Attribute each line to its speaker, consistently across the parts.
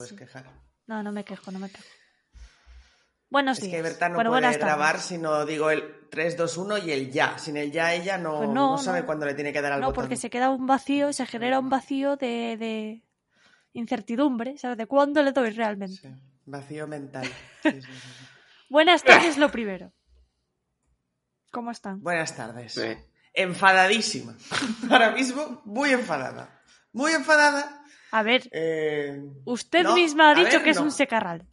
Speaker 1: puedes quejar.
Speaker 2: No, no me quejo, no me quejo. Buenos
Speaker 1: es
Speaker 2: días.
Speaker 1: que Berta no
Speaker 2: Bueno,
Speaker 1: puede
Speaker 2: buenas tardes.
Speaker 1: grabar si no digo el 3, 2, 1 y el ya. Sin el ya ella no,
Speaker 2: Pues no,
Speaker 1: no sabe
Speaker 2: no.
Speaker 1: cuándo le tiene que dar al
Speaker 2: No,
Speaker 1: botón.
Speaker 2: porque se queda un vacío, se genera un vacío de, de incertidumbre, ¿sabes? ¿De cuándo le doy realmente?
Speaker 1: Sí, Vacío mental. Sí, sí, sí, sí.
Speaker 2: Buenas tardes, lo primero. ¿Cómo están?
Speaker 1: Buenas tardes.
Speaker 3: Eh.
Speaker 1: Enfadadísima. Ahora mismo muy enfadada. Muy enfadada.
Speaker 2: A ver,
Speaker 1: Eh,
Speaker 2: usted
Speaker 1: no,
Speaker 2: misma ha
Speaker 1: a
Speaker 2: dicho
Speaker 1: ver,
Speaker 2: que es
Speaker 1: no.
Speaker 2: un secarral.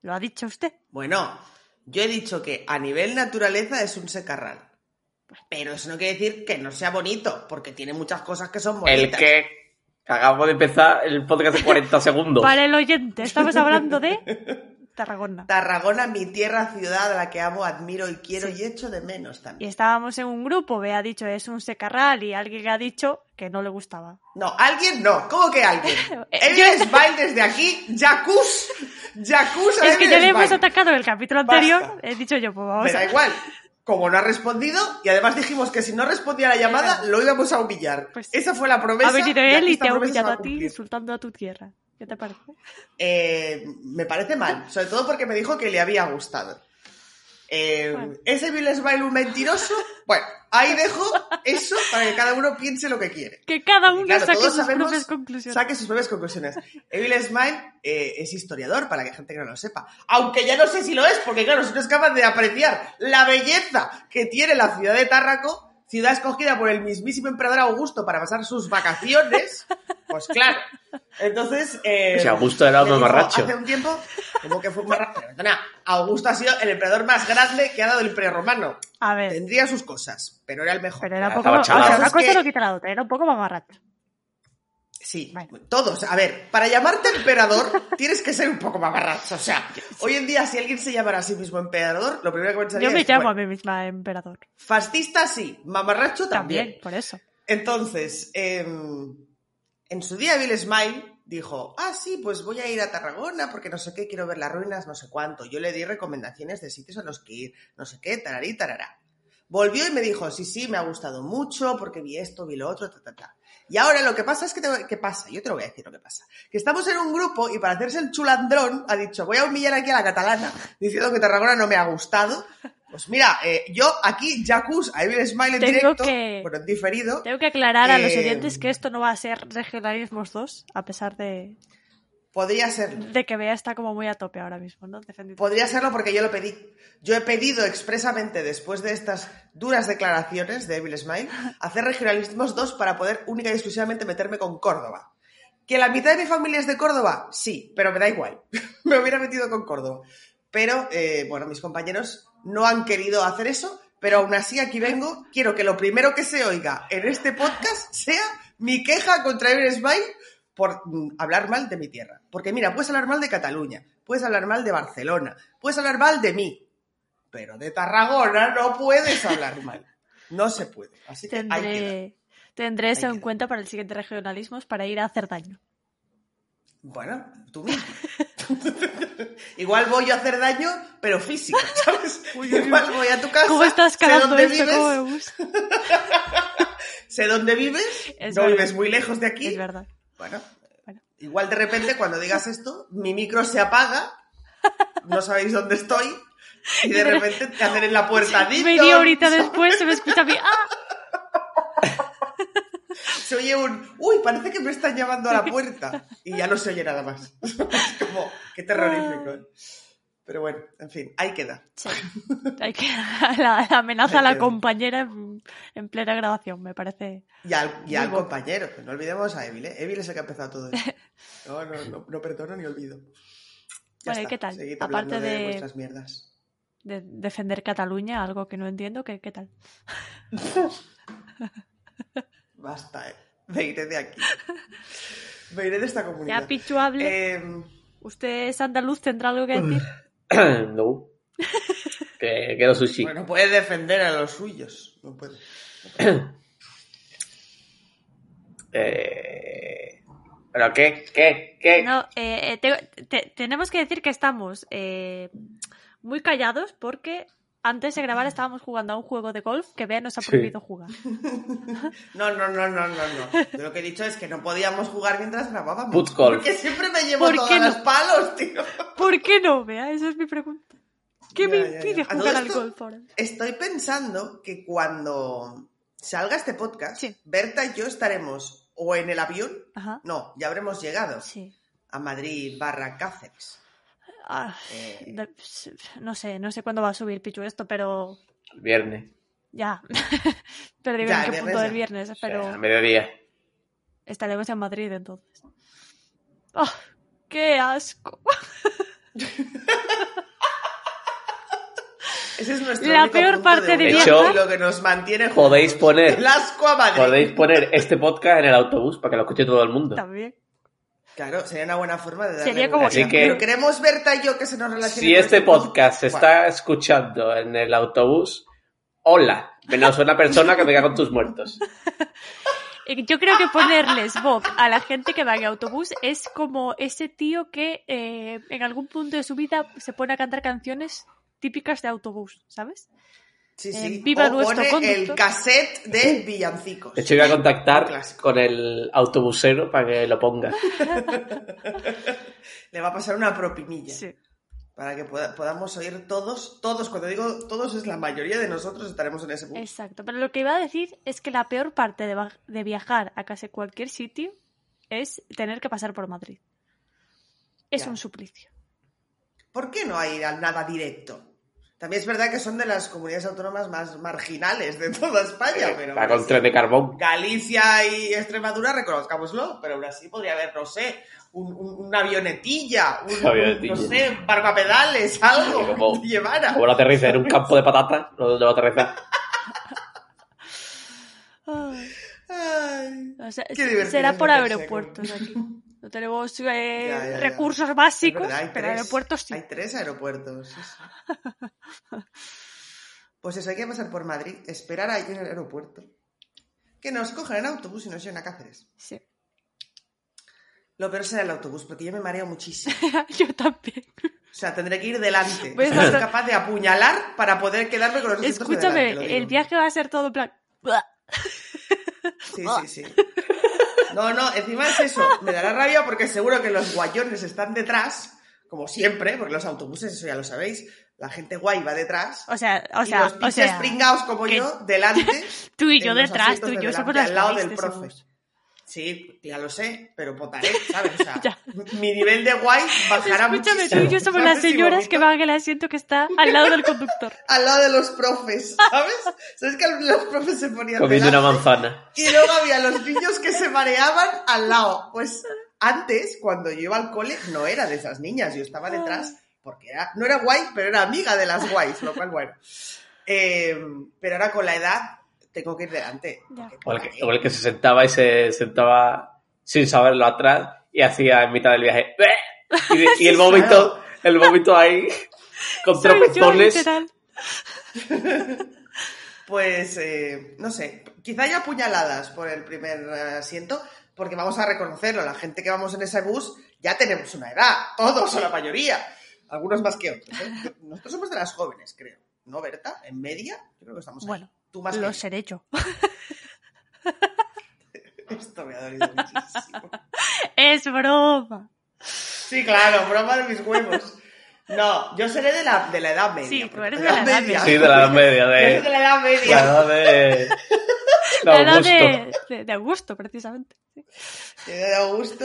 Speaker 2: Lo ha dicho usted.
Speaker 1: Bueno, yo he dicho que a nivel naturaleza es un secarral. Pero eso no quiere decir que no sea bonito, porque tiene muchas cosas que son
Speaker 3: El
Speaker 1: bonitas.
Speaker 3: que acabamos de empezar el podcast de 40 segundos.
Speaker 2: Para el oyente, estamos hablando de Tarragona.
Speaker 1: Tarragona, mi tierra, ciudad a la que amo, admiro y quiero
Speaker 2: Sí.
Speaker 1: y echo de menos
Speaker 2: Y
Speaker 1: también.
Speaker 2: estábamos en un grupo, Bea ha dicho es un secarral y alguien ha dicho que no le gustaba.
Speaker 1: No, alguien no, ¿cómo que alguien?
Speaker 2: Eh,
Speaker 1: Evelyn Smile desde aquí, Jacuz, Jacuz a
Speaker 2: es que ya
Speaker 1: Evelyn
Speaker 2: le hemos
Speaker 1: Smile.
Speaker 2: atacado en el capítulo anterior,
Speaker 1: Basta.
Speaker 2: he dicho yo, pues
Speaker 1: Me
Speaker 2: vamos
Speaker 1: da
Speaker 2: a...
Speaker 1: igual. Como no ha respondido, y además dijimos que si no respondía a la llamada, lo íbamos a humillar.
Speaker 2: Pues sí.
Speaker 1: Esa fue la promesa.
Speaker 2: Ha venido
Speaker 1: y
Speaker 2: él
Speaker 1: aquí
Speaker 2: y
Speaker 1: esta
Speaker 2: te ha
Speaker 1: promesa se va
Speaker 2: humillado
Speaker 1: a
Speaker 2: a ti
Speaker 1: cumplir.
Speaker 2: insultando a tu tierra. ¿Qué te parece?
Speaker 1: Eh, me parece mal, sobre todo porque me dijo que le había gustado. Eh,
Speaker 2: Bueno.
Speaker 1: ¿Ese Bill Smile un mentiroso? Bueno, ahí dejo eso para que cada uno piense lo que quiere.
Speaker 2: Que cada uno
Speaker 1: Claro,
Speaker 2: saque
Speaker 1: todos
Speaker 2: sus
Speaker 1: sabemos-
Speaker 2: propias conclusiones.
Speaker 1: Saque sus propias conclusiones. Evil Smile eh, es historiador, para que gente que no lo sepa. Aunque ya no sé si lo es, porque claro, si no es capaz de apreciar la belleza que tiene la ciudad de Tárraco, ciudad escogida por el mismísimo emperador Augusto para pasar sus vacaciones, pues claro. Entonces... Eh,
Speaker 3: O sea, Pues Augusto era un
Speaker 1: me dijo
Speaker 3: mamarracho.
Speaker 1: Hace un tiempo, como que fue un mamarracho. Perdona, Augusto ha sido el emperador más grande que ha dado el imperio romano.
Speaker 2: A ver,
Speaker 1: Tendría sus cosas, pero era el mejor.
Speaker 2: Eh. pero era
Speaker 3: Ya,
Speaker 2: un poco...
Speaker 3: estaba
Speaker 2: O sea,
Speaker 3: chalado.
Speaker 2: una
Speaker 1: Es
Speaker 2: cosa
Speaker 1: que-
Speaker 2: no quita la otra, era un poco mamarracho.
Speaker 1: Sí,
Speaker 2: Bueno.
Speaker 1: todos. A ver, para llamarte emperador tienes que ser un poco mamarracho. O sea, hoy en día si alguien se llamara a sí mismo emperador, lo primero que pensaría
Speaker 2: Yo me
Speaker 1: es,
Speaker 2: llamo a
Speaker 1: bueno,
Speaker 2: mí misma emperador.
Speaker 1: fascista sí, mamarracho también.
Speaker 2: También, por eso.
Speaker 1: Entonces, em, en su día Bill Smile dijo, ah, sí, pues voy a ir a Tarragona porque no sé qué, quiero ver las ruinas, no sé cuánto. Yo le di recomendaciones de sitios a los que ir, no sé qué, tararí, tarará. Volvió y me dijo, sí, sí, me ha gustado mucho porque vi esto, vi lo otro, ta, ta, ta. Y ahora lo que pasa es que, te- ¿qué pasa? Yo te lo voy a decir lo que pasa. Que estamos en un grupo y para hacerse el chulandrón ha dicho, voy a humillar aquí a la catalana diciendo que Tarragona no me ha gustado. Pues mira, eh, yo aquí, Jacuz, a Evil Smile en
Speaker 2: Tengo
Speaker 1: directo,
Speaker 2: que-
Speaker 1: bueno, en diferido,
Speaker 2: Tengo que aclarar a los
Speaker 1: Eh,
Speaker 2: oyentes que esto no va a ser regionalismos 2, a pesar de,
Speaker 1: Podría serlo.
Speaker 2: de que Bea está como muy a tope ahora mismo, ¿no? Defendiendo.
Speaker 1: Podría serlo porque yo lo pedí. Yo he pedido expresamente, después de estas duras declaraciones de Evil Smile, hacer regionalismos 2 para poder única y exclusivamente meterme con Córdoba. ¿Que la mitad de mi familia es de Córdoba? Sí, pero me da igual. me hubiera metido con Córdoba. Pero, eh, bueno, mis compañeros no han querido hacer eso, pero aún así aquí vengo. Quiero que lo primero que se oiga en este podcast sea mi queja contra Evil Smile por mm, hablar mal de mi tierra. Porque mira, puedes hablar mal de Cataluña, puedes hablar mal de Barcelona, puedes hablar mal de mí, pero de Tarragona no puedes hablar mal. No se puede. Así que hay que dar.
Speaker 2: Tendré, tendré eso
Speaker 1: Ahí
Speaker 2: en
Speaker 1: queda.
Speaker 2: cuenta para el siguiente regionalismos para ir a hacer daño.
Speaker 1: Bueno, tú mismo. Igual voy yo a hacer daño, pero físico, ¿sabes? Igual voy a tu casa,
Speaker 2: ¿Cómo estás
Speaker 1: sé
Speaker 2: calando
Speaker 1: dónde
Speaker 2: esto?
Speaker 1: vives,
Speaker 2: ¿Cómo me gusta?
Speaker 1: sé dónde vives,
Speaker 2: Es
Speaker 1: no
Speaker 2: verdad.
Speaker 1: vives muy lejos de aquí.
Speaker 2: Es verdad.
Speaker 1: Bueno,
Speaker 2: Bueno.
Speaker 1: igual de repente cuando digas esto, mi micro se apaga, no sabéis dónde estoy, y de repente te hacen en la puerta "Ding
Speaker 2: Media
Speaker 1: dong",
Speaker 2: ahorita después se me escucha a mí. ¡Ah!
Speaker 1: se oye un, uy, parece que me están llamando a la puerta, y ya no se oye nada más. es como, qué terrorífico. ¿eh?
Speaker 2: Ah.
Speaker 1: Pero bueno, en fin, ahí queda.
Speaker 2: Sí. Hay que, la, la amenaza a
Speaker 1: Ahí
Speaker 2: la
Speaker 1: queda.
Speaker 2: compañera en, en plena grabación, me parece.
Speaker 1: Y al, y
Speaker 2: Muy
Speaker 1: al
Speaker 2: bueno.
Speaker 1: compañero, que no olvidemos a Evil, ¿eh? Evil es el que ha empezado todo esto. No, no, no, no perdono ni olvido. Ya
Speaker 2: Bueno, ¿y
Speaker 1: está,
Speaker 2: qué tal?
Speaker 1: seguid
Speaker 2: Aparte
Speaker 1: hablando de
Speaker 2: de-
Speaker 1: vuestras mierdas.
Speaker 2: de defender Cataluña, algo que no entiendo. ¿Qué, qué tal?
Speaker 1: Basta, eh. Me iré de aquí. Me iré de esta comunidad.
Speaker 2: Ya, Pichu, hable.
Speaker 1: Eh, Mm.
Speaker 2: Usted es andaluz, tendrá algo que decir.
Speaker 3: no. Que quedó sushi.
Speaker 1: Bueno, puede defender a los suyos. No puede.
Speaker 3: Eh, ¿Pero qué? ¿Qué? ¿Qué?
Speaker 2: No, eh, eh, te- te- tenemos que decir que estamos eh, muy eh, callados porque antes de grabar estábamos jugando a un juego de golf que Bea nos ha
Speaker 3: Sí.
Speaker 2: prohibido jugar.
Speaker 1: No, no, no, no, no, no. Yo lo que he dicho es que no podíamos jugar mientras grabábamos.
Speaker 3: Put golf.
Speaker 1: Porque siempre me llevo
Speaker 2: ¿Por
Speaker 1: todos
Speaker 2: qué no?
Speaker 1: los palos, tío.
Speaker 2: ¿Por qué no, Bea? Esa es mi pregunta. ¿Qué
Speaker 1: Ya,
Speaker 2: me
Speaker 1: ya, ya.
Speaker 2: impide
Speaker 1: ¿A todo
Speaker 2: jugar al
Speaker 1: esto?
Speaker 2: golf ahora?
Speaker 1: Estoy pensando que cuando salga este podcast,
Speaker 2: Sí.
Speaker 1: Berta y yo estaremos o en el avión,
Speaker 2: Ajá.
Speaker 1: no, ya habremos llegado
Speaker 2: Sí.
Speaker 1: a Madrid barra Cáceres.
Speaker 2: Ah,
Speaker 1: Eh,
Speaker 2: de- no sé, no sé cuándo va a subir Pichu esto, pero
Speaker 3: El viernes.
Speaker 2: ya. pero digo
Speaker 1: Ya,
Speaker 2: en qué
Speaker 1: viernes
Speaker 2: punto
Speaker 1: ya.
Speaker 2: del viernes,
Speaker 3: O sea, a
Speaker 2: pero
Speaker 3: mediodía.
Speaker 2: estaremos en Madrid entonces. ¡Ah! ¡Qué asco!
Speaker 1: Ese es nuestro
Speaker 2: La
Speaker 1: único
Speaker 2: peor
Speaker 1: punto
Speaker 2: parte de
Speaker 1: unión
Speaker 3: viajar-
Speaker 1: y lo que nos mantiene juntos.
Speaker 3: Podéis poner-
Speaker 1: El asco a Madrid.
Speaker 3: Podéis poner este podcast en el autobús para que lo escuche todo el mundo.
Speaker 2: También.
Speaker 1: Claro, sería una buena forma de darle
Speaker 2: Sería como-
Speaker 1: publicidad.
Speaker 3: Así que-
Speaker 1: Pero queremos Berta y yo que se nos relacione
Speaker 3: Si
Speaker 1: con
Speaker 3: este podcast se
Speaker 1: Bueno,
Speaker 3: está escuchando en el autobús, hola, menos una persona que venga con tus muertos.
Speaker 2: Eh, Yo creo que ponerles voz a la gente que va en autobús es como ese tío que eh, en algún punto de su vida se pone a cantar canciones típicas de autobús, ¿sabes?
Speaker 1: sí,
Speaker 2: eh,
Speaker 1: sí.
Speaker 2: viva
Speaker 1: O
Speaker 2: nuestro
Speaker 1: pone el
Speaker 2: conductor.
Speaker 1: cassette de villancicos.
Speaker 3: De hecho, voy a
Speaker 1: Un
Speaker 3: contactar
Speaker 1: clásico.
Speaker 3: con el autobusero para que lo ponga.
Speaker 1: Le va a pasar una propinilla.
Speaker 2: Sí.
Speaker 1: Para que poda- podamos oír todos, todos, cuando digo todos es la mayoría de nosotros estaremos en ese bus.
Speaker 2: Exacto. Pero lo que iba a decir es que la peor parte de, va- de viajar a casi cualquier sitio es tener que pasar por Madrid. Es
Speaker 1: Ya.
Speaker 2: un suplicio.
Speaker 1: ¿Por qué no hay nada directo? También es verdad que son de las comunidades autónomas más marginales de toda España, pero
Speaker 3: Para
Speaker 1: aún
Speaker 3: con
Speaker 1: así,
Speaker 3: tren de carbón.
Speaker 1: Galicia y Extremadura, reconozcámoslo, pero aún así podría haber, no sé, un- un- una avionetilla, un,
Speaker 3: Una avionetilla.
Speaker 1: no sé, un barco a pedales, algo
Speaker 3: Sí,
Speaker 1: que
Speaker 3: como-
Speaker 1: te llevara.
Speaker 3: Como lo aterriza en un campo de patatas, no donde va a aterrizar.
Speaker 2: Ay,
Speaker 1: Ay.
Speaker 2: o sea,
Speaker 1: Qué
Speaker 2: se-
Speaker 1: divertido
Speaker 2: será
Speaker 1: es
Speaker 2: por
Speaker 1: meterse
Speaker 2: aeropuertos
Speaker 1: con-
Speaker 2: aquí. No tenemos eh,
Speaker 1: Ya, ya, ya.
Speaker 2: recursos
Speaker 1: Es
Speaker 2: básicos,
Speaker 1: verdad, hay
Speaker 2: pero
Speaker 1: tres.
Speaker 2: aeropuertos sí.
Speaker 1: Hay tres aeropuertos. sí, sí. Pues eso, hay que pasar por Madrid, esperar ahí en el aeropuerto. Que nos cojan en autobús y nos lleven a Cáceres.
Speaker 2: sí.
Speaker 1: Lo peor será el autobús, porque yo me mareo muchísimo.
Speaker 2: Yo también.
Speaker 1: O sea, tendré que ir delante.
Speaker 2: Voy a
Speaker 1: O sea, soy
Speaker 2: estar-
Speaker 1: capaz de apuñalar para poder quedarme con los asientos de
Speaker 2: Escúchame,
Speaker 1: delante, lo
Speaker 2: el
Speaker 1: digo.
Speaker 2: viaje va a ser todo en plan. "Buah".
Speaker 1: Sí,
Speaker 2: Ah.
Speaker 1: sí, sí. No, no, encima es eso. Me dará rabia porque seguro que los guayones están detrás, como siempre, porque los autobuses, eso ya lo sabéis, la gente guay va detrás.
Speaker 2: O sea, o
Speaker 1: y
Speaker 2: sea,
Speaker 1: los
Speaker 2: o
Speaker 1: pinches
Speaker 2: sea,
Speaker 1: pringaos como
Speaker 2: que-
Speaker 1: yo, delante.
Speaker 2: tú y
Speaker 1: en
Speaker 2: yo
Speaker 1: los
Speaker 2: detrás, tú
Speaker 1: asientos
Speaker 2: y
Speaker 1: de
Speaker 2: yo somos
Speaker 1: delante,
Speaker 2: las
Speaker 1: al lado
Speaker 2: gays
Speaker 1: del
Speaker 2: de
Speaker 1: profe.
Speaker 2: somos.
Speaker 1: Sí, ya lo sé, pero potaré, ¿sabes? O sea,
Speaker 2: Ya.
Speaker 1: mi nivel de guay bajará
Speaker 2: Escúchame, tú
Speaker 1: muchísimo.
Speaker 2: y yo somos
Speaker 1: ¿sabes?
Speaker 2: las
Speaker 1: Si
Speaker 2: señoras
Speaker 1: vomito
Speaker 2: que van en el asiento que está al lado del conductor.
Speaker 1: Al lado de los profes, ¿sabes? ¿Sabes que los profes se ponían
Speaker 3: Comiendo una
Speaker 1: delante?
Speaker 3: manzana.
Speaker 1: Y luego había los niños que se mareaban al lado. Pues antes, cuando yo iba al cole, no era de esas niñas, yo estaba detrás, porque era, no era guay, pero era amiga de las guays, lo cual, bueno. Eh, pero ahora con la edad tengo que ir delante.
Speaker 2: Ya.
Speaker 3: O el, que, o el que se sentaba y se sentaba sin saberlo atrás y hacía en mitad del viaje. "Beh". Y, de- y el vómito, el vómito ahí con
Speaker 2: Soy yo,
Speaker 3: tropezones.
Speaker 2: literal.
Speaker 1: Pues, eh, no sé, quizá haya puñaladas por el primer eh, asiento, porque vamos a reconocerlo, la gente que vamos en ese bus ya tenemos una edad, todos o la mayoría, algunos más que otros. ¿eh? Nosotros somos de las jóvenes, creo, ¿no, Berta? En media, yo creo que estamos ahí.
Speaker 2: Bueno,
Speaker 1: tú más que
Speaker 2: Lo
Speaker 1: yo.
Speaker 2: seré yo.
Speaker 1: Esto me ha dolido muchísimo.
Speaker 2: Es broma.
Speaker 1: Sí, claro, broma de mis huevos. No, yo seré de la, de la edad media.
Speaker 2: Sí, tú
Speaker 1: porque
Speaker 2: eres de la edad media.
Speaker 3: Sí, de la edad media.
Speaker 1: Yo
Speaker 3: De,
Speaker 1: soy de la edad media.
Speaker 3: la edad de. de
Speaker 2: La edad
Speaker 3: Augusto.
Speaker 2: de, de- de Augusto, precisamente.
Speaker 1: Te da gusto.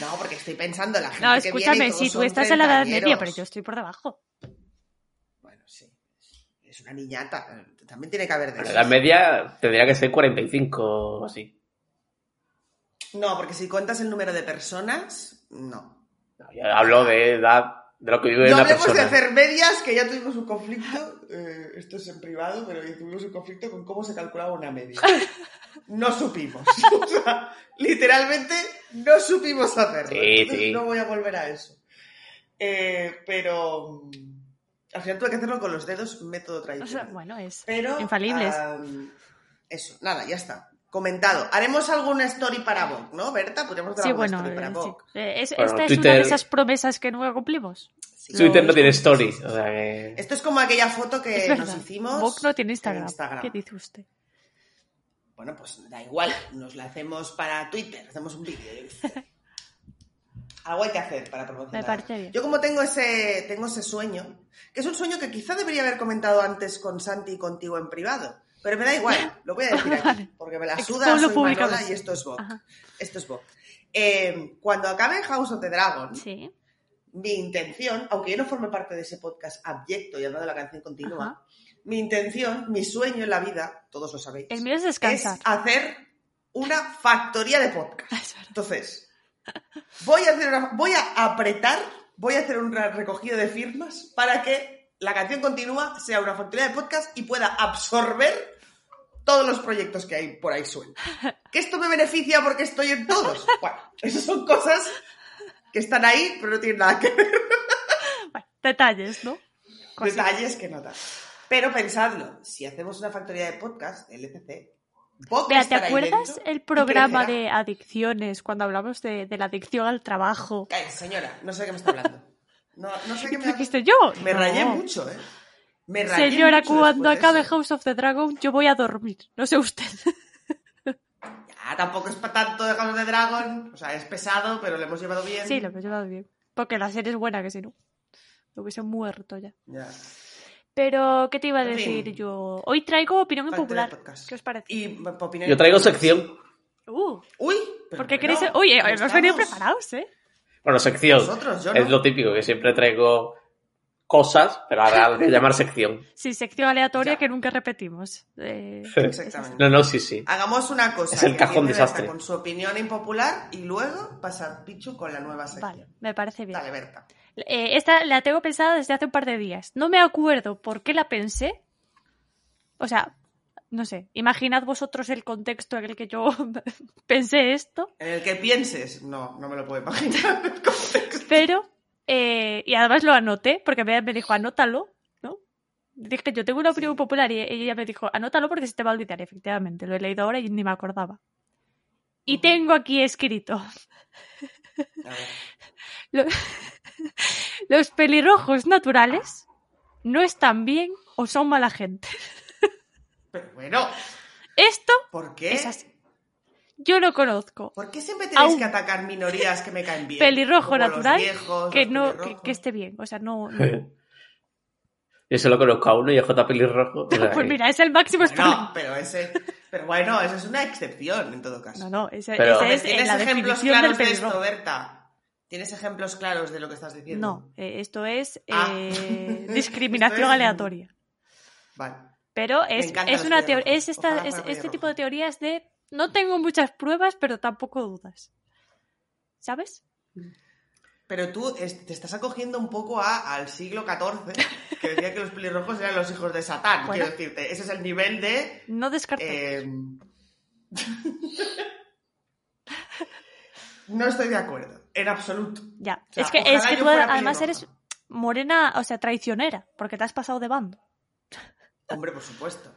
Speaker 1: No, porque estoy pensando en la gente
Speaker 2: No,
Speaker 1: que viene y
Speaker 2: escúchame,
Speaker 1: todos
Speaker 2: si tú
Speaker 1: son
Speaker 2: estás en la edad media,
Speaker 1: treintañeros.
Speaker 2: pero yo estoy por debajo.
Speaker 1: Bueno, sí. Es una niñata. eh, También tiene que haber de
Speaker 3: Bueno,
Speaker 1: eso.
Speaker 3: la edad media tendría que ser 45 o así.
Speaker 1: No, porque si cuentas el número de personas, no.
Speaker 3: No, yo hablo de edad, de lo que vive
Speaker 1: No
Speaker 3: la
Speaker 1: hablemos
Speaker 3: persona.
Speaker 1: de hacer medias, que ya tuvimos un conflicto, eh, esto es en privado, pero ya tuvimos un conflicto con cómo se calculaba una media. No supimos. O sea, literalmente no supimos hacerlo.
Speaker 3: Sí,
Speaker 1: Entonces,
Speaker 3: sí.
Speaker 1: No voy a volver a eso. Eh, pero mm, al final tuve que hacerlo con los dedos, método
Speaker 2: O sea,
Speaker 1: tradicional.
Speaker 2: bueno, es.
Speaker 1: Pero.
Speaker 2: Infalibles.
Speaker 1: am, eso, nada, ya está. comentado. Haremos alguna story para Vogue, ¿no, Berta? Podríamos hacer
Speaker 2: Sí,
Speaker 1: alguna
Speaker 2: bueno,
Speaker 1: story para
Speaker 2: eh,
Speaker 1: Vogue.
Speaker 2: sí. Eh, es- esta
Speaker 3: Bueno,
Speaker 2: es una
Speaker 3: Twitter-
Speaker 2: de esas promesas que nunca cumplimos.
Speaker 1: Sí.
Speaker 3: Twitter no tiene story. O sea que...
Speaker 1: Esto es como aquella foto
Speaker 2: Es
Speaker 1: que
Speaker 2: verdad.
Speaker 1: Eh, nos hicimos.
Speaker 2: Vogue no tiene
Speaker 1: en
Speaker 2: Instagram. ¿Qué dice usted?
Speaker 1: Bueno, pues da igual, nos la hacemos para Twitter, hacemos un vídeo. yo qué sé. Algo hay que hacer para promocionar.
Speaker 2: Me parece bien.
Speaker 1: Yo como tengo ese, tengo ese sueño, que es un sueño que quizá debería haber comentado antes con Santi y contigo en privado, pero me da igual, lo voy a decir aquí, porque me la suda,
Speaker 2: Exponlo
Speaker 1: soy Manola
Speaker 2: públicamente.
Speaker 1: y esto es Vogue.
Speaker 2: Ajá.
Speaker 1: Esto es Vogue. Eh, cuando acabe House of the Dragon,
Speaker 2: Sí.
Speaker 1: mi intención, aunque yo no forme parte de ese podcast abyecto y hablando de la canción continua,
Speaker 2: Ajá.
Speaker 1: mi intención, mi sueño en la vida, todos lo sabéis,
Speaker 2: El mío es
Speaker 1: es
Speaker 2: descansar.
Speaker 1: hacer una factoría de podcast.
Speaker 2: Es verdad.
Speaker 1: Entonces, voy a, hacer una- voy a apretar, voy a hacer un ra- recogido de firmas para que la canción continua sea una factoría de podcast y pueda absorber todos los proyectos que hay por ahí sueltos. Que esto me beneficia porque estoy en todos. Bueno, esas son cosas que están ahí, pero no tienen nada que ver.
Speaker 2: Bueno, detalles, ¿no? Cositas.
Speaker 1: Detalles que notas. Pero pensadlo, si hacemos una factoría de podcast, LCC, vos
Speaker 2: Vea, ¿te
Speaker 1: estará ahí
Speaker 2: acuerdas
Speaker 1: dentro
Speaker 2: el
Speaker 1: y
Speaker 2: programa
Speaker 1: crecerá.
Speaker 2: de adicciones cuando hablamos de, de la adicción al trabajo?
Speaker 1: Cállate, señora, no sé de qué me está hablando. No, no sé qué me
Speaker 2: ¿Dijiste yo?
Speaker 1: Me
Speaker 2: No.
Speaker 1: rayé mucho, ¿eh? Me rayé
Speaker 2: Señora,
Speaker 1: mucho
Speaker 2: cuando
Speaker 1: después de
Speaker 2: acabe
Speaker 1: eso.
Speaker 2: House of the Dragon, yo voy a dormir. No sé usted.
Speaker 1: Ah, tampoco es para tanto de House of the Dragon. O sea, es pesado, pero lo hemos llevado bien.
Speaker 2: Sí, lo he llevado bien. Porque la serie es buena, que si no, me hubiese muerto ya.
Speaker 1: Ya.
Speaker 2: Pero, ¿qué te iba a
Speaker 1: En fin.
Speaker 2: decir yo? Hoy traigo opinión
Speaker 1: Factory
Speaker 2: impopular.
Speaker 1: Podcast.
Speaker 2: ¿Qué os parece?
Speaker 1: Y pa- pa opinar-
Speaker 3: Yo traigo sección.
Speaker 2: Uh,
Speaker 1: Uy, pero
Speaker 2: porque
Speaker 1: bueno,
Speaker 2: queréis... Oye,
Speaker 1: ¿cómo
Speaker 2: os hemos venido
Speaker 1: estamos?
Speaker 2: preparados, ¿eh?
Speaker 3: Bueno, sección.
Speaker 1: Nosotros, yo
Speaker 3: es
Speaker 1: no.
Speaker 3: lo típico, que siempre traigo cosas, pero ahora lo voy a llamar sección.
Speaker 2: Sí, sección aleatoria
Speaker 1: Ya.
Speaker 2: que nunca repetimos. Eh,
Speaker 1: Exactamente.
Speaker 3: No, no, sí, sí.
Speaker 1: Hagamos una cosa.
Speaker 3: Es el
Speaker 1: que
Speaker 3: cajón
Speaker 1: empiece Berta
Speaker 3: desastre.
Speaker 1: Con su opinión impopular y luego pasa Pichu con la nueva sección.
Speaker 2: vale, me parece bien.
Speaker 1: Dale, Berta.
Speaker 2: Eh, esta la tengo pensada desde hace un par de días. No me acuerdo por qué la pensé. O sea, no sé. Imaginad vosotros el contexto en el que yo pensé esto.
Speaker 1: En el que pienses. No, no me lo puedo imaginar.
Speaker 2: Pero, eh, y además lo anoté, porque me, me dijo, anótalo, ¿no? Dije, yo tengo una opinión popular y, y ella me dijo, anótalo porque se te va a olvidar, efectivamente. Lo he leído ahora y ni me acordaba. Y
Speaker 1: Ujú.
Speaker 2: tengo aquí escrito,
Speaker 1: A ver.
Speaker 2: lo- los pelirrojos naturales no están bien o son mala gente.
Speaker 1: Pero bueno,
Speaker 2: Esto
Speaker 1: ¿por qué?
Speaker 2: es así. Yo lo conozco.
Speaker 1: ¿Por qué siempre tenéis
Speaker 2: Aún.
Speaker 1: que atacar minorías que me caen bien?
Speaker 2: Pelirrojo
Speaker 1: Como los
Speaker 2: natural,
Speaker 1: viejos,
Speaker 2: Que
Speaker 1: los
Speaker 2: no, que,
Speaker 1: pelirrojos.
Speaker 2: que esté bien. O sea, no... no.
Speaker 3: Yo solo conozco a uno y a J. Pelirrojo. o sea que-
Speaker 2: Pues mira, es el máximo
Speaker 1: No,
Speaker 2: exponente.
Speaker 1: pero ese. Pero bueno, esa es una excepción en todo caso.
Speaker 2: No, no, ese,
Speaker 3: Pero-
Speaker 2: ese
Speaker 1: Entonces,
Speaker 2: es eh,
Speaker 1: ¿Tienes
Speaker 2: la
Speaker 1: ejemplos
Speaker 2: definición del
Speaker 1: claros de
Speaker 2: pelirrojo.
Speaker 1: esto, Berta? ¿Tienes ejemplos claros de lo que estás diciendo?
Speaker 2: No, eh, esto es
Speaker 1: Ah.
Speaker 2: eh,
Speaker 1: Esto
Speaker 2: discriminación
Speaker 1: es-
Speaker 2: aleatoria.
Speaker 1: Vale.
Speaker 2: Pero es,
Speaker 1: encantan
Speaker 2: es
Speaker 1: los
Speaker 2: una
Speaker 1: pelirrojos.
Speaker 2: teoría, es, esta-
Speaker 1: Ojalá
Speaker 2: es-
Speaker 1: fuera
Speaker 2: este
Speaker 1: pelirrojo.
Speaker 2: tipo de teorías de no tengo muchas pruebas, pero tampoco dudas. ¿Sabes?
Speaker 1: Pero tú es- te estás acogiendo un poco a, al siglo XIV, que decía que los pelirrojos eran los hijos de Satán.
Speaker 2: Bueno.
Speaker 1: Quiero decirte, ese es el nivel de.
Speaker 2: No descarté.
Speaker 1: eh, no estoy de acuerdo, en absoluto.
Speaker 2: ya.
Speaker 1: o sea,
Speaker 2: es que,
Speaker 1: ojalá
Speaker 2: es que
Speaker 1: yo
Speaker 2: tú
Speaker 1: fuera
Speaker 2: además
Speaker 1: pelirroja.
Speaker 2: eres morena, o sea, traicionera, porque te has pasado de bando.
Speaker 1: Hombre, por supuesto.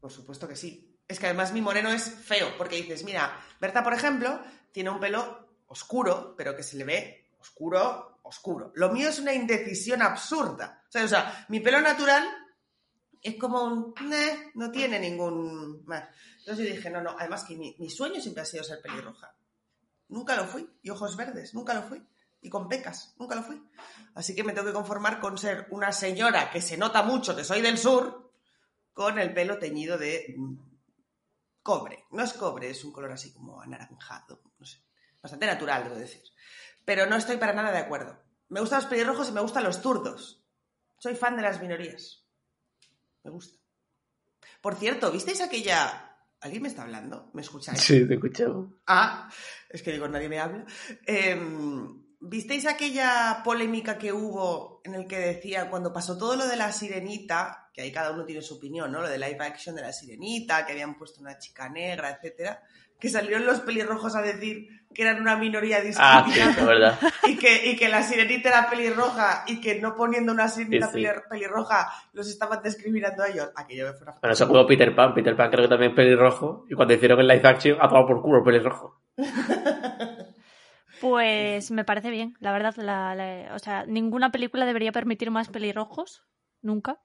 Speaker 1: Por supuesto que sí. Es que además mi moreno es feo, porque dices, mira, Berta, por ejemplo, tiene un pelo oscuro, pero que se le ve oscuro, oscuro. Lo mío es una indecisión absurda. O sea, o sea mi pelo natural es como un... "Neh, no tiene ningún... más". Entonces yo dije, no, no, además que mi, mi sueño siempre ha sido ser pelirroja. Nunca lo fui. Y ojos verdes, nunca lo fui. Y con pecas, nunca lo fui. Así que me tengo que conformar con ser una señora que se nota mucho que soy del sur, con el pelo teñido de mm, cobre. No es cobre, es un color así como anaranjado, no sé. Bastante natural, debo decir. Pero no estoy para nada de acuerdo. Me gustan los pelirrojos y me gustan los zurdos. Soy fan de las minorías. Me gusta. Por cierto, ¿visteis aquella... ¿Alguien me está hablando? ¿Me escucháis?
Speaker 3: Sí, te escucho.
Speaker 1: Ah, es que digo, nadie me habla. Em, ¿Visteis aquella polémica que hubo en el que decía, cuando pasó todo lo de la sirenita, que ahí cada uno tiene su opinión, ¿no? Lo de live action de la sirenita, que habían puesto una chica negra, etcétera, que salieron los pelirrojos a decir que eran una minoría
Speaker 3: Ah, sí,
Speaker 1: discriminada
Speaker 3: es verdad.
Speaker 1: y, que, y que la sirenita era pelirroja y que no poniendo una sirenita
Speaker 3: Sí, sí.
Speaker 1: pelir- pelirroja los estaban discriminando a ellos. Aquello fue una
Speaker 3: Bueno, eso jugó Peter Pan. Peter Pan creo que también es pelirrojo. Y cuando hicieron el live action, ha tomado por culo el pelirrojo.
Speaker 2: Pues me parece bien, la verdad. La, la- o sea, ninguna película debería permitir más pelirrojos, nunca.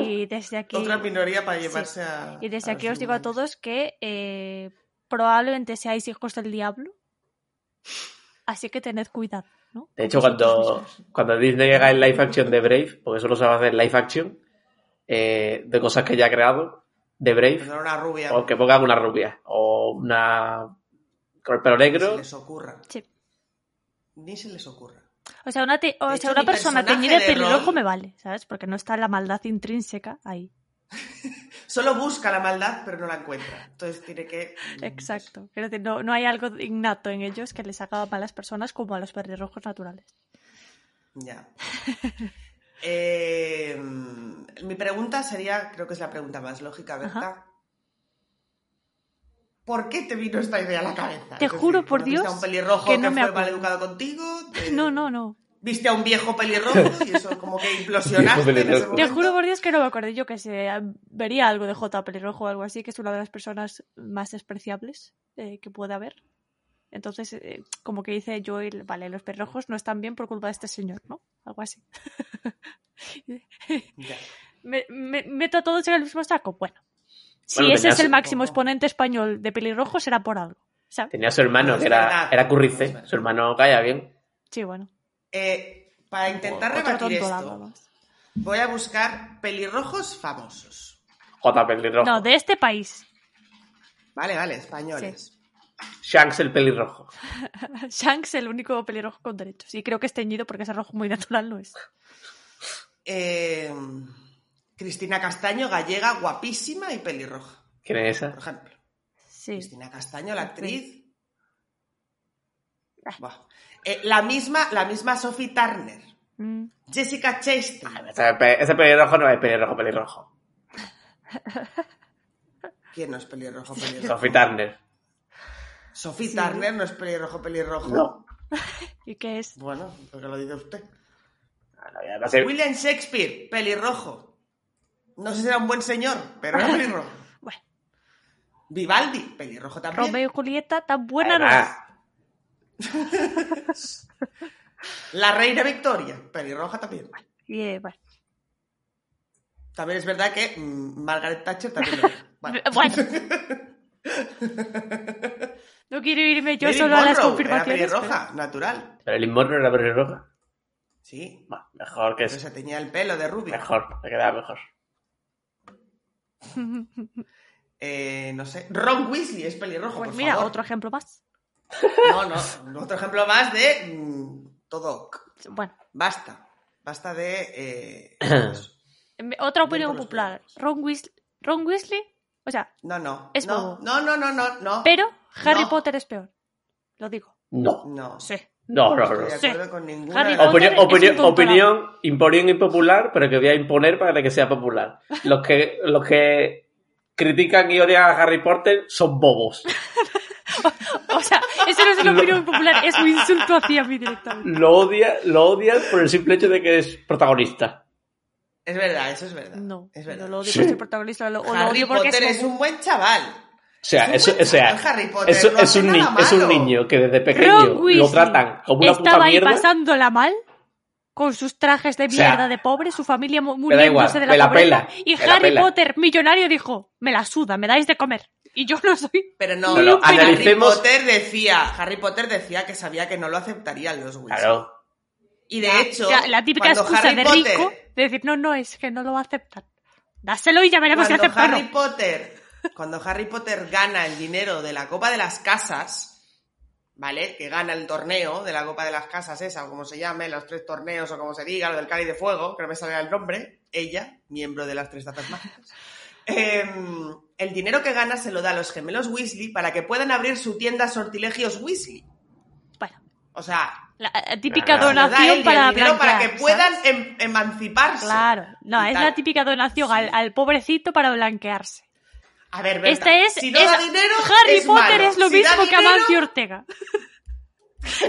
Speaker 2: Y desde aquí,
Speaker 1: otra minoría para
Speaker 2: Sí.
Speaker 1: llevarse a.
Speaker 2: y desde
Speaker 1: a
Speaker 2: aquí
Speaker 1: los
Speaker 2: os digo a
Speaker 1: humanos.
Speaker 2: todos que eh, probablemente seáis hijos del diablo. Así que tened cuidado, ¿no?
Speaker 3: De hecho, cuando, cuando Disney haga el live action de Brave, porque eso lo sabe hacer live action, eh, de cosas que ya ha creado, de Brave,
Speaker 1: Perdón, una rubia.
Speaker 3: o que pongan una rubia, o una con el pelo
Speaker 1: Ni se
Speaker 3: negro.
Speaker 1: les ocurra.
Speaker 2: Sí.
Speaker 1: Ni se les ocurra.
Speaker 2: O sea, una, te- o
Speaker 1: De
Speaker 2: sea,
Speaker 1: hecho,
Speaker 2: una
Speaker 1: mi
Speaker 2: persona
Speaker 1: personaje
Speaker 2: teñida de
Speaker 1: de
Speaker 2: pelirrojo
Speaker 1: rol-
Speaker 2: me vale, ¿sabes? Porque no está la maldad intrínseca ahí.
Speaker 1: Solo busca la maldad, pero no la encuentra. Entonces tiene que. mm,
Speaker 2: Exacto. Quiero decir, no, no hay algo innato en ellos que les haga malas personas como a los pelirrojos naturales.
Speaker 1: Ya. Eh, mi pregunta sería, creo que es la pregunta más lógica, Berta. ¿Por qué te vino esta idea a la cabeza?
Speaker 2: Te
Speaker 1: Es decir,
Speaker 2: juro por
Speaker 1: ¿conociste
Speaker 2: Dios
Speaker 1: a un pelirrojo
Speaker 2: que
Speaker 1: que,
Speaker 2: no me
Speaker 1: fue
Speaker 2: acuerdo.
Speaker 1: maleducado contigo? ¿Te-
Speaker 2: No, no, no.
Speaker 1: ¿Viste a un viejo pelirrojo y eso como que implosionaste en ese
Speaker 3: pelirrojo.
Speaker 2: Te
Speaker 1: momento?
Speaker 2: juro por Dios que no me acordé yo que se vería algo de J pelirrojo o algo así, que es una de las personas más despreciables eh, que puede haber. Entonces, eh, como que dice Joel, vale, los pelirrojos no están bien por culpa de este señor, ¿no? Algo así.
Speaker 1: Ya.
Speaker 2: Me, me- meto a todos en el mismo saco. Bueno, si
Speaker 3: Bueno,
Speaker 2: ese es
Speaker 3: tenías-
Speaker 2: el máximo
Speaker 1: Ojo.
Speaker 2: exponente español de pelirrojo, será por algo. ¿sabes?
Speaker 3: Tenía a su hermano,
Speaker 1: No es
Speaker 3: que era,
Speaker 1: verdad.
Speaker 3: era
Speaker 1: No es
Speaker 3: Currice.
Speaker 1: verdad.
Speaker 3: Su hermano calla bien.
Speaker 2: Sí, bueno.
Speaker 1: Eh, para intentar
Speaker 2: Otro
Speaker 1: rebatir
Speaker 2: tonto
Speaker 1: esto,
Speaker 2: dando más.
Speaker 1: voy a buscar pelirrojos famosos.
Speaker 3: J pelirrojo.
Speaker 2: No, de este país.
Speaker 1: Vale, vale, españoles.
Speaker 3: Shanks el pelirrojo.
Speaker 2: Shanks, el único pelirrojo con derechos. Y creo que es teñido porque ese rojo muy natural no es.
Speaker 1: Eh, Cristina Castaño, gallega, guapísima y pelirroja,
Speaker 3: ¿Quién es
Speaker 1: por
Speaker 3: esa?
Speaker 1: ejemplo.
Speaker 2: Sí.
Speaker 1: Cristina Castaño, la actriz.
Speaker 2: Ah.
Speaker 1: Buah. Eh, la misma, la misma Sophie Turner.
Speaker 2: Mm.
Speaker 1: Jessica
Speaker 2: Ah,
Speaker 1: Chastain.
Speaker 3: Ese, pe- ese pelirrojo no es pelirrojo, pelirrojo.
Speaker 1: ¿Quién no es pelirrojo, pelirrojo?
Speaker 3: Sophie Turner.
Speaker 1: Sophie
Speaker 2: Sí.
Speaker 1: Turner no es pelirrojo, pelirrojo.
Speaker 3: No.
Speaker 2: ¿Y qué es?
Speaker 1: Bueno, porque lo dice usted.
Speaker 3: Ah, no, ya va a ser-
Speaker 1: William Shakespeare, pelirrojo. No sé si era un buen señor, pero era pelirrojo.
Speaker 2: Bueno,
Speaker 1: Vivaldi, pelirrojo también.
Speaker 2: Romeo y Julieta, tan buena no es.
Speaker 3: Además,
Speaker 1: La reina Victoria, pelirroja también.
Speaker 2: Y, eh, bueno.
Speaker 1: También es verdad que mm, Margaret Thatcher también. lo era. Vale.
Speaker 2: Bueno. No quiero irme yo
Speaker 1: Marilyn
Speaker 2: solo a las
Speaker 1: Monroe
Speaker 2: confirmaciones.
Speaker 1: Era pelirroja, natural.
Speaker 3: Pero el inmorno era pelirroja.
Speaker 1: Sí.
Speaker 3: Bah, Mejor que
Speaker 1: Pero
Speaker 3: eso.
Speaker 1: se tenía el pelo de rubio.
Speaker 3: Mejor, me quedaba mejor.
Speaker 2: pero-
Speaker 1: Eh, no sé. Ron Weasley es pelirrojo,
Speaker 2: Pues
Speaker 1: por
Speaker 2: mira,
Speaker 1: favor.
Speaker 2: otro ejemplo más.
Speaker 1: No, no. Otro ejemplo más de mm, todo. ok.
Speaker 2: Bueno,
Speaker 1: Basta. Basta de. eh, eso.
Speaker 2: em, otra opinión
Speaker 1: por los
Speaker 2: popular.
Speaker 1: problemas.
Speaker 2: Ron Weasley, Ron Weasley, o sea,
Speaker 1: no, no.
Speaker 2: Es
Speaker 1: no,
Speaker 2: bobo.
Speaker 1: no, no, no, no, no.
Speaker 2: pero Harry
Speaker 1: No.
Speaker 2: Potter es peor. Lo digo.
Speaker 3: No,
Speaker 1: No.
Speaker 2: Sí.
Speaker 3: no, no,
Speaker 1: No
Speaker 3: no.
Speaker 1: estoy de acuerdo con ninguna.
Speaker 2: Harry
Speaker 1: de las-
Speaker 2: Potter- es
Speaker 3: Opinión,
Speaker 2: un
Speaker 3: opinión,
Speaker 2: tontorado.
Speaker 3: opinión, opinión impopular, pero que voy a imponer para que sea popular. Los que, los que critican y odian a Harry Potter son bobos.
Speaker 2: O sea, eso no es una
Speaker 3: No.
Speaker 2: opinión popular, es un insulto hacia mí directamente.
Speaker 3: Lo odian, lo odian por el simple hecho de que es protagonista.
Speaker 1: Es verdad, eso es verdad.
Speaker 2: No,
Speaker 1: es verdad.
Speaker 2: no lo odio
Speaker 3: Sí.
Speaker 2: por ser protagonista, lo, o lo
Speaker 1: Harry
Speaker 2: odio porque
Speaker 1: Potter
Speaker 2: es,
Speaker 1: es
Speaker 2: como-
Speaker 1: un buen chaval.
Speaker 3: O sea,
Speaker 1: Es
Speaker 3: eso,
Speaker 1: un buen
Speaker 3: o sea,
Speaker 1: chaval, Harry Potter,
Speaker 3: eso-
Speaker 1: no
Speaker 3: es,
Speaker 1: hace
Speaker 3: un
Speaker 1: nada
Speaker 3: niño, es un
Speaker 1: malo.
Speaker 3: niño que desde pequeño
Speaker 2: Ron
Speaker 3: lo
Speaker 2: Weasley
Speaker 3: tratan como una puta
Speaker 2: estaba ahí
Speaker 3: mierda.
Speaker 2: pasándola mal con sus trajes de
Speaker 3: sea,
Speaker 2: mierda de pobre, su familia mu-
Speaker 3: da
Speaker 2: muriéndose
Speaker 3: igual,
Speaker 2: de la,
Speaker 3: me la
Speaker 2: pobreza,
Speaker 3: pela,
Speaker 2: y
Speaker 3: me la
Speaker 2: Harry
Speaker 3: pela.
Speaker 2: Potter millonario dijo, "Me la suda, me dais de comer." Y yo no soy
Speaker 1: Pero no,
Speaker 3: No, no,
Speaker 1: Harry
Speaker 3: analicemos-
Speaker 1: Potter decía, Harry Potter decía que sabía que no lo aceptarían los Weasley.
Speaker 3: Claro.
Speaker 1: Y de hecho,
Speaker 2: Ya, la típica
Speaker 1: cuando
Speaker 2: excusa
Speaker 1: Harry
Speaker 2: de
Speaker 1: Potter,
Speaker 2: rico de decir, "No, no, es que no lo aceptan." Dáselo y ya veremos si
Speaker 1: cuando
Speaker 2: aceptan. o
Speaker 1: Harry Potter, cuando Harry Potter gana el dinero de la Copa de las Casas, ¿vale? Que gana el torneo de la Copa de las Casas esa, o como se llame, los tres torneos o como se diga, lo del Cáliz de Fuego, que no me salga el nombre, ella, miembro de las tres tazas mágicas. em, el dinero que gana se lo da a los gemelos Weasley para que puedan abrir su tienda Sortilegios Weasley.
Speaker 2: no. Bueno,
Speaker 1: O sea,
Speaker 2: La eh, típica
Speaker 3: Claro.
Speaker 2: donación para
Speaker 1: para, para que
Speaker 2: blanquear,
Speaker 1: puedan
Speaker 2: ¿sabes?
Speaker 1: em- emanciparse.
Speaker 2: Claro, no,
Speaker 1: y
Speaker 2: es
Speaker 1: tal.
Speaker 2: la típica donación al, al pobrecito para blanquearse.
Speaker 1: A ver, Berta,
Speaker 2: Esta Este es.
Speaker 1: si no
Speaker 2: es-
Speaker 1: da dinero,
Speaker 2: Harry
Speaker 1: es
Speaker 2: Potter
Speaker 1: malo.
Speaker 2: es lo
Speaker 1: Si da
Speaker 2: mismo que
Speaker 1: dinero,
Speaker 2: Amancio Ortega.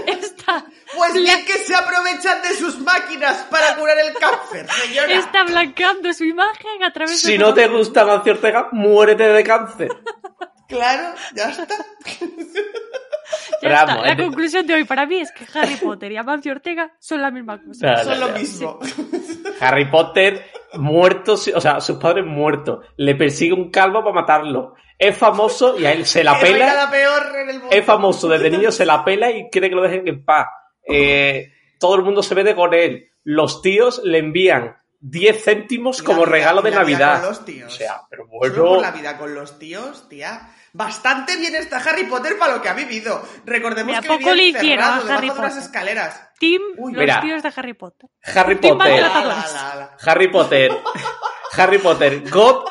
Speaker 2: Esta,
Speaker 1: Pues bien que se aprovechan de sus máquinas para curar el cáncer, señora.
Speaker 2: está blanqueando su imagen a través de.
Speaker 3: Si no te gusta Mancio Ortega, muérete de cáncer.
Speaker 1: Claro, ya está.
Speaker 2: Ya está,
Speaker 3: Bravo,
Speaker 2: La
Speaker 3: eh.
Speaker 2: conclusión de hoy para mí es que Harry Potter y Amancio Ortega son la misma cosa.
Speaker 3: Claro.
Speaker 1: Son lo
Speaker 3: ya.
Speaker 1: mismo.
Speaker 3: Harry Potter muerto, si- o sea, sus padres muertos. Le persigue un calvo para matarlo. Es famoso y a él se la
Speaker 1: Eso hay
Speaker 3: pela.
Speaker 1: nada peor en el mundo.
Speaker 3: Es famoso desde niño, se la pela y quiere que lo dejen en paz. Eh, todo el mundo se mete con él. Los tíos le envían 10 céntimos
Speaker 1: Y la
Speaker 3: como
Speaker 1: vida-
Speaker 3: regalo
Speaker 1: y
Speaker 3: de
Speaker 1: la vida
Speaker 3: Navidad.
Speaker 1: con los tíos.
Speaker 3: O sea, pues pero
Speaker 1: Solo por
Speaker 3: bueno.
Speaker 1: la vida con los tíos, tía. Bastante bien está Harry Potter para lo que ha vivido. Recordemos
Speaker 2: Mira,
Speaker 1: que
Speaker 2: poco
Speaker 1: vivía
Speaker 2: le hicieron a
Speaker 1: encerrado debajo
Speaker 2: Harry
Speaker 1: de unas
Speaker 2: Potter.
Speaker 1: escaleras.
Speaker 2: Tim,
Speaker 1: Uy,
Speaker 2: los
Speaker 3: mira.
Speaker 2: tíos de Harry Potter.
Speaker 3: Harry
Speaker 2: Tim
Speaker 3: Potter.
Speaker 2: Maltratador.
Speaker 1: Ala, ala, ala.
Speaker 3: Harry Potter. Harry Potter. God.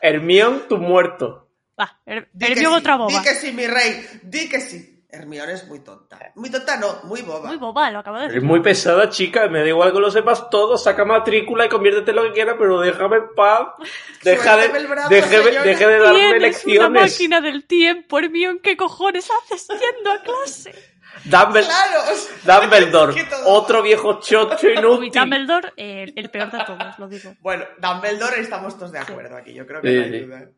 Speaker 3: Hermión, tú muerto.
Speaker 2: Va, Her-
Speaker 1: Di que
Speaker 2: Hermione
Speaker 1: sí,
Speaker 2: otra boba.
Speaker 1: Di que sí, mi rey. Di que sí. Hermione es muy tonta. Muy tonta no, muy boba.
Speaker 2: Muy boba, lo acabo de
Speaker 3: Es
Speaker 2: decir.
Speaker 3: muy pesada, chica. Me da igual que lo sepas todo. Saca matrícula y conviértete en lo que quieras, pero déjame en paz. Deja de,
Speaker 1: Suéltame el brazo,
Speaker 3: deje de-
Speaker 1: señora.
Speaker 3: deje de darme
Speaker 2: Tienes una
Speaker 3: lecciones.
Speaker 2: máquina del tiempo, Hermione, ¿qué cojones haces yendo a clase?
Speaker 3: Dumble-
Speaker 1: Claro. o sea,
Speaker 3: Dumbledore.
Speaker 1: es que todo-
Speaker 3: Otro viejo chocho
Speaker 2: Uy,
Speaker 3: inútil.
Speaker 2: Dumbledore, eh, el peor de todos, lo digo.
Speaker 1: Bueno, Dumbledore estamos todos de acuerdo aquí. Yo creo
Speaker 3: Sí,
Speaker 1: que no hay
Speaker 3: sí.
Speaker 1: duda.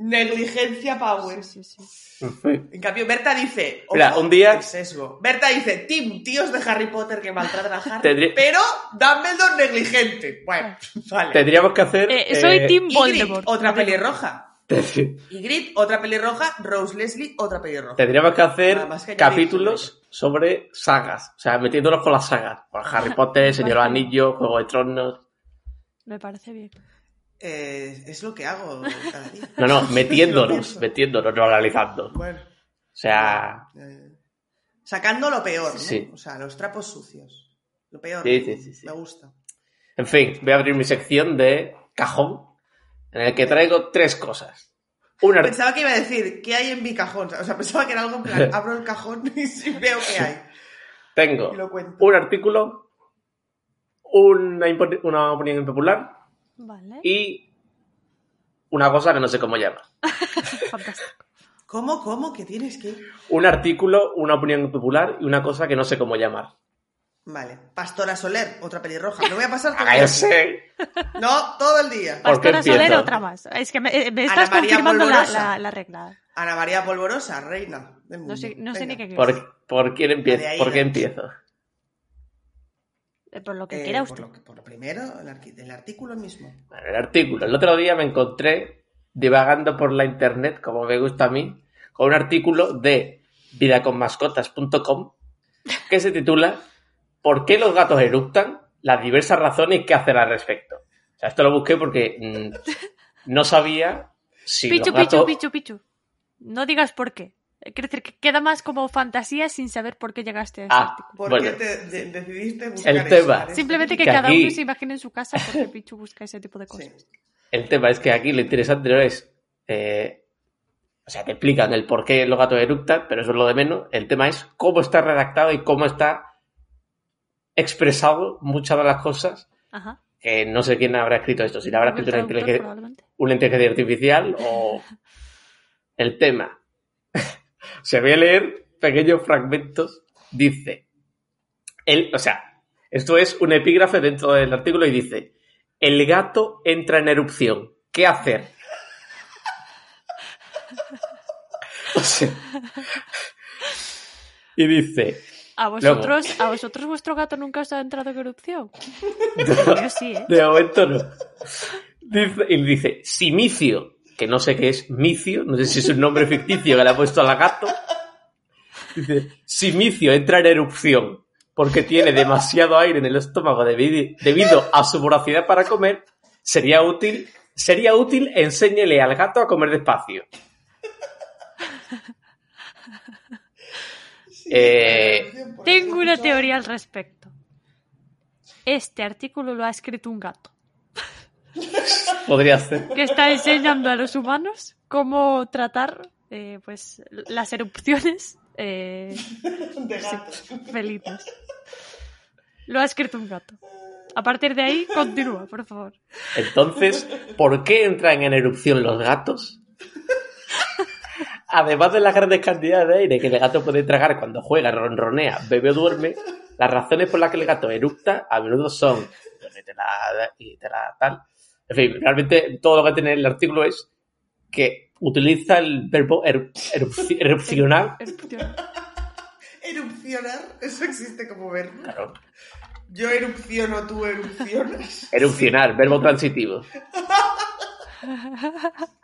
Speaker 1: Negligencia Power.
Speaker 2: Sí, sí, sí.
Speaker 1: En cambio, Berta dice. ojo,
Speaker 3: Mira, un día-
Speaker 1: el sesgo. Berta dice: Tim, tíos de Harry Potter que maltratan a Harry.
Speaker 3: Tendrí-
Speaker 1: Pero Dumbledore negligente. Bueno, vale.
Speaker 3: Tendríamos que hacer.
Speaker 2: Eh, soy
Speaker 3: eh,
Speaker 2: Tim
Speaker 1: Ygritte,
Speaker 2: Voldemort.
Speaker 1: otra
Speaker 2: lo digo.
Speaker 1: pelirroja. Ygritte, otra pelirroja. Rose Leslie, otra pelirroja.
Speaker 3: Tendríamos que hacer
Speaker 1: Nada más que añadir,
Speaker 3: capítulos sobre sagas. O sea, metiéndonos con las sagas. Por Harry Potter, Señor de los
Speaker 2: Vale.
Speaker 3: Anillos, Juego de Tronos.
Speaker 2: Me parece bien.
Speaker 1: Eh, es lo que hago cada día.
Speaker 3: No, no,
Speaker 1: Lo
Speaker 3: metiéndonos,
Speaker 1: pienso.
Speaker 3: metiéndonos, no analizando. O
Speaker 1: Bueno.
Speaker 3: sea,
Speaker 1: Eh, sacando lo peor, ¿no?
Speaker 3: Sí.
Speaker 1: O sea, los trapos sucios. Lo peor.
Speaker 3: Sí, sí, sí, sí.
Speaker 1: Me gusta.
Speaker 3: en fin, voy a abrir mi sección de cajón en el que traigo tres cosas. Un ar-
Speaker 1: Pensaba que iba a decir, ¿qué hay en mi cajón? O sea, pensaba que era algo en plan, abro el cajón y sí veo qué hay.
Speaker 3: tengo
Speaker 1: Y lo cuento.
Speaker 3: un artículo, una, impo- una opinión impopular
Speaker 2: Vale,
Speaker 3: y una cosa que no sé cómo llama.
Speaker 2: fantástico.
Speaker 1: ¿Cómo, cómo? ¿Qué tienes que...?
Speaker 3: Un artículo, una opinión impopular y una cosa que no sé cómo llamar.
Speaker 1: Vale. Pastora Soler, otra pelirroja. Me voy a pasar todo el
Speaker 3: Ah, ya
Speaker 1: día.
Speaker 3: sé.
Speaker 1: No, todo el día.
Speaker 3: ¿Por qué
Speaker 2: Pastora Soler,
Speaker 3: empiezo?
Speaker 2: otra más. Es que me, eh, me
Speaker 1: Ana
Speaker 2: estás
Speaker 1: María
Speaker 2: confirmando la,
Speaker 1: Polvorosa.
Speaker 2: la- la regla.
Speaker 1: Ana María Polvorosa, reina del mundo.
Speaker 2: No sé, no sé ni
Speaker 1: Venga.
Speaker 2: qué es.
Speaker 3: ¿Por, por quién empiezo?
Speaker 1: Vale, ahí
Speaker 3: ¿Por qué
Speaker 1: vamos.
Speaker 3: empiezo?
Speaker 2: Eh, Por lo que
Speaker 1: Eh,
Speaker 2: quiera
Speaker 1: por,
Speaker 2: usted.
Speaker 1: lo, que- por lo primero, el, arqui- el artículo mismo.
Speaker 3: Bueno, el artículo. El otro día me encontré divagando por la internet, como me gusta a mí, con un artículo de vidaconmascotas.com que se titula ¿Por qué los gatos eructan? Las diversas razones que hacer al respecto. O sea, esto lo busqué porque mm, no sabía si
Speaker 2: pichu,
Speaker 3: los gatos...
Speaker 2: pichu, pichu, pichu. No digas por qué. Eh, Quiero decir que queda más como fantasía sin saber por qué llegaste a ese
Speaker 3: Ah,
Speaker 2: artículo.
Speaker 1: ¿Por
Speaker 3: Bueno.
Speaker 1: qué te, de- decidiste buscar
Speaker 3: El
Speaker 1: eso?
Speaker 3: tema.
Speaker 1: Parece
Speaker 2: Simplemente que,
Speaker 3: que
Speaker 2: cada
Speaker 3: aquí-
Speaker 2: uno se imagine en su casa porque Pichu busca ese tipo de
Speaker 1: Sí.
Speaker 2: cosas.
Speaker 3: El tema es que aquí lo interesante no es. eh, o sea, te explican el por qué los gatos eructan, pero eso es lo de menos. El tema es cómo está redactado y cómo está expresado muchas de las cosas.
Speaker 2: Ajá.
Speaker 3: Que no sé quién habrá escrito esto, si la habrá
Speaker 2: Habrá
Speaker 3: escrito una inteligen- una inteligencia,
Speaker 2: probablemente.
Speaker 3: artificial o. El tema. Se ve leer pequeños fragmentos. Dice. El, o sea, esto es un epígrafe dentro del artículo y dice: El gato entra en erupción. ¿Qué hacer? O sea, y dice:
Speaker 2: A vosotros, a vosotros vuestro gato nunca os ha entrado en corrupción. Yo sí, ¿eh?
Speaker 3: De momento no. Dice, y dice: Si Micio, que no sé qué es Micio, no sé si es un nombre ficticio que le ha puesto a la gato. Dice: Si Micio entra en erupción porque tiene demasiado aire en el estómago debi- debido a su voracidad para comer, sería útil. Sería útil enséñele al gato a comer despacio. Eh,
Speaker 2: Tengo una teoría al respecto. Este artículo lo ha escrito un gato
Speaker 3: podría ser.
Speaker 2: que está enseñando a los humanos cómo tratar eh, pues las erupciones eh,
Speaker 1: De gatos.
Speaker 2: felices. Lo ha escrito un gato. A partir de ahí, continúa, por favor.
Speaker 3: Entonces, ¿por qué entran en erupción los gatos? Además de las grandes cantidades de aire que el gato puede tragar cuando juega, ronronea, bebe o duerme, las razones por las que el gato erupta a menudo son duérmete la- y te la tal. En fin, realmente todo lo que tiene el artículo es que utiliza el verbo eru- erupci- erupcionar.
Speaker 2: Erupción.
Speaker 1: Erupcionar, eso existe como verbo.
Speaker 3: Claro,
Speaker 1: Yo erupciono, tú erupcionas.
Speaker 3: erupcionar, verbo transitivo.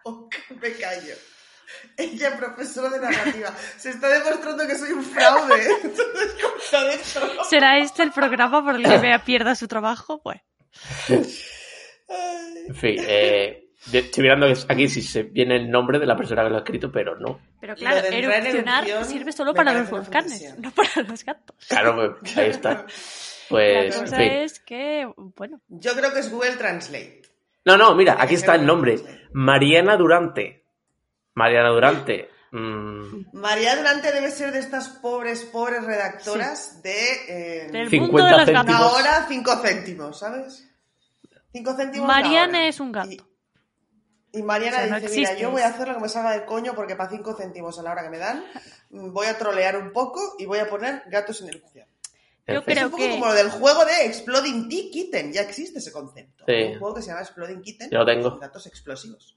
Speaker 1: Oh, me callo. Ella, profesora de narrativa, se está demostrando que soy un fraude. Entonces, ¿cómo está dentro?
Speaker 2: ¿Será este el programa por el que Bea pierda su trabajo? Bueno,
Speaker 1: Ay.
Speaker 3: En fin, eh, estoy mirando aquí si se viene el nombre de la persona que lo ha escrito, pero no.
Speaker 2: pero
Speaker 1: Lo
Speaker 2: claro,
Speaker 1: de entrar en
Speaker 2: erupcionar
Speaker 1: erupción
Speaker 2: sirve solo
Speaker 1: me
Speaker 2: para los
Speaker 1: parece una
Speaker 2: volcanes,
Speaker 1: fantasía.
Speaker 2: no para los gatos.
Speaker 3: Claro, pues, ahí está.
Speaker 2: La
Speaker 3: Pues, en
Speaker 2: cosa
Speaker 3: fin.
Speaker 2: es que, bueno,
Speaker 1: Yo creo que es Google Translate.
Speaker 3: No, no, mira, aquí está el nombre. Mariana Durante. Mariana Durante. Mm,
Speaker 1: María Durante debe ser de estas pobres, pobres redactoras de... eh,
Speaker 2: del
Speaker 3: 50
Speaker 2: mundo de los
Speaker 3: céntimos.
Speaker 1: una
Speaker 2: gatos.
Speaker 1: hora, cinco céntimos, ¿sabes? Cinco céntimos la
Speaker 2: Mariana
Speaker 1: hora.
Speaker 2: es un
Speaker 1: Y,
Speaker 2: gato.
Speaker 1: y Mariana
Speaker 2: O sea, no
Speaker 1: dice, mira,
Speaker 2: existes".
Speaker 1: yo voy a hacer lo que me salga del coño porque para cinco céntimos a la hora que me dan mm, voy a trolear un poco y voy a poner gatos en erupción.
Speaker 3: en
Speaker 2: Yo
Speaker 3: fin.
Speaker 1: Es
Speaker 2: Creo
Speaker 1: un poco
Speaker 2: que-
Speaker 1: como lo del juego de Exploding Tea Kitten, ya existe ese concepto.
Speaker 3: Sí.
Speaker 1: Hay Un juego que se llama Exploding Kitten,
Speaker 3: Yo lo tengo.
Speaker 1: que son gatos explosivos.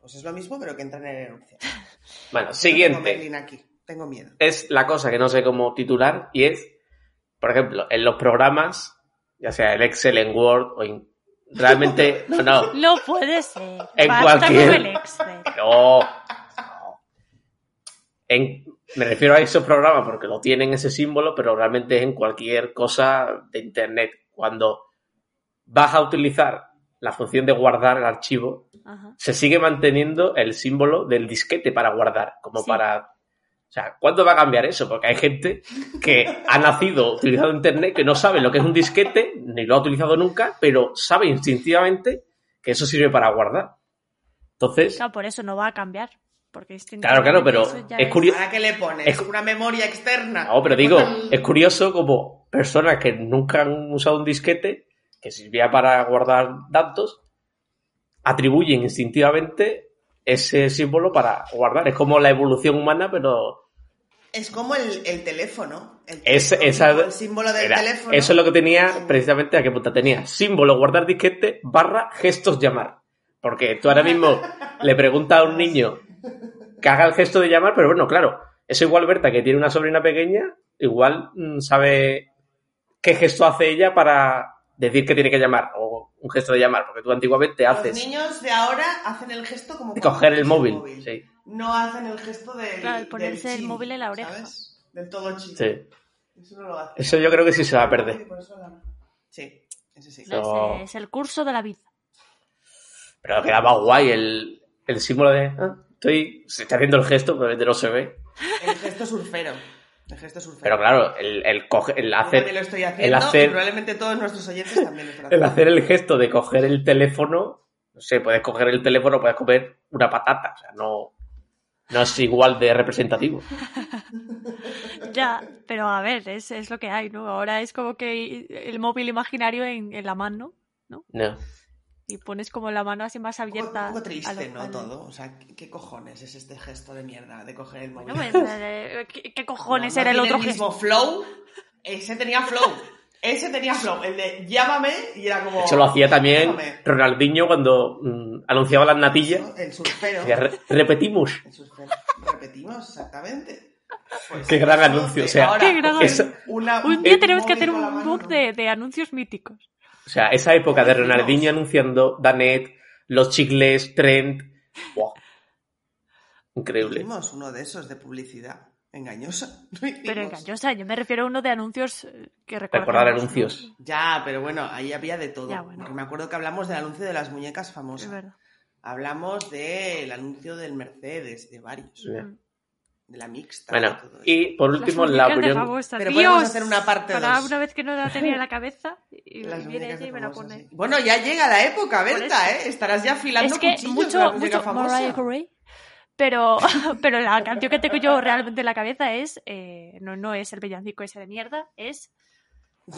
Speaker 1: Pues es lo mismo, pero que entran en erupción.
Speaker 3: Bueno,
Speaker 1: Tengo
Speaker 3: siguiente.
Speaker 1: Merlin aquí, tengo miedo.
Speaker 3: Es la cosa que no sé cómo titular y es, por ejemplo, en los programas, ya sea en Excel, en Word o en... Realmente, no, no,
Speaker 2: No puede ser.
Speaker 3: En
Speaker 2: Basta
Speaker 3: cualquier-
Speaker 2: con el Excel.
Speaker 3: no. En- me refiero a esos programas porque lo tienen ese símbolo, pero realmente es en cualquier cosa de Internet. Cuando vas a utilizar la función de guardar el archivo,
Speaker 2: Ajá.
Speaker 3: se sigue manteniendo el símbolo del disquete para guardar, como
Speaker 2: Sí.
Speaker 3: para... O sea, ¿cuándo va a cambiar eso? Porque hay gente que ha nacido utilizando Internet, que no sabe lo que es un disquete, ni lo ha utilizado nunca, pero sabe instintivamente que eso sirve para guardar. Entonces,
Speaker 2: Claro, por eso no va a cambiar. Porque es
Speaker 3: Claro, claro, pero
Speaker 2: eso ya
Speaker 3: es curioso-
Speaker 1: ¿Ahora qué le pones?
Speaker 3: Es-
Speaker 1: ¿Una memoria externa?
Speaker 3: no, pero digo,
Speaker 1: Bueno,
Speaker 3: es curioso como personas que nunca han usado un disquete, que servía para guardar datos, atribuyen instintivamente ese símbolo para guardar. Es como la evolución humana, pero
Speaker 1: Es como el, el teléfono. El,
Speaker 3: Es-
Speaker 1: teléfono,
Speaker 3: esa-
Speaker 1: el símbolo del
Speaker 3: Era,
Speaker 1: teléfono.
Speaker 3: Eso es lo que tenía
Speaker 1: Sí.
Speaker 3: precisamente a qué punta tenía. Símbolo guardar disquete barra gestos llamar. Porque tú ahora mismo le preguntas a un niño que haga el gesto de llamar, pero bueno, claro, eso igual Berta, que tiene una sobrina pequeña, igual mm, sabe qué gesto hace ella para decir que tiene que llamar o un gesto de llamar, porque tú antiguamente
Speaker 1: Los
Speaker 3: haces
Speaker 1: niños de ahora hacen el gesto como...
Speaker 3: de
Speaker 1: cuando
Speaker 3: coger el
Speaker 1: coges
Speaker 3: móvil. Sí,
Speaker 1: No hacen el gesto del...
Speaker 2: Claro, el ponerse
Speaker 1: del
Speaker 2: el
Speaker 1: chin,
Speaker 2: móvil en la oreja.
Speaker 1: ¿sabes? Del todo chido.
Speaker 3: sí.
Speaker 1: Eso no lo hacen.
Speaker 3: Eso yo creo que sí se va a perder.
Speaker 1: Por eso la- Sí, eso sí.
Speaker 2: No,
Speaker 3: No.
Speaker 2: ese Es el curso de la vida.
Speaker 3: Pero quedaba guay el, el símbolo de... ah, estoy... Se está haciendo el gesto, pero no se ve.
Speaker 1: El gesto surfero. El gesto surfero.
Speaker 3: Pero claro, el, el, coge- el
Speaker 1: Yo
Speaker 3: hacer,
Speaker 1: también lo estoy haciendo
Speaker 3: hacer-
Speaker 1: y probablemente todos nuestros oyentes también lo están
Speaker 3: el hacer el gesto de coger el teléfono, no sé, puedes coger el teléfono, puedes comer una patata, o sea, no, no es igual de representativo.
Speaker 2: Ya, pero a ver, es, es lo que hay, ¿no? Ahora es como que el móvil imaginario en, en la mano
Speaker 3: No.
Speaker 2: y pones como la mano así más
Speaker 1: Un poco,
Speaker 2: abierta.
Speaker 1: un poco
Speaker 2: a
Speaker 1: triste,
Speaker 2: lo-
Speaker 1: ¿no?
Speaker 2: al-
Speaker 1: Todo. O sea, ¿qué, qué cojones es este gesto de mierda de coger el móvil?
Speaker 2: Bueno, pues, eh, ¿qué, qué cojones
Speaker 1: No, no
Speaker 2: era el
Speaker 1: tiene
Speaker 2: otro
Speaker 1: el mismo
Speaker 2: gesto?
Speaker 1: flow. Ese tenía flow. Ese tenía flow. El de llámame y era como.
Speaker 2: Oh,
Speaker 3: Eso lo hacía también
Speaker 1: llámame.
Speaker 3: Ronaldinho cuando mm, anunciaba las natillas.
Speaker 1: El surfero.
Speaker 3: Decía, "Re- repetimos.
Speaker 1: El surfero. Repetimos, exactamente. Pues,
Speaker 3: Qué gran
Speaker 1: eso
Speaker 3: anuncio,
Speaker 1: de
Speaker 3: o sea,
Speaker 1: ahora,
Speaker 2: Qué gran
Speaker 1: coger
Speaker 3: anuncio.
Speaker 1: una-
Speaker 2: Un día tenemos que
Speaker 1: móvil
Speaker 2: hacer
Speaker 1: con la
Speaker 2: un
Speaker 1: mano,
Speaker 2: book
Speaker 1: ¿no?
Speaker 2: de, de anuncios míticos.
Speaker 3: O sea, esa época de
Speaker 1: Repetimos.
Speaker 3: Ronaldinho anunciando Danet, los chicles, Trent. ¡Buah! Increíble.
Speaker 1: Hicimos uno de esos de publicidad engañosa.
Speaker 2: Pero
Speaker 1: Hicimos.
Speaker 2: engañosa, yo me refiero a uno de anuncios eh, que recordamos.
Speaker 3: Recordar
Speaker 2: ¿no?
Speaker 3: anuncios.
Speaker 1: Ya, pero bueno, ahí había de todo.
Speaker 2: Ya, bueno.
Speaker 1: Porque me acuerdo que hablamos del anuncio de las muñecas
Speaker 2: Es
Speaker 1: famosas.
Speaker 2: verdad.
Speaker 1: Hablamos del anuncio del Mercedes, de varios.
Speaker 3: Ya.
Speaker 1: De la mixta.
Speaker 3: Bueno,
Speaker 1: de todo eso.
Speaker 3: y por último,
Speaker 2: Las
Speaker 3: la
Speaker 2: muñecas de
Speaker 3: opinión.
Speaker 2: Famosa,
Speaker 1: Pero
Speaker 2: Dios,
Speaker 1: podemos hacer una parte
Speaker 2: para
Speaker 1: dos.
Speaker 2: una vez que no la tenía en la cabeza y
Speaker 1: Las
Speaker 2: y viene
Speaker 1: muñecas
Speaker 2: ella
Speaker 1: de
Speaker 2: y me la
Speaker 1: famosas,
Speaker 2: pone.
Speaker 1: sí. Bueno, ya llega la época,
Speaker 2: Por
Speaker 1: Berta, ¿eh? Estarás ya afilando
Speaker 2: Es que
Speaker 1: cuchillos con
Speaker 2: mucho,
Speaker 1: la muñeca
Speaker 2: mucho
Speaker 1: famosa.
Speaker 2: Mariah Carey Pero, pero la canción que tengo yo realmente en la cabeza es. eh, no, no es el villancico ese de mierda, es.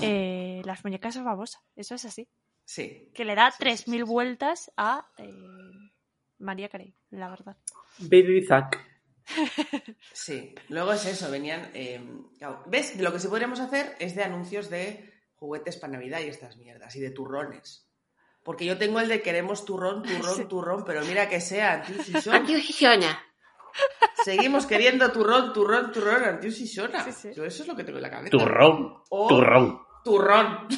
Speaker 2: eh, las muñecas famosas. Eso es así.
Speaker 1: Sí.
Speaker 2: Que le da
Speaker 1: sí,
Speaker 2: 3.000
Speaker 1: sí, sí.
Speaker 2: vueltas a. eh, María Carey, la verdad.
Speaker 3: Baby Zack.
Speaker 1: Sí, luego es eso, venían... eh, claro, ¿Ves? Lo que sí podríamos hacer es de anuncios de juguetes para Navidad y estas mierdas, y de turrones. Porque yo tengo el de queremos turrón, turrón,
Speaker 2: Sí.
Speaker 1: turrón, pero mira que sea antiusisona.
Speaker 4: Antiusiona.
Speaker 1: Seguimos queriendo turrón, turrón, turrón, antiusisona.
Speaker 2: Sí, sí.
Speaker 1: Yo eso es lo que tengo en la cabeza.
Speaker 3: Turrón.
Speaker 2: Oh.
Speaker 1: O
Speaker 3: Turrón.
Speaker 1: turrón.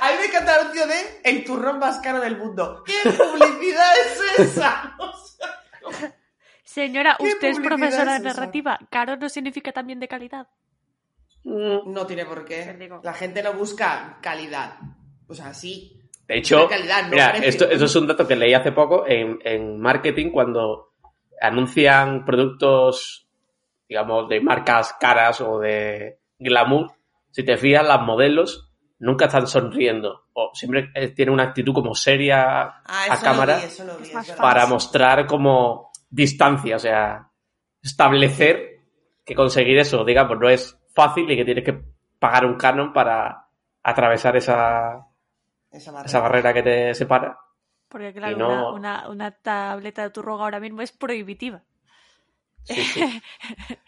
Speaker 1: A mí me encanta el anuncio de el turrón más caro del mundo. ¿Qué publicidad es esa? O sea,
Speaker 2: Señora,
Speaker 1: ¿Qué
Speaker 2: usted es
Speaker 1: publicidad
Speaker 2: profesora
Speaker 1: es
Speaker 2: de
Speaker 1: esa?
Speaker 2: narrativa. Caro no significa también de calidad.
Speaker 3: Mm.
Speaker 1: no tiene por
Speaker 2: Te
Speaker 1: qué.
Speaker 2: digo.
Speaker 1: La gente no busca calidad. O sea, sí,
Speaker 3: De hecho,
Speaker 1: De calidad, no
Speaker 3: mira,
Speaker 1: precio.
Speaker 3: esto, esto es un dato que leí hace poco en, en marketing cuando anuncian productos, digamos, de marcas caras o de glamour. Si te fijas, las modelos nunca están sonriendo o siempre eh, tienen una actitud como seria
Speaker 1: Ah,
Speaker 3: a cámara
Speaker 1: Lo vi, eso lo vi,
Speaker 2: Es
Speaker 1: es
Speaker 2: más
Speaker 1: verdad.
Speaker 3: para mostrar como distancia, o sea, establecer que conseguir eso, digamos, no es fácil y que tienes que pagar un canon para atravesar esa,
Speaker 1: Esa barrera.
Speaker 3: esa barrera que te separa.
Speaker 2: Porque, claro,
Speaker 3: no-
Speaker 2: una- una, una tableta de turrón ahora mismo es prohibitiva.
Speaker 3: Sí, sí.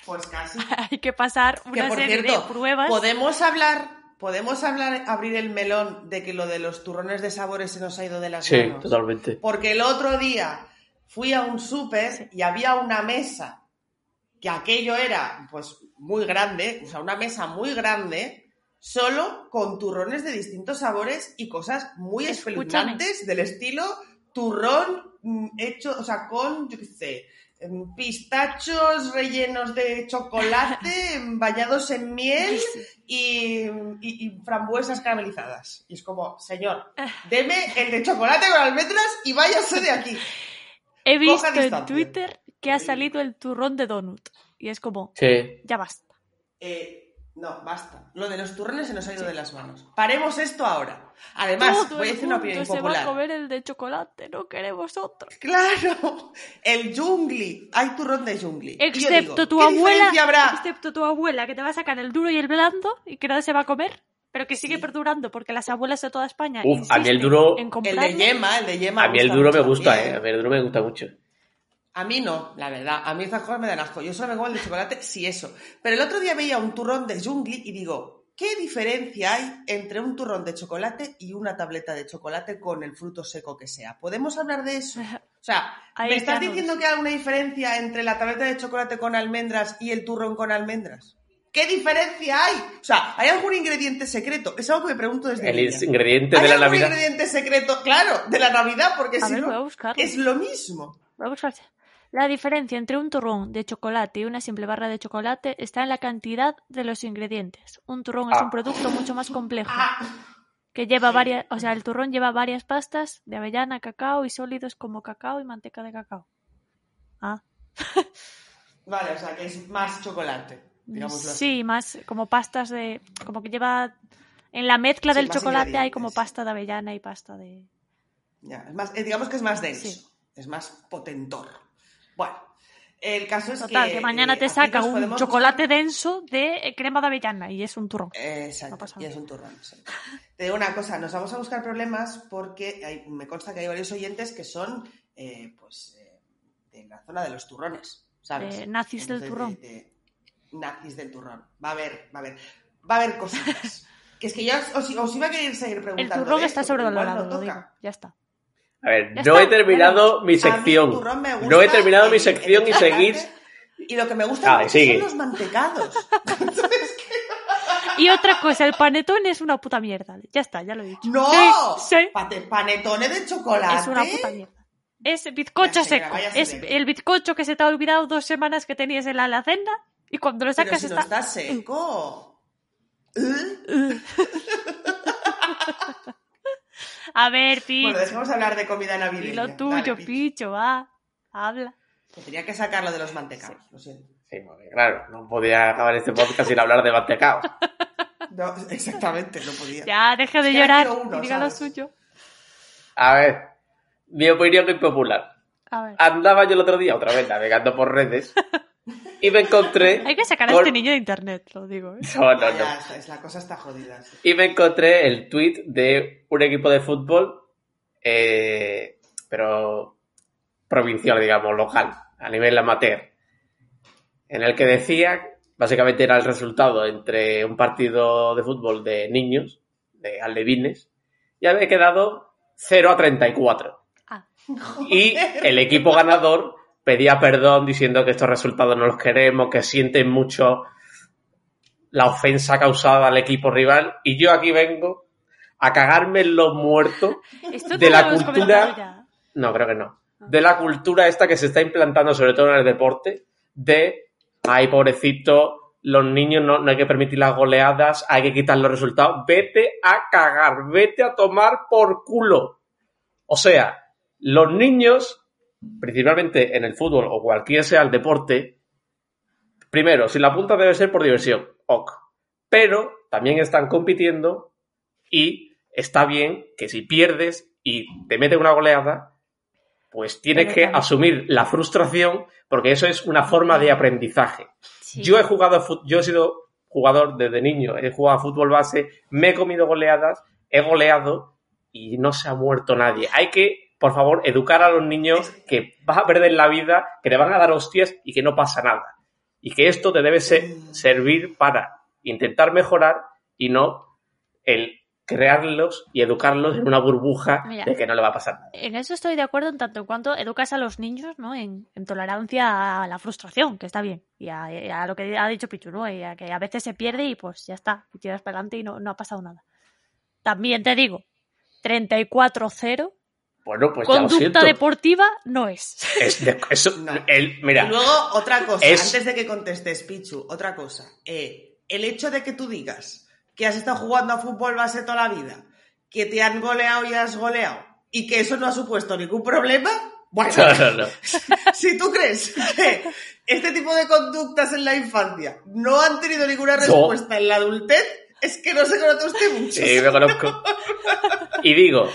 Speaker 1: Pues casi.
Speaker 2: Hay que pasar
Speaker 1: Que
Speaker 2: una
Speaker 1: por
Speaker 2: serie
Speaker 1: cierto,
Speaker 2: de pruebas.
Speaker 1: podemos hablar, podemos hablar, abrir el melón de que lo de los turrones de sabores se nos ha ido de las
Speaker 3: Sí,
Speaker 1: manos.
Speaker 3: totalmente.
Speaker 1: Porque el otro día fui a un
Speaker 2: Sí.
Speaker 1: súper y había una mesa que aquello era, pues, muy grande, o sea, una mesa muy grande, solo con turrones de distintos sabores y cosas muy
Speaker 2: Escúchame.
Speaker 1: espeluznantes del estilo turrón mm, hecho, o sea, con, yo qué sé, mm, pistachos rellenos de chocolate, mm, bañados en miel y, y- y frambuesas caramelizadas. Y es como, señor, deme el de chocolate con almendras y váyase de aquí.
Speaker 2: He visto en
Speaker 1: distancia.
Speaker 2: Twitter que ha salido el turrón de donut. Y es como,
Speaker 3: Sí.
Speaker 2: ya basta.
Speaker 1: Eh, no, basta. Lo de los turrones se nos ha ido de las manos. Paremos esto ahora. Además,
Speaker 2: Todo
Speaker 1: voy a
Speaker 2: el
Speaker 1: decir una opinión
Speaker 2: mundo se va a
Speaker 1: impopular.
Speaker 2: comer el de chocolate, no queremos otro.
Speaker 1: Claro, el jungli. Hay turrón de jungli. Y yo
Speaker 2: Excepto
Speaker 1: digo,
Speaker 2: tu
Speaker 1: ¿qué
Speaker 2: abuela,
Speaker 1: diferencia habrá?
Speaker 2: excepto tu abuela, que te va a sacar el duro y el blando y que nadie se va a comer, pero que sigue
Speaker 1: Sí.
Speaker 2: perdurando porque las abuelas de toda España
Speaker 3: Uf, a mí el
Speaker 2: insisten
Speaker 3: duro-
Speaker 2: en
Speaker 1: El
Speaker 2: comprarlo.
Speaker 1: de yema, el de yema.
Speaker 3: A mí el
Speaker 1: gusta
Speaker 3: duro me
Speaker 1: mucho
Speaker 3: gusta,
Speaker 1: también.
Speaker 3: ¿eh? A mí el duro me gusta mucho.
Speaker 1: A mí no, la verdad. A mí estas cosas me dan asco. Yo solo me como el de chocolate, sí eso. Pero el otro día veía un turrón de jungli y digo, ¿qué diferencia hay entre un turrón de chocolate y una tableta de chocolate con el fruto seco que sea? ¿Podemos hablar de eso? O sea,
Speaker 2: Ahí
Speaker 1: ¿me estás
Speaker 2: ya no
Speaker 1: diciendo que hay una diferencia entre la tableta de chocolate con almendras y el turrón con almendras? ¿Qué diferencia hay? O sea, ¿hay algún ingrediente secreto? Es algo que me pregunto desde
Speaker 3: El
Speaker 1: niña.
Speaker 3: ingrediente
Speaker 1: ¿Hay
Speaker 3: de la
Speaker 1: algún
Speaker 3: Navidad.
Speaker 1: ingrediente secreto? Claro, de la Navidad, porque
Speaker 2: A
Speaker 1: si
Speaker 2: ver, voy a
Speaker 1: no,
Speaker 2: buscarlo.
Speaker 1: es lo mismo.
Speaker 2: Voy a buscar. La diferencia entre un turrón de chocolate y una simple barra de chocolate está en la cantidad de los ingredientes. Un turrón es
Speaker 3: Ah.
Speaker 2: un producto mucho más complejo,
Speaker 1: Ah.
Speaker 2: que lleva
Speaker 1: sí.
Speaker 2: varias, o sea, el turrón lleva varias pastas de avellana, cacao y sólidos como cacao y manteca de cacao. Ah,
Speaker 1: Vale, o sea que es más chocolate, digámoslo así.
Speaker 2: sí, más como pastas de, como que lleva en la mezcla
Speaker 1: Sí,
Speaker 2: del
Speaker 1: más
Speaker 2: chocolate hay como
Speaker 1: ingredientes.
Speaker 2: pasta de avellana y pasta de
Speaker 1: Ya, es más, eh, digamos que es más denso,
Speaker 2: Sí.
Speaker 1: es más potentor. Bueno, el caso es
Speaker 2: total
Speaker 1: que.
Speaker 2: que mañana
Speaker 1: eh,
Speaker 2: te
Speaker 1: aquí
Speaker 2: saca
Speaker 1: nos
Speaker 2: un
Speaker 1: podemos
Speaker 2: chocolate denso de eh, crema de avellana y es un turrón.
Speaker 1: Eh, Exacto,
Speaker 2: No pasa
Speaker 1: y
Speaker 2: nada.
Speaker 1: es un turrón. sí. Te digo una cosa, nos vamos a buscar problemas porque hay- me consta que hay varios oyentes que son, eh, pues, eh, de la zona de los turrones, ¿sabes?
Speaker 2: De Eh, nazis del turrón.
Speaker 1: de- de nazis del turrón. Va a haber, va a haber, va a haber cositas. que es que yo os, os iba a querer seguir
Speaker 2: El
Speaker 1: preguntando.
Speaker 2: turrón
Speaker 1: de
Speaker 2: está
Speaker 1: esto, pero igual
Speaker 2: sobrevalorado,
Speaker 1: no
Speaker 2: lo digo.
Speaker 1: toca.
Speaker 2: Ya está.
Speaker 3: A ver,
Speaker 2: Ya
Speaker 3: no
Speaker 2: está,
Speaker 3: he terminado mi
Speaker 1: A mí el
Speaker 3: sección.
Speaker 1: turrón me gusta,
Speaker 3: No he terminado mi
Speaker 1: el-
Speaker 3: sección
Speaker 1: el
Speaker 3: y seguís.
Speaker 1: chocolate, Y lo que me gusta
Speaker 3: Dale,
Speaker 1: mucho
Speaker 3: sigue.
Speaker 1: son los mantecados.
Speaker 2: Y otra cosa, el panetón es una puta mierda. Ya está, ya lo he dicho.
Speaker 1: ¡No!
Speaker 2: Sí, sí.
Speaker 1: Pate- panetones de chocolate.
Speaker 2: Es una puta mierda. Es bizcocho
Speaker 1: Ya, señora,
Speaker 2: seco.
Speaker 1: váyase
Speaker 2: Es
Speaker 1: de aquí.
Speaker 2: el bizcocho que se te ha olvidado dos semanas que tenías en la alacena y cuando lo
Speaker 1: Pero
Speaker 2: sacas
Speaker 1: si no
Speaker 2: está...
Speaker 1: está seco. ¿Eh?
Speaker 2: A ver, Pi,
Speaker 1: Bueno, dejemos de hablar de comida
Speaker 2: di
Speaker 1: navideña.
Speaker 2: lo tuyo,
Speaker 1: Dale, Pi.
Speaker 2: picho, va. Habla.
Speaker 1: Te Tenía que sacarlo de los mantecados, lo siento.
Speaker 3: Sí, porque, claro, no podía acabar este podcast sin hablar de mantecao.
Speaker 1: No, exactamente, no podía.
Speaker 2: Ya, deja de
Speaker 1: que ahora
Speaker 2: llorar
Speaker 1: quiero uno,
Speaker 2: y diga lo
Speaker 1: ¿sabes?
Speaker 2: suyo.
Speaker 3: A ver, mi opinión impopular.
Speaker 2: A ver.
Speaker 3: Andaba yo el otro día, otra vez, navegando por redes, y me encontré...
Speaker 2: Hay que sacar a
Speaker 3: con-
Speaker 2: este niño de internet, lo digo. ¿eh?
Speaker 3: No, no, no.
Speaker 1: Ya, es- es- la cosa está jodida. sí.
Speaker 3: Y me encontré el tweet de un equipo de fútbol, eh, pero provincial, digamos, local, a nivel amateur, en el que decía, básicamente era el resultado entre un partido de fútbol de niños, de alevines, y había quedado 0 a 34.
Speaker 2: Ah.
Speaker 3: Y el equipo ganador pedía perdón diciendo que estos resultados no los queremos, que sienten mucho la ofensa causada al equipo rival. Y yo aquí vengo a cagarme en los muertos.
Speaker 2: Esto
Speaker 3: De
Speaker 2: no
Speaker 3: la
Speaker 2: lo hemos
Speaker 3: cultura-
Speaker 2: comentado ya.
Speaker 3: No, creo que no. De la cultura esta que se está implantando, sobre todo en el deporte, de, ay, pobrecito, los niños no, no hay que permitir las goleadas, hay que quitar los resultados. Vete a cagar, vete a tomar por culo. O sea, los niños, principalmente en el fútbol o cualquier sea el deporte, primero, si la apunta debe ser por diversión, ok. Pero también están compitiendo y está bien que si pierdes y te mete una goleada, pues tienes
Speaker 2: Pero
Speaker 3: que
Speaker 2: también-
Speaker 3: asumir la frustración porque eso es una forma de aprendizaje.
Speaker 2: Sí.
Speaker 3: Yo he jugado, a fut- yo he sido jugador desde niño, he jugado a fútbol base, me he comido goleadas, he goleado y no se ha muerto nadie. Hay que, por favor, educar a los niños que vas a perder la vida, que te van a dar hostias y que no pasa nada. Y que esto te debe se- servir para intentar mejorar y no el crearlos y educarlos en una burbuja
Speaker 2: Mira.
Speaker 3: de que no le va a pasar nada.
Speaker 2: En eso estoy de acuerdo en tanto en cuanto educas a los niños ¿no? en, en tolerancia a la frustración, que está bien, y a, y a lo que ha dicho Pichu, ¿no? Y a que a veces se pierde y pues ya está, y tiras para adelante y no, no ha pasado nada. También te digo, 34-0,
Speaker 3: Bueno, pues ya lo siento.
Speaker 2: conducta deportiva no es.
Speaker 3: Es de- eso-
Speaker 1: No.
Speaker 3: el- mira,
Speaker 1: Y luego, otra cosa,
Speaker 3: Es-
Speaker 1: antes de que contestes, Pichu, otra cosa. Eh, el hecho de que tú digas que has estado jugando a fútbol base toda la vida, que te han goleado y has goleado, y que eso no ha supuesto ningún problema, bueno,
Speaker 3: No, no, no.
Speaker 1: si tú crees que este tipo de conductas en la infancia no han tenido ninguna respuesta en la adultez, es que no se conoce usted mucho.
Speaker 3: Sí, me conozco. Y digo,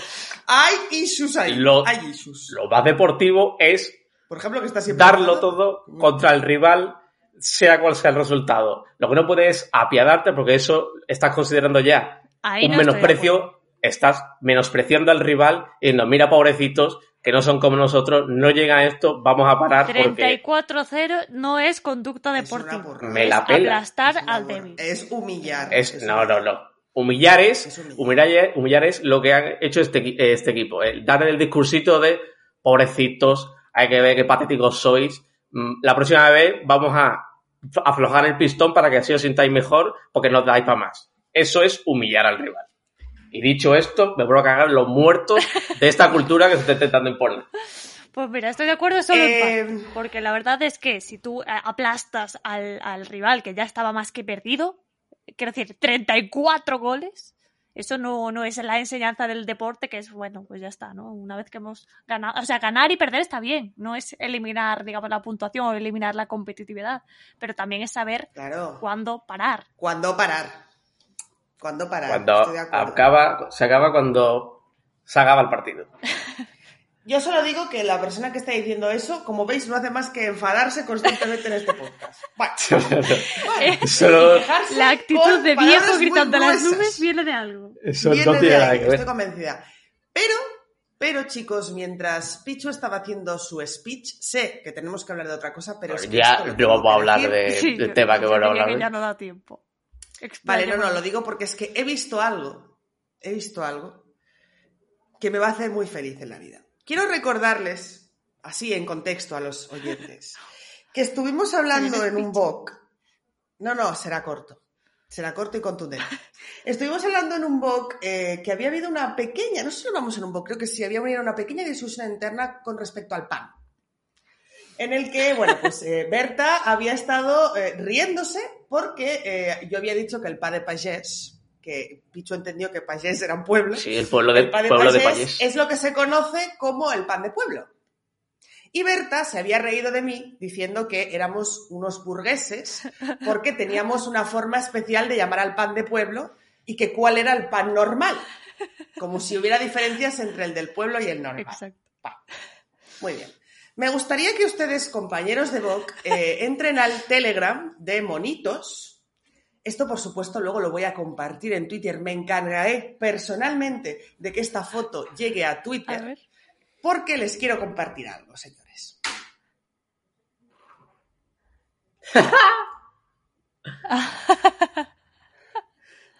Speaker 1: Hay issues ahí.
Speaker 3: Lo-
Speaker 1: Hay issues.
Speaker 3: lo más deportivo es
Speaker 1: Por ejemplo, que está siempre.
Speaker 3: darlo
Speaker 1: jugando-
Speaker 3: todo contra el rival, sea cual sea el resultado. Lo que no puedes es apiadarte porque eso estás considerando ya
Speaker 2: Ahí
Speaker 3: un
Speaker 2: no estoy de acuerdo.
Speaker 3: menosprecio, estás menospreciando al rival y nos mira pobrecitos que no son como nosotros, no llega a esto, vamos a parar porque
Speaker 2: 34-0 no es conducta
Speaker 1: Es una
Speaker 2: deportiva.
Speaker 1: burrada.
Speaker 3: Me
Speaker 2: es
Speaker 3: la pela.
Speaker 2: aplastar
Speaker 1: Es una
Speaker 2: al
Speaker 1: burra-
Speaker 2: débil.
Speaker 1: Es humillar.
Speaker 3: es no, no, no. Humillar es,
Speaker 1: Es humillar.
Speaker 3: humillar es, humillar es lo que han hecho este, equi- este equipo. El dar el discursito de pobrecitos, hay que ver qué patéticos sois. Mm, La próxima vez vamos a aflojar el pistón para que así os sintáis mejor porque nos dais para más. Eso es humillar al rival. Y dicho esto, me vuelvo a cagar en los muertos de esta cultura que se está intentando imponer.
Speaker 2: Pues mira, estoy de acuerdo solo en
Speaker 1: Eh,
Speaker 2: parte, porque la verdad es que si tú eh, aplastas al, al rival que ya estaba más que perdido, quiero decir, 34 goles, eso no, no es la enseñanza del deporte, que es bueno, pues ya está, ¿no? Una vez que hemos ganado, o sea, ganar y perder está bien, no es eliminar, digamos, la puntuación o eliminar la competitividad, pero también es saber
Speaker 1: Claro.
Speaker 2: cuándo parar.
Speaker 1: ¿Cuándo parar? ¿Cuándo parar?
Speaker 3: Cuando
Speaker 1: Estoy de acuerdo.
Speaker 3: acaba, se acaba cuando se acaba el partido.
Speaker 1: Yo solo digo que la persona que está diciendo eso, como veis, no hace más que enfadarse constantemente en este podcast. Bueno, bueno,
Speaker 3: Solo-
Speaker 1: y quejarse
Speaker 2: La actitud
Speaker 1: con
Speaker 2: de
Speaker 1: palabras
Speaker 2: viejo
Speaker 1: muy
Speaker 2: gritando a las
Speaker 1: gruesas.
Speaker 2: nubes viene de algo.
Speaker 3: Eso
Speaker 1: Viene
Speaker 3: no
Speaker 1: de
Speaker 3: tiene
Speaker 1: ahí,
Speaker 3: nada que ver.
Speaker 1: Estoy convencida. Pero, pero chicos, mientras Pichu estaba haciendo su speech, sé que tenemos que hablar de otra cosa, pero es que
Speaker 3: Pues ya
Speaker 1: esto lo
Speaker 3: no
Speaker 1: tengo
Speaker 3: vamos a
Speaker 1: que
Speaker 3: hablar
Speaker 1: decir.
Speaker 3: de-
Speaker 2: Sí,
Speaker 3: del
Speaker 2: yo-
Speaker 3: tema que
Speaker 2: yo
Speaker 3: vamos a
Speaker 2: diría que
Speaker 3: hablar.
Speaker 2: ya
Speaker 3: hoy.
Speaker 2: no da tiempo.
Speaker 1: Vale, no, no,
Speaker 2: Explayémonos.
Speaker 1: lo digo porque es que he visto algo, he visto algo que me va a hacer muy feliz en la vida. Quiero recordarles, así en contexto a los oyentes, que estuvimos hablando en un VOC. No, no, será corto. Será corto y contundente. Estuvimos hablando en un VOC eh, que había habido una pequeña, no sé si lo vamos en un VOC, creo que sí, había habido una pequeña discusión interna con respecto al pan. En el que, bueno, pues eh, Berta había estado eh, riéndose porque eh, yo había dicho que el pa de Pagés, que Pichu entendió que Pagés era un pueblo,
Speaker 3: Sí, el pueblo de,
Speaker 1: el pan de
Speaker 3: pueblo de
Speaker 1: Pallés
Speaker 3: Pallés.
Speaker 1: pues es lo que se conoce como el pan de pueblo. Y Berta se había reído de mí diciendo que éramos unos burgueses porque teníamos una forma especial de llamar al pan de pueblo y que cuál era el pan normal, como si hubiera diferencias entre el del pueblo y el normal.
Speaker 2: Exacto.
Speaker 1: Muy bien. Me gustaría que ustedes, compañeros de Vogue, eh, entren al Telegram de Monitos. Esto, por supuesto, luego lo voy a compartir en Twitter. Me encargaré personalmente de que esta foto llegue a
Speaker 2: A
Speaker 1: Twitter
Speaker 2: ver.
Speaker 1: porque les quiero compartir algo, señores.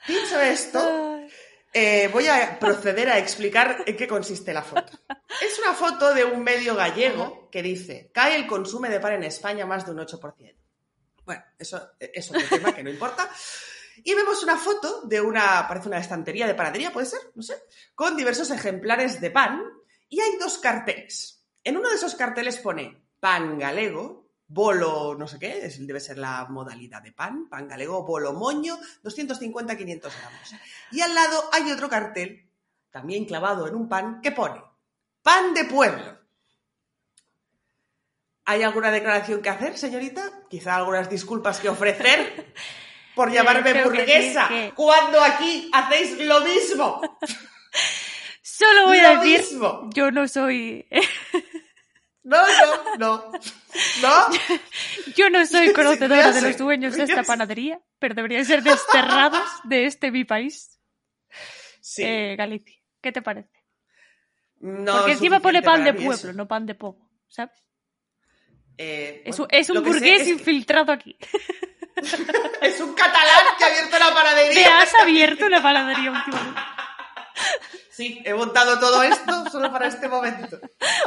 Speaker 1: Dicho esto,
Speaker 2: Ay,
Speaker 1: eh, voy a proceder a explicar en qué consiste la foto. Es una foto de un medio gallego que dice, cae el consumo de pan en España más de un 8%. Bueno, eso es otro tema que no importa. Y vemos una foto de una, parece una estantería de panadería, puede ser, no sé, con diversos ejemplares de pan. Y hay dos carteles. En uno de esos carteles pone pan galego, bolo, no sé qué, es- debe ser la modalidad de pan, pan galego, bolo moño, 250-500 gramos. Y al lado hay otro cartel, también clavado en un pan, que pone pan de pueblo. ¿Hay alguna declaración que hacer, señorita? Quizá algunas disculpas que ofrecer por
Speaker 2: Eh,
Speaker 1: llamarme
Speaker 2: creo que
Speaker 1: burguesa,
Speaker 2: sí, que-
Speaker 1: cuando aquí hacéis lo mismo.
Speaker 2: Solo voy a
Speaker 1: Lo
Speaker 2: decir,
Speaker 1: mismo.
Speaker 2: yo no soy,
Speaker 1: No, no, no. No,
Speaker 2: yo no soy
Speaker 1: Sí,
Speaker 2: conocedora de
Speaker 1: clase,
Speaker 2: los dueños de esta
Speaker 1: clase.
Speaker 2: panadería, pero deberían ser desterrados de este mi país,
Speaker 1: sí.
Speaker 2: eh, Galicia. ¿Qué te parece?
Speaker 1: no
Speaker 2: Porque
Speaker 1: es
Speaker 2: encima pone
Speaker 1: suficiente
Speaker 2: pan
Speaker 1: para
Speaker 2: de
Speaker 1: mí
Speaker 2: pueblo,
Speaker 1: eso.
Speaker 2: no pan de poco, ¿sabes?
Speaker 1: Eh,
Speaker 2: Es,
Speaker 1: bueno,
Speaker 2: un- es un
Speaker 1: lo que sé
Speaker 2: burgués
Speaker 1: es que-
Speaker 2: infiltrado aquí.
Speaker 1: Es un catalán que ha abierto la
Speaker 2: Te
Speaker 1: panadería.
Speaker 2: has abierto una panadería últimamente.
Speaker 1: Sí, he montado todo esto solo para este momento.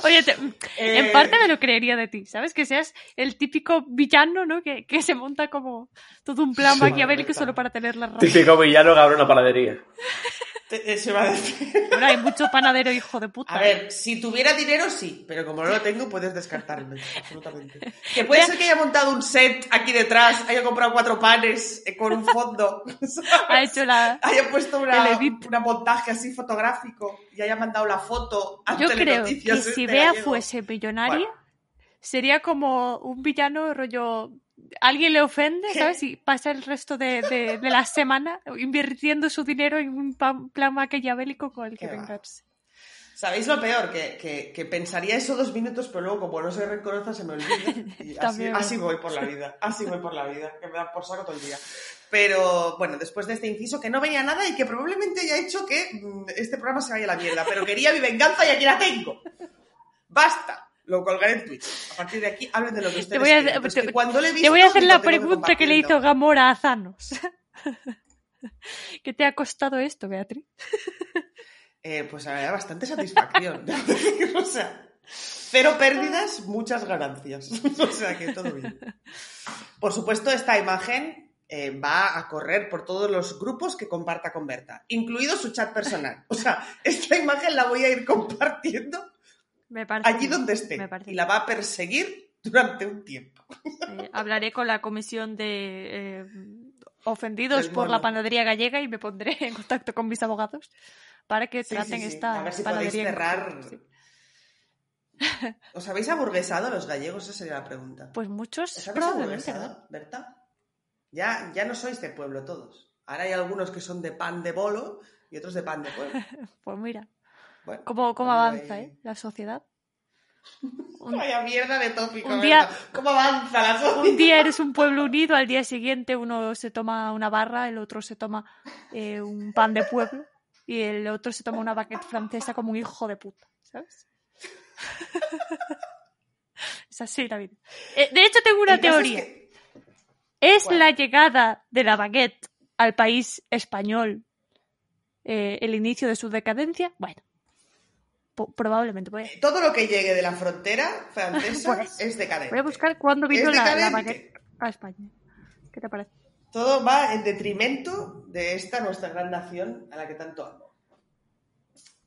Speaker 2: Oye, te-
Speaker 1: Eh,
Speaker 2: en parte me lo creería de ti, ¿sabes? Que seas el típico villano, ¿no? Que, que se monta como todo un plan
Speaker 3: Sí.
Speaker 2: maquiavélico solo para tener la razón.
Speaker 3: Típico villano que abre una panadería.
Speaker 1: te- eso iba a decir.
Speaker 2: Bueno, hay mucho panadero hijo de puta.
Speaker 1: A ver, si tuviera dinero, sí, pero como no lo tengo, puedes descartarlo, absolutamente. Que puede
Speaker 2: Ya.
Speaker 1: ser que haya montado un set aquí detrás, haya comprado cuatro panes eh, con un fondo,
Speaker 2: Ha hecho la...
Speaker 1: haya puesto
Speaker 2: El
Speaker 1: una,
Speaker 2: edit.
Speaker 1: una montaje así fotográfico y haya mandado la foto a
Speaker 2: Yo creo que
Speaker 1: Telenoticias
Speaker 2: si pues-
Speaker 1: este
Speaker 2: Bea
Speaker 1: gallego.
Speaker 2: fuese millonaria,
Speaker 1: Bueno.
Speaker 2: sería como un villano rollo... Alguien le ofende,
Speaker 1: ¿Qué?
Speaker 2: ¿sabes? Y pasa el resto de, de- de la semana invirtiendo su dinero en un pan- plan maquiavélico con el
Speaker 1: Qué
Speaker 2: que
Speaker 1: va.
Speaker 2: vengarse.
Speaker 1: ¿Sabéis lo peor? Que, que- que pensaría eso dos minutos, pero luego como no soy rencorosa se me olvida. Y así,
Speaker 2: También.
Speaker 1: así voy por la vida, así voy por la vida, que me da por saco todo el día. Pero bueno, después de este inciso que no veía nada y que probablemente haya hecho que mm, este programa se vaya a la mierda, pero quería mi venganza y aquí la tengo. ¡Basta! Lo colgaré en Twitter. A partir de aquí, hablen de lo que ustedes
Speaker 2: Te voy a,
Speaker 1: quieran, pero es
Speaker 2: te-
Speaker 1: que cuando le he
Speaker 2: te
Speaker 1: visto,
Speaker 2: voy a hacer
Speaker 1: digo,
Speaker 2: la
Speaker 1: tengo
Speaker 2: pregunta que le
Speaker 1: compartirlo.
Speaker 2: hizo Gamora a Thanos. ¿Qué te ha costado esto, Beatriz?
Speaker 1: Eh, pues me da bastante satisfacción. o sea, cero pérdidas, muchas ganancias. o sea que todo bien. Por supuesto, esta imagen eh, va a correr por todos los grupos que comparta con Berta, incluido su chat personal. O sea, esta imagen la voy a ir compartiendo
Speaker 2: Me parece
Speaker 1: allí
Speaker 2: bien,
Speaker 1: donde esté
Speaker 2: me parece
Speaker 1: y la va a perseguir durante un tiempo.
Speaker 2: bien. Eh, hablaré con la comisión de eh, ofendidos
Speaker 1: Del
Speaker 2: por la
Speaker 1: mono.
Speaker 2: panadería gallega y me pondré en contacto con mis abogados para que
Speaker 1: Sí,
Speaker 2: traten
Speaker 1: sí, sí.
Speaker 2: esta
Speaker 1: A ver si podéis
Speaker 2: panadería. en
Speaker 1: cerrar.
Speaker 2: concreto, sí.
Speaker 1: ¿Os habéis aburguesado los gallegos? Esa sería la pregunta.
Speaker 2: Pues muchos
Speaker 1: ¿Os habéis
Speaker 2: probablemente,
Speaker 1: aburguesado,
Speaker 2: ¿verdad?
Speaker 1: Berta? Ya, ya no sois de pueblo todos. Ahora hay algunos que son de pan de bolo y otros de pan de pueblo.
Speaker 2: Pues mira,
Speaker 1: Bueno,
Speaker 2: cómo, cómo
Speaker 1: cuando
Speaker 2: avanza
Speaker 1: hay-
Speaker 2: ¿eh? la sociedad. Un,
Speaker 1: Vaya mierda de tópico.
Speaker 2: un
Speaker 1: Berta.
Speaker 2: día-
Speaker 1: ¿Cómo avanza la
Speaker 2: un
Speaker 1: sociedad?
Speaker 2: día eres un pueblo unido, al día siguiente uno se toma una barra, el otro se toma eh, un pan de pueblo y el otro se toma una baguette francesa como un hijo de puta, ¿sabes? es así la vida. Eh, de hecho, tengo una
Speaker 1: El caso es
Speaker 2: teoría.
Speaker 1: que-
Speaker 2: Es
Speaker 1: ¿Cuál?
Speaker 2: la llegada de la baguette al país español eh, el inicio de su decadencia. Bueno, po- probablemente. Voy a,
Speaker 1: todo lo que llegue de la frontera francesa
Speaker 2: Pues,
Speaker 1: es decadente.
Speaker 2: voy a buscar cuándo
Speaker 1: Es
Speaker 2: vino la, la
Speaker 1: decadente.
Speaker 2: baguette a España. ¿Qué te parece?
Speaker 1: Todo va en detrimento de esta nuestra gran nación a la que tanto amo.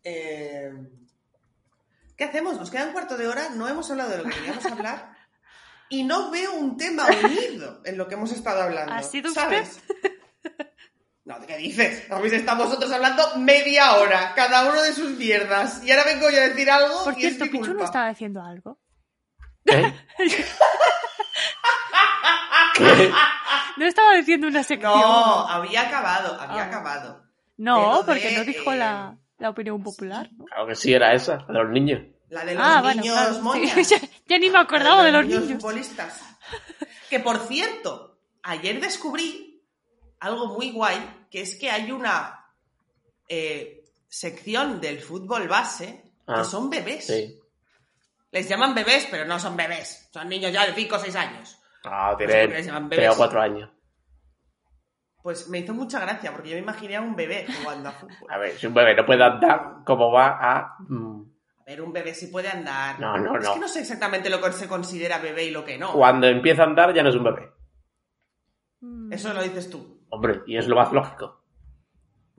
Speaker 1: Eh, ¿Qué hacemos? Nos queda un cuarto de hora, no hemos hablado de lo que queríamos hablar y no veo un tema unido en lo que hemos estado hablando.
Speaker 2: ¿Ha sido
Speaker 1: ¿sabes? No, ¿de qué dices? Habéis estado vosotros hablando media hora, cada uno de sus mierdas. Y ahora vengo yo a decir algo
Speaker 2: Por
Speaker 1: y es
Speaker 2: cierto,
Speaker 1: mi
Speaker 2: Pichu no
Speaker 1: culpa.
Speaker 2: estaba haciendo algo.
Speaker 3: ¿Eh? ¿Qué?
Speaker 2: No estaba diciendo una sección.
Speaker 1: No, había acabado, había
Speaker 2: Ah.
Speaker 1: acabado.
Speaker 2: No,
Speaker 1: Pero
Speaker 2: porque
Speaker 1: de,
Speaker 2: no dijo
Speaker 1: eh,
Speaker 2: la, la opinión popular. ¿no?
Speaker 3: Claro que sí, era esa, la de los niños.
Speaker 1: La de los niños
Speaker 2: Ah, claro, sí.
Speaker 1: moñas.
Speaker 2: ya, ya ni me acordaba de los niños.
Speaker 1: futbolistas. Que por cierto, ayer descubrí algo muy guay, que es que hay una eh, sección del fútbol base
Speaker 3: Ah,
Speaker 1: que son bebés.
Speaker 3: Sí.
Speaker 1: Les llaman bebés, pero no son bebés. Son niños ya de 5 o 6 años.
Speaker 3: Ah,
Speaker 1: Pues
Speaker 3: tienen
Speaker 1: porque se llaman
Speaker 3: tres o
Speaker 1: bebés.
Speaker 3: cuatro años.
Speaker 1: Pues me hizo mucha gracia, porque yo me imaginé a un bebé jugando a fútbol.
Speaker 3: A ver, si un bebé no puede andar, ¿cómo va a...? mm,
Speaker 1: A ver, un bebé sí puede andar.
Speaker 3: No, no,
Speaker 1: Es
Speaker 3: no.
Speaker 1: que no sé exactamente lo que se considera bebé y lo que no.
Speaker 3: Cuando empieza a andar ya no es un bebé.
Speaker 2: Mm,
Speaker 1: Eso lo dices tú.
Speaker 3: Hombre, y es lo más lógico.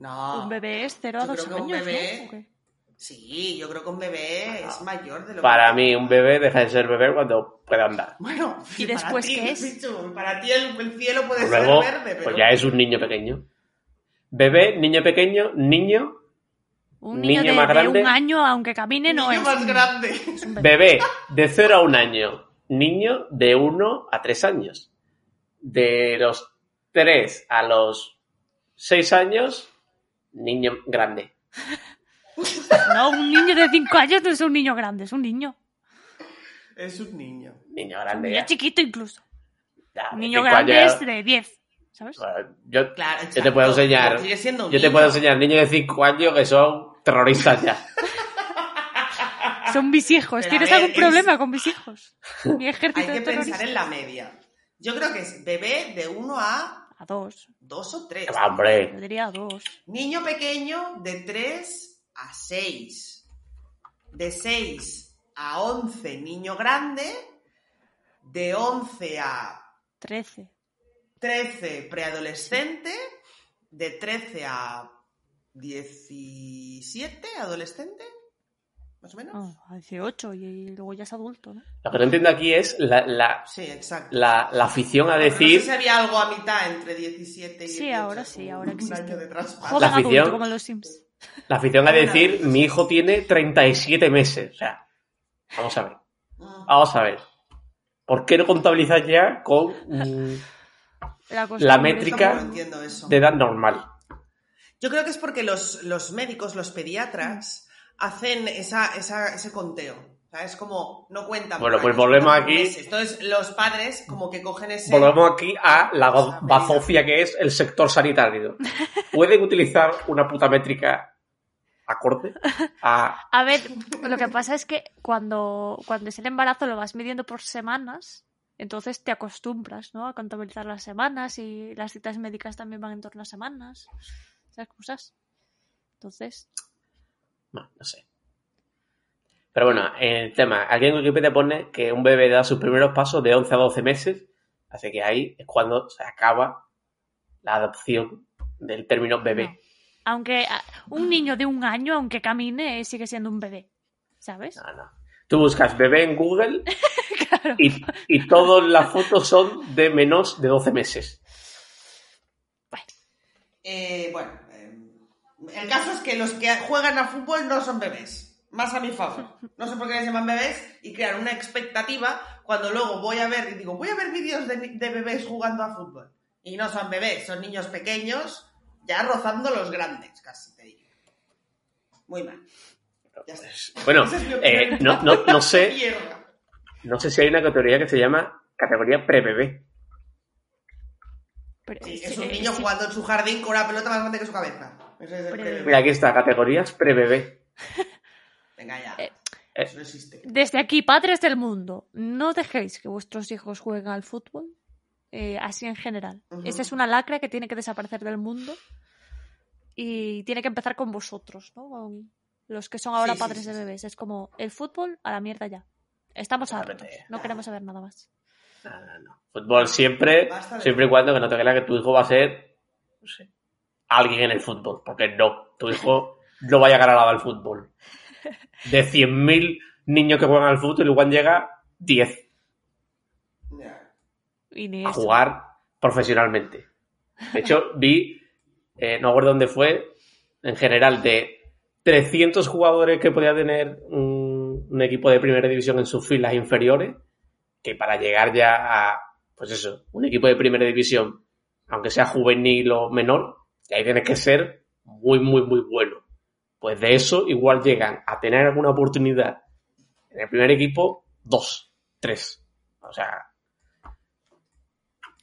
Speaker 1: No.
Speaker 2: Un bebé es 0 a
Speaker 1: Yo creo que
Speaker 2: 2
Speaker 1: un
Speaker 2: años,
Speaker 1: bebé-
Speaker 2: ¿no? ¿O qué?
Speaker 1: Sí, yo creo que un bebé
Speaker 3: Ah.
Speaker 1: es mayor de lo
Speaker 3: Para
Speaker 1: que...
Speaker 3: mí, un bebé deja de ser bebé cuando puede andar.
Speaker 1: Bueno,
Speaker 2: ¿Y
Speaker 1: para
Speaker 2: después
Speaker 1: ti,
Speaker 2: qué es?
Speaker 1: Pichu, para ti el, el cielo puede
Speaker 3: Luego,
Speaker 1: ser verde, pero...
Speaker 3: pues ya es un niño pequeño. Bebé, niño pequeño, niño,
Speaker 2: Un niño,
Speaker 3: Niño
Speaker 2: de,
Speaker 3: más
Speaker 2: de
Speaker 3: grande.
Speaker 2: un año, aunque camine, Este no
Speaker 1: Niño
Speaker 2: es.
Speaker 1: más
Speaker 2: un-
Speaker 1: grande.
Speaker 2: es un bebé.
Speaker 3: bebé de 0 a 1 año, niño de 1 a 3 años. De los 3 a los 6 años, niño grande.
Speaker 2: No, un niño de 5 años no es un niño grande, es un niño.
Speaker 1: Es un niño.
Speaker 3: Niño
Speaker 2: Un
Speaker 3: grande.
Speaker 2: niño
Speaker 3: ya.
Speaker 2: chiquito incluso.
Speaker 3: Ya,
Speaker 2: Un niño
Speaker 3: cinco
Speaker 2: grande
Speaker 3: años-
Speaker 2: es de 10, ¿sabes?
Speaker 3: Bueno, yo,
Speaker 1: Claro,
Speaker 3: Yo te puedo
Speaker 1: exacto,
Speaker 3: enseñar.
Speaker 1: pero Sigue siendo un
Speaker 3: yo te
Speaker 1: niño.
Speaker 3: puedo enseñar niños de 5 años que son terroristas ya.
Speaker 2: Son mis hijos.
Speaker 1: Pero a
Speaker 2: ¿Tienes
Speaker 1: ver,
Speaker 2: algún
Speaker 1: es-
Speaker 2: problema con mis hijos? Mi
Speaker 1: Hay
Speaker 2: ejército
Speaker 1: que
Speaker 2: de
Speaker 1: pensar
Speaker 2: terroristas.
Speaker 1: en la media. Yo creo que es bebé de 1 a
Speaker 2: A dos.
Speaker 1: 2 o 3.
Speaker 3: Va, Hombre,
Speaker 2: Yo diría a dos.
Speaker 1: Niño pequeño de 3 a 6. De 6 a 11, niño grande. De 11 a
Speaker 2: Trece.
Speaker 1: 13, preadolescente. De 13 a 17, adolescente. Más o menos.
Speaker 2: No, a 18 Ah, y, y luego ya es adulto, ¿no?
Speaker 3: lo que no entiendo aquí es la, la,
Speaker 2: Ah.
Speaker 1: Sí, exacto.
Speaker 3: la, la afición a
Speaker 1: Pero No sé si
Speaker 3: decir.
Speaker 1: había algo a mitad entre 17 y
Speaker 2: Sí,
Speaker 1: 18,
Speaker 2: ahora sí,
Speaker 1: como
Speaker 2: ahora
Speaker 1: Un
Speaker 2: existe.
Speaker 1: año de traspaso.
Speaker 2: Joven
Speaker 3: afición-
Speaker 2: adulto, como los Sims.
Speaker 3: La afición a decir, mi hijo tiene 37 meses. O sea, vamos a ver.
Speaker 1: Mm.
Speaker 3: Vamos a ver. ¿Por qué no contabilizas ya con mm,
Speaker 2: La, costumbre
Speaker 3: métrica-
Speaker 1: No entiendo eso.
Speaker 3: de edad normal?
Speaker 1: Yo creo que es porque los, los médicos, los pediatras, hacen esa, esa- ese conteo. O sea, es como, no cuentan.
Speaker 3: Bueno,
Speaker 1: por
Speaker 3: pues
Speaker 1: años,
Speaker 3: volvemos
Speaker 1: cuentan por
Speaker 3: aquí.
Speaker 1: meses. Entonces, los padres como que cogen ese...
Speaker 3: Volvemos aquí a la
Speaker 1: Esa
Speaker 3: go-
Speaker 1: medida.
Speaker 3: bazofia que es el sector sanitario. ¿Pueden utilizar una puta métrica acorde a...
Speaker 2: A ver, lo que pasa es que cuando, cuando es el embarazo lo vas midiendo por semanas, entonces te acostumbras, ¿no? A contabilizar las semanas y las citas médicas también van en torno a semanas, esas cosas. Entonces,
Speaker 3: No, no sé. Pero bueno, el tema. Aquí en Wikipedia pone que un bebé da sus primeros pasos de 11 a 12 meses. Así que ahí es cuando se acaba la adopción del término bebé.
Speaker 2: aunque a- un niño de un año, aunque camine, eh, sigue siendo un bebé, ¿sabes?
Speaker 3: No, no. Tú buscas bebé en Google
Speaker 2: Claro.
Speaker 3: y, y todas las fotos son de menos de 12 meses.
Speaker 1: Eh, bueno, eh, el caso es que los que juegan a fútbol no son bebés. Más a mi favor. No sé por qué les llaman bebés y crean una expectativa cuando luego voy a ver y digo, voy a ver vídeos de, ni- de bebés jugando a fútbol. Y no son bebés, son niños pequeños, ya rozando los grandes, casi te digo. Muy mal. Ya está.
Speaker 3: Bueno,
Speaker 1: Esa es mi
Speaker 3: eh,
Speaker 1: opinión.
Speaker 3: no, no, no sé,
Speaker 1: Mierda.
Speaker 3: no sé si hay una categoría que se llama categoría pre-bebé.
Speaker 2: Pero-
Speaker 1: Sí,
Speaker 2: sí,
Speaker 1: es un
Speaker 2: eh,
Speaker 1: niño
Speaker 2: sí,
Speaker 1: jugando en su jardín con una pelota más grande que su cabeza. Ese es el
Speaker 2: Pero-
Speaker 1: pre-bebé.
Speaker 3: Mira, aquí está, categorías pre-bebé.
Speaker 1: Venga ya.
Speaker 2: Eh,
Speaker 1: Eso no existe.
Speaker 2: Desde aquí, padres del mundo, no dejéis que vuestros hijos jueguen al fútbol, eh, así en general.
Speaker 1: Ujú.
Speaker 2: Esa es una lacra que tiene que desaparecer del mundo y tiene que empezar con vosotros, ¿no? Con los que son ahora
Speaker 1: Sí, sí,
Speaker 2: padres
Speaker 1: sí, sí.
Speaker 2: de bebés. Es como el fútbol a la mierda ya. Estamos hartos,
Speaker 3: Totalmente.
Speaker 2: no queremos saber nada más.
Speaker 3: No, no, no. Fútbol siempre,
Speaker 1: Basta de-
Speaker 3: siempre y cuando que no te creas que tu hijo va a ser no sé, alguien en el fútbol, porque no, tu hijo no va a llegar a nada al fútbol. De 100.000 niños que juegan al fútbol, igual llega 10
Speaker 1: Ya.
Speaker 2: Y ni
Speaker 3: a
Speaker 2: eso.
Speaker 3: jugar profesionalmente. De hecho, vi, eh, no acuerdo dónde fue, en general, de 300 jugadores que podía tener un, un equipo de primera división en sus filas inferiores, que para llegar ya a, pues eso, un equipo de primera división, aunque sea juvenil o menor, ahí tienes que ser muy, muy, muy bueno. Pues de eso igual llegan a tener alguna oportunidad En el primer equipo, dos, tres. O sea,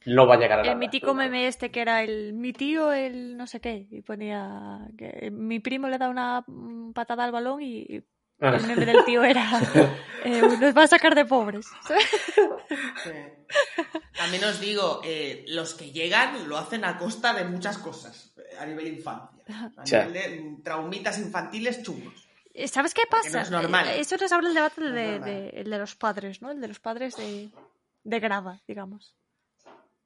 Speaker 3: no va a llegar a
Speaker 2: El
Speaker 3: nada.
Speaker 2: mítico meme este que era el mi tío, el no sé qué, y ponía que eh, mi primo le da una mm, patada al balón y y
Speaker 3: Ah,
Speaker 2: el meme del tío era eh, nos va a sacar de pobres.
Speaker 1: Sí. También os digo, eh, los que llegan lo hacen a costa de muchas cosas eh, a nivel infancia. A
Speaker 3: Sí.
Speaker 1: nivel de mm, traumitas infantiles chungos.
Speaker 2: Eh, ¿Sabes qué
Speaker 1: Porque
Speaker 2: pasa?
Speaker 1: no es normal.
Speaker 2: Eh, Eso nos habla el debate de,
Speaker 1: No es normal.
Speaker 2: de- el de los padres, ¿no? El de los padres de, de grada, digamos.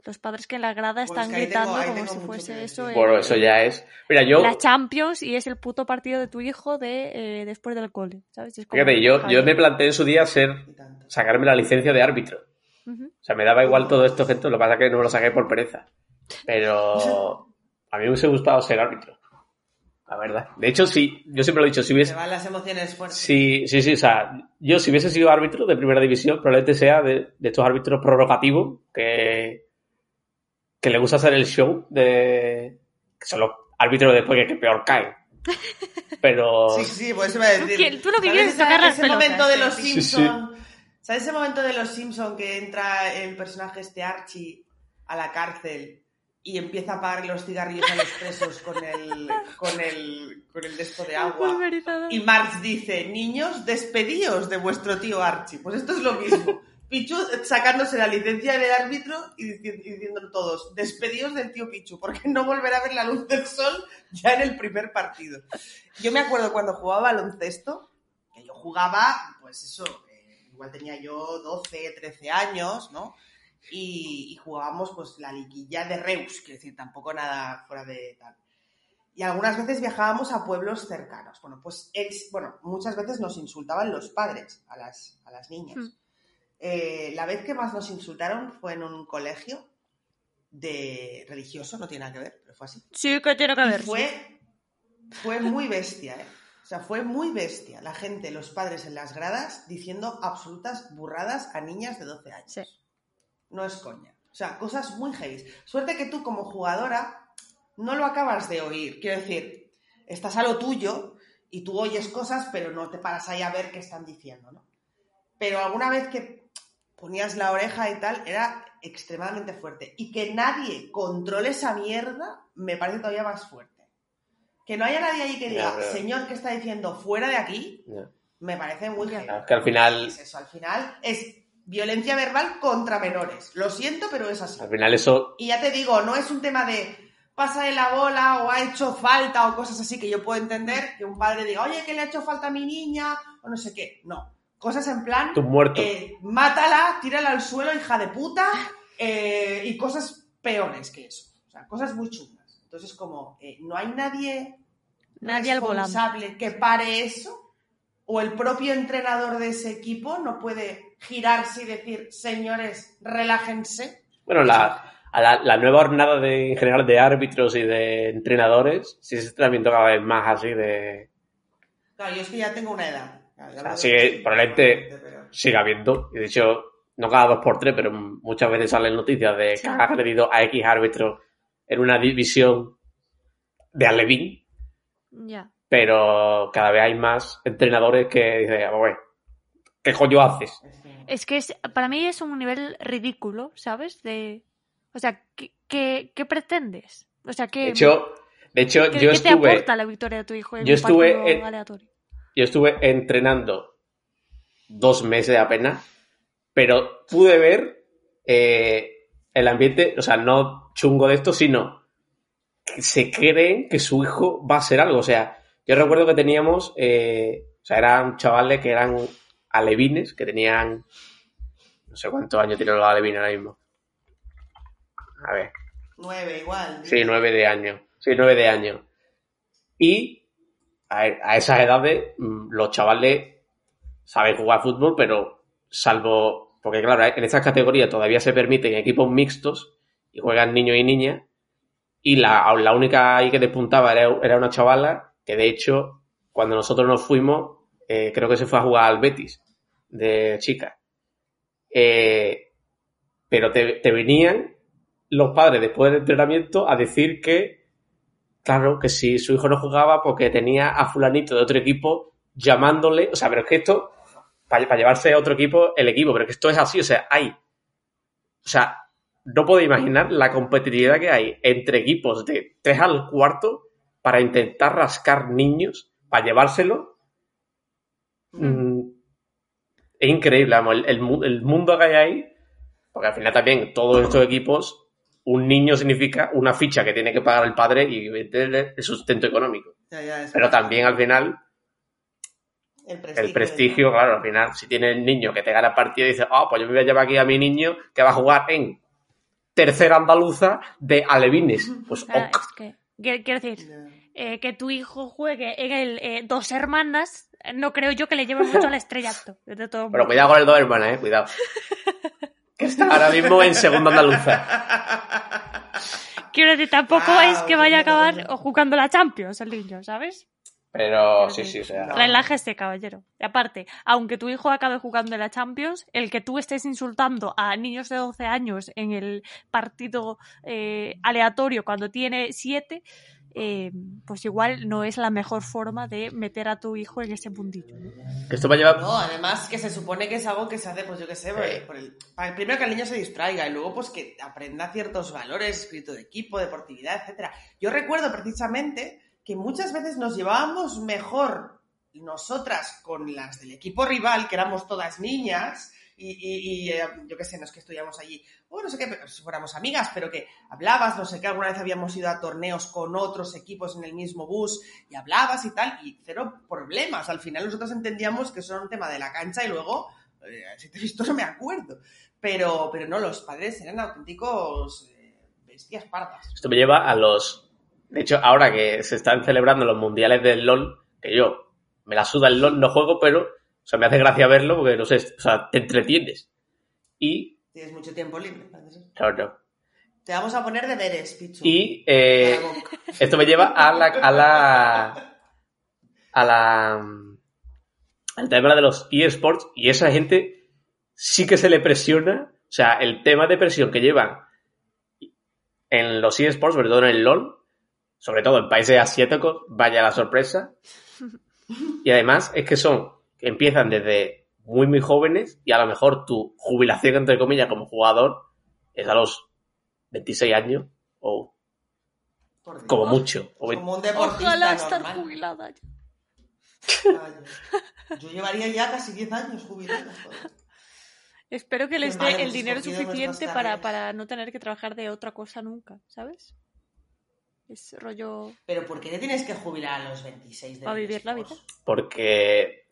Speaker 2: Los padres que en la grada
Speaker 1: Pues
Speaker 2: están
Speaker 1: que ahí tengo-
Speaker 2: gritando
Speaker 1: ahí
Speaker 2: como
Speaker 1: tengo
Speaker 2: si
Speaker 1: mucho que
Speaker 2: fuese
Speaker 1: decir.
Speaker 2: eso. eh,
Speaker 3: Bueno, eso ya es. Mira, yo.
Speaker 2: La Champions y es el puto partido de tu hijo de eh, después del cole, ¿sabes? Es como
Speaker 3: Fíjate,
Speaker 2: que
Speaker 3: yo,
Speaker 2: está
Speaker 3: yo me
Speaker 2: bien.
Speaker 3: planteé en su día ser,
Speaker 1: Y tanto.
Speaker 3: sacarme la licencia de árbitro.
Speaker 2: Ujú.
Speaker 3: O sea, me daba igual todo esto, gente. Lo que pasa es que no me lo saqué por pereza. Pero a mí me hubiese gustado ser árbitro. La verdad. De hecho, sí. Yo siempre lo he dicho. Si
Speaker 1: Te
Speaker 3: hubiese,
Speaker 1: van las emociones fuertes.
Speaker 3: sí, sí, sí. O sea, yo si hubiese sido árbitro de primera división, probablemente sea de, de estos árbitros prorrogativos que, que le gusta hacer el show de... Que son los árbitros después que, que peor caen. Pero...
Speaker 1: Sí, sí, por eso iba a decir.
Speaker 2: quieres- tú lo que
Speaker 1: ¿Sabes
Speaker 2: quieres es
Speaker 1: esa-
Speaker 2: tocar las
Speaker 1: ese
Speaker 2: pelotas,
Speaker 1: momento de
Speaker 2: sí,
Speaker 1: los
Speaker 3: sí. Sí, sí.
Speaker 1: Simpson. ¿Sabes ese momento de los Simpson que entra el personaje este Archie a la cárcel y empieza a pagar los cigarrillos a los presos con el con el con el de esto de agua?
Speaker 2: Pulverizador.
Speaker 1: Y Marx dice, niños, despedíos de vuestro tío Archie. Pues esto es lo mismo. Pichu sacándose la licencia del árbitro y dici- y diciendo todos, despedíos del tío Pichu, porque no volverá a ver la luz del sol ya en el primer partido. Yo me acuerdo cuando jugaba baloncesto, que yo jugaba, pues eso, eh, igual tenía yo 12, 13 años, ¿no? Y, y jugábamos pues la liguilla de Reus, quiero decir, tampoco nada fuera de tal y algunas veces viajábamos a pueblos cercanos. Bueno, pues él, bueno, muchas veces nos insultaban los padres a las, a las niñas.
Speaker 2: Hmm.
Speaker 1: Eh, la vez que más nos insultaron fue en un colegio de religioso, no tiene nada que ver, pero fue así.
Speaker 2: Sí, que tiene que
Speaker 1: Y
Speaker 2: ver.
Speaker 1: fue, fue muy bestia, ¿eh? O sea, fue muy bestia la gente, los padres en las gradas, diciendo absolutas burradas a niñas de 12 años.
Speaker 2: Sí.
Speaker 1: No es coña. O sea, cosas muy heavy. Suerte que tú como jugadora no lo acabas de oír. Quiero decir, estás a lo tuyo y tú oyes cosas, pero no te paras ahí a ver qué están diciendo, ¿no? Pero alguna vez que ponías la oreja y tal, era extremadamente fuerte. Y que nadie controle esa mierda me parece todavía más fuerte. Que no haya nadie allí que
Speaker 3: Ya,
Speaker 1: diga,
Speaker 3: pero-
Speaker 1: señor, ¿qué está diciendo? Fuera de aquí,
Speaker 3: Ya.
Speaker 1: me parece muy
Speaker 2: Ya.
Speaker 1: heavy.
Speaker 3: Claro, que al final
Speaker 1: Es eso, al final es violencia verbal contra menores. Lo siento, pero es así.
Speaker 3: Al final eso,
Speaker 1: Y ya te digo, no es un tema de pasa de la bola o ha hecho falta o cosas así que yo puedo entender que un padre diga, oye, que le ha hecho falta a mi niña o no sé qué. No. Cosas en plan,
Speaker 3: tú muerto.
Speaker 1: eh, mátala, tírala al suelo, hija de puta, eh, y cosas peores que eso. O sea, cosas muy chungas. Entonces, como eh, no hay nadie
Speaker 2: Nadie al volante.
Speaker 1: responsable que pare eso, o el propio entrenador de ese equipo no puede girarse y decir, señores, relájense.
Speaker 3: bueno, la, a la, la nueva jornada de, en general de árbitros y de entrenadores, sí se está viendo cada vez más así de...
Speaker 1: Claro, yo es que ya tengo una edad. Claro, ya
Speaker 3: O sea,
Speaker 1: lo
Speaker 3: Ah, sí, eh, este
Speaker 1: veo.
Speaker 3: probablemente-
Speaker 1: pero-
Speaker 3: Sigue habiendo. Y de hecho, no cada dos por tres, pero muchas veces salen noticias de que ha agredido a X árbitro en una división de Alevín,
Speaker 2: Ya.
Speaker 3: pero cada vez hay más entrenadores que dicen, "Vamos a ver, ¿qué coño haces?
Speaker 1: en fin.
Speaker 2: Es que es, para mí es un nivel ridículo, ¿sabes? De, o sea, ¿qué, qué, qué pretendes? O sea, ¿qué,
Speaker 3: De hecho, de hecho
Speaker 2: ¿qué-
Speaker 3: yo
Speaker 2: qué te
Speaker 3: estuve...
Speaker 2: aporta la victoria de tu hijo en
Speaker 3: yo
Speaker 2: un
Speaker 3: estuve
Speaker 2: partido
Speaker 3: en-
Speaker 2: aleatorio?
Speaker 3: Yo estuve entrenando dos meses apenas, pero pude ver eh, el ambiente, o sea, no chungo de esto, sino que se creen que su hijo va a ser algo. O sea, yo recuerdo que teníamos, eh, o sea, eran chavales que eran alevines, que tenían, no sé cuántos años tienen los alevines ahora mismo. A ver,
Speaker 1: Nueve igual.
Speaker 3: Sí, nueve de año. Sí, nueve de año. Y a, a esas edades, mm, los chavales saben jugar fútbol, pero salvo. Porque, claro, en estas categorías todavía se permiten equipos mixtos y juegan niños y niñas. Y la, la única ahí que despuntaba era, era una chavala que, de hecho, cuando nosotros nos fuimos, eh, creo que se fue a jugar al Betis de chica. Eh, pero te, te venían los padres después del entrenamiento a decir que, claro, que si su hijo no jugaba porque tenía a fulanito de otro equipo llamándole, o sea, pero es que esto para, para llevarse a otro equipo el equipo, pero que esto es así, o sea, hay. O sea, no podéis imaginar la competitividad que hay entre equipos de 3 al cuarto para intentar rascar niños, para llevárselo. Mm, Es increíble, vamos, el, el mu- el mundo que hay ahí, porque al final también todos estos equipos, un niño significa una ficha que tiene que pagar el padre y el sustento económico.
Speaker 1: Ya, ya, es-
Speaker 3: Pero también al final
Speaker 1: el prestigio.
Speaker 3: el prestigio, claro, al final, si tienes el niño que te gana partido y dices, ah, pues yo me voy a llevar aquí a mi niño que va a jugar en tercera andaluza de Alevines. Pues,
Speaker 2: Ah,
Speaker 3: ok.
Speaker 2: es que, que- quiero decir,
Speaker 1: Ya.
Speaker 2: eh, que tu hijo juegue en el eh, Dos Hermanas, eh, no creo yo que le lleve mucho al estrellato. De todo
Speaker 3: Pero cuidado con el dos hermanas, eh, cuidado. Que está ahora mismo en segunda andaluza.
Speaker 2: Quiero decir, tampoco
Speaker 1: Wow,
Speaker 3: Ah,
Speaker 2: es que vaya a
Speaker 1: qué bueno.
Speaker 2: acabar o jugando la Champions el niño, ¿sabes?
Speaker 3: Pero sí, sí, o sea.
Speaker 1: No.
Speaker 2: Relájese, este caballero. Y aparte, aunque tu hijo acabe jugando en la Champions, el que tú estés insultando a niños de 12 años en el partido eh, aleatorio cuando tiene 7, eh, pues igual no es la mejor forma de meter a tu hijo en ese mundillo. ¿no?
Speaker 3: que Esto va a llevar.
Speaker 1: No, además que se supone que es algo que se hace, pues yo qué sé, por el- por el- para el primero que el niño se distraiga y luego pues que aprenda ciertos valores, espíritu de equipo, deportividad, etcétera. Yo recuerdo precisamente que muchas veces nos llevábamos mejor nosotras con las del equipo rival, que éramos todas niñas, y, y- y, eh, yo qué sé, no es que estudiamos allí, bueno, no sé qué, pero si fuéramos amigas, pero que hablabas, no sé qué, alguna vez habíamos ido a torneos con otros equipos en el mismo bus y hablabas y tal, y cero problemas. Al final nosotros entendíamos que eso era un tema de la cancha y luego, eh, si te he visto, no me acuerdo. Pero, pero no, los padres eran auténticos eh, bestias pardas.
Speaker 3: Esto me lleva a los. De hecho, ahora que se están celebrando los mundiales del LOL, que yo me la suda el LOL, no juego, pero. O sea, me hace gracia verlo porque no sé, o sea, te entretienes. Y.
Speaker 1: Tienes mucho tiempo libre. parece ser.
Speaker 3: Claro, no.
Speaker 1: Te vamos a poner deberes, Pichu.
Speaker 3: Y. eh,
Speaker 1: Para Gonca.
Speaker 3: Esto me lleva a la. a la. a la. mm, al tema de los eSports y esa gente sí que se le presiona. O sea, el tema de presión que llevan en los eSports, sobre todo en el LOL, sobre todo en países asiáticos, vaya la sorpresa. Y además es que son. empiezan desde muy, muy jóvenes y a lo mejor tu jubilación, entre comillas, como jugador es a los 26 años o
Speaker 1: Por Dios.
Speaker 3: como mucho. o 20.
Speaker 1: Como un deportista
Speaker 2: Ojalá estar
Speaker 1: normal.
Speaker 2: jubilada. ya.
Speaker 1: Vaya. Yo llevaría ya casi 10 años jubilada. joder.
Speaker 2: Espero que les
Speaker 1: Qué mal
Speaker 2: dé el
Speaker 1: hemos
Speaker 2: dinero
Speaker 1: escogido
Speaker 2: suficiente
Speaker 1: nuestras
Speaker 2: para,
Speaker 1: carreras.
Speaker 2: para no tener que trabajar de otra cosa nunca, ¿sabes? Es rollo
Speaker 1: Pero ¿por qué te tienes que jubilar a los 26 de
Speaker 2: para vivir la vida.
Speaker 1: eSports?
Speaker 3: porque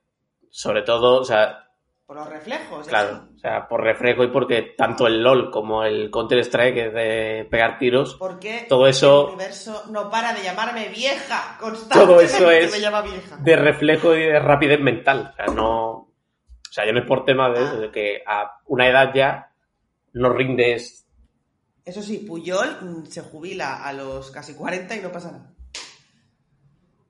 Speaker 3: sobre todo, o sea,
Speaker 1: Por los reflejos, ¿eh? y
Speaker 3: claro, o
Speaker 1: así.
Speaker 3: sea, por reflejo y porque tanto el LOL como el Counter Strike que es de pegar tiros,
Speaker 1: Porque
Speaker 3: Todo eso-
Speaker 1: el universo no para de llamarme vieja constantemente.
Speaker 3: todo eso es
Speaker 1: me llama vieja.
Speaker 3: de reflejo y de rapidez mental, o sea, no, o sea, ya no es por tema de, eso, de que a una edad ya no rindes,
Speaker 1: Eso sí, Puyol mm, se jubila a los casi 40 y no pasa nada.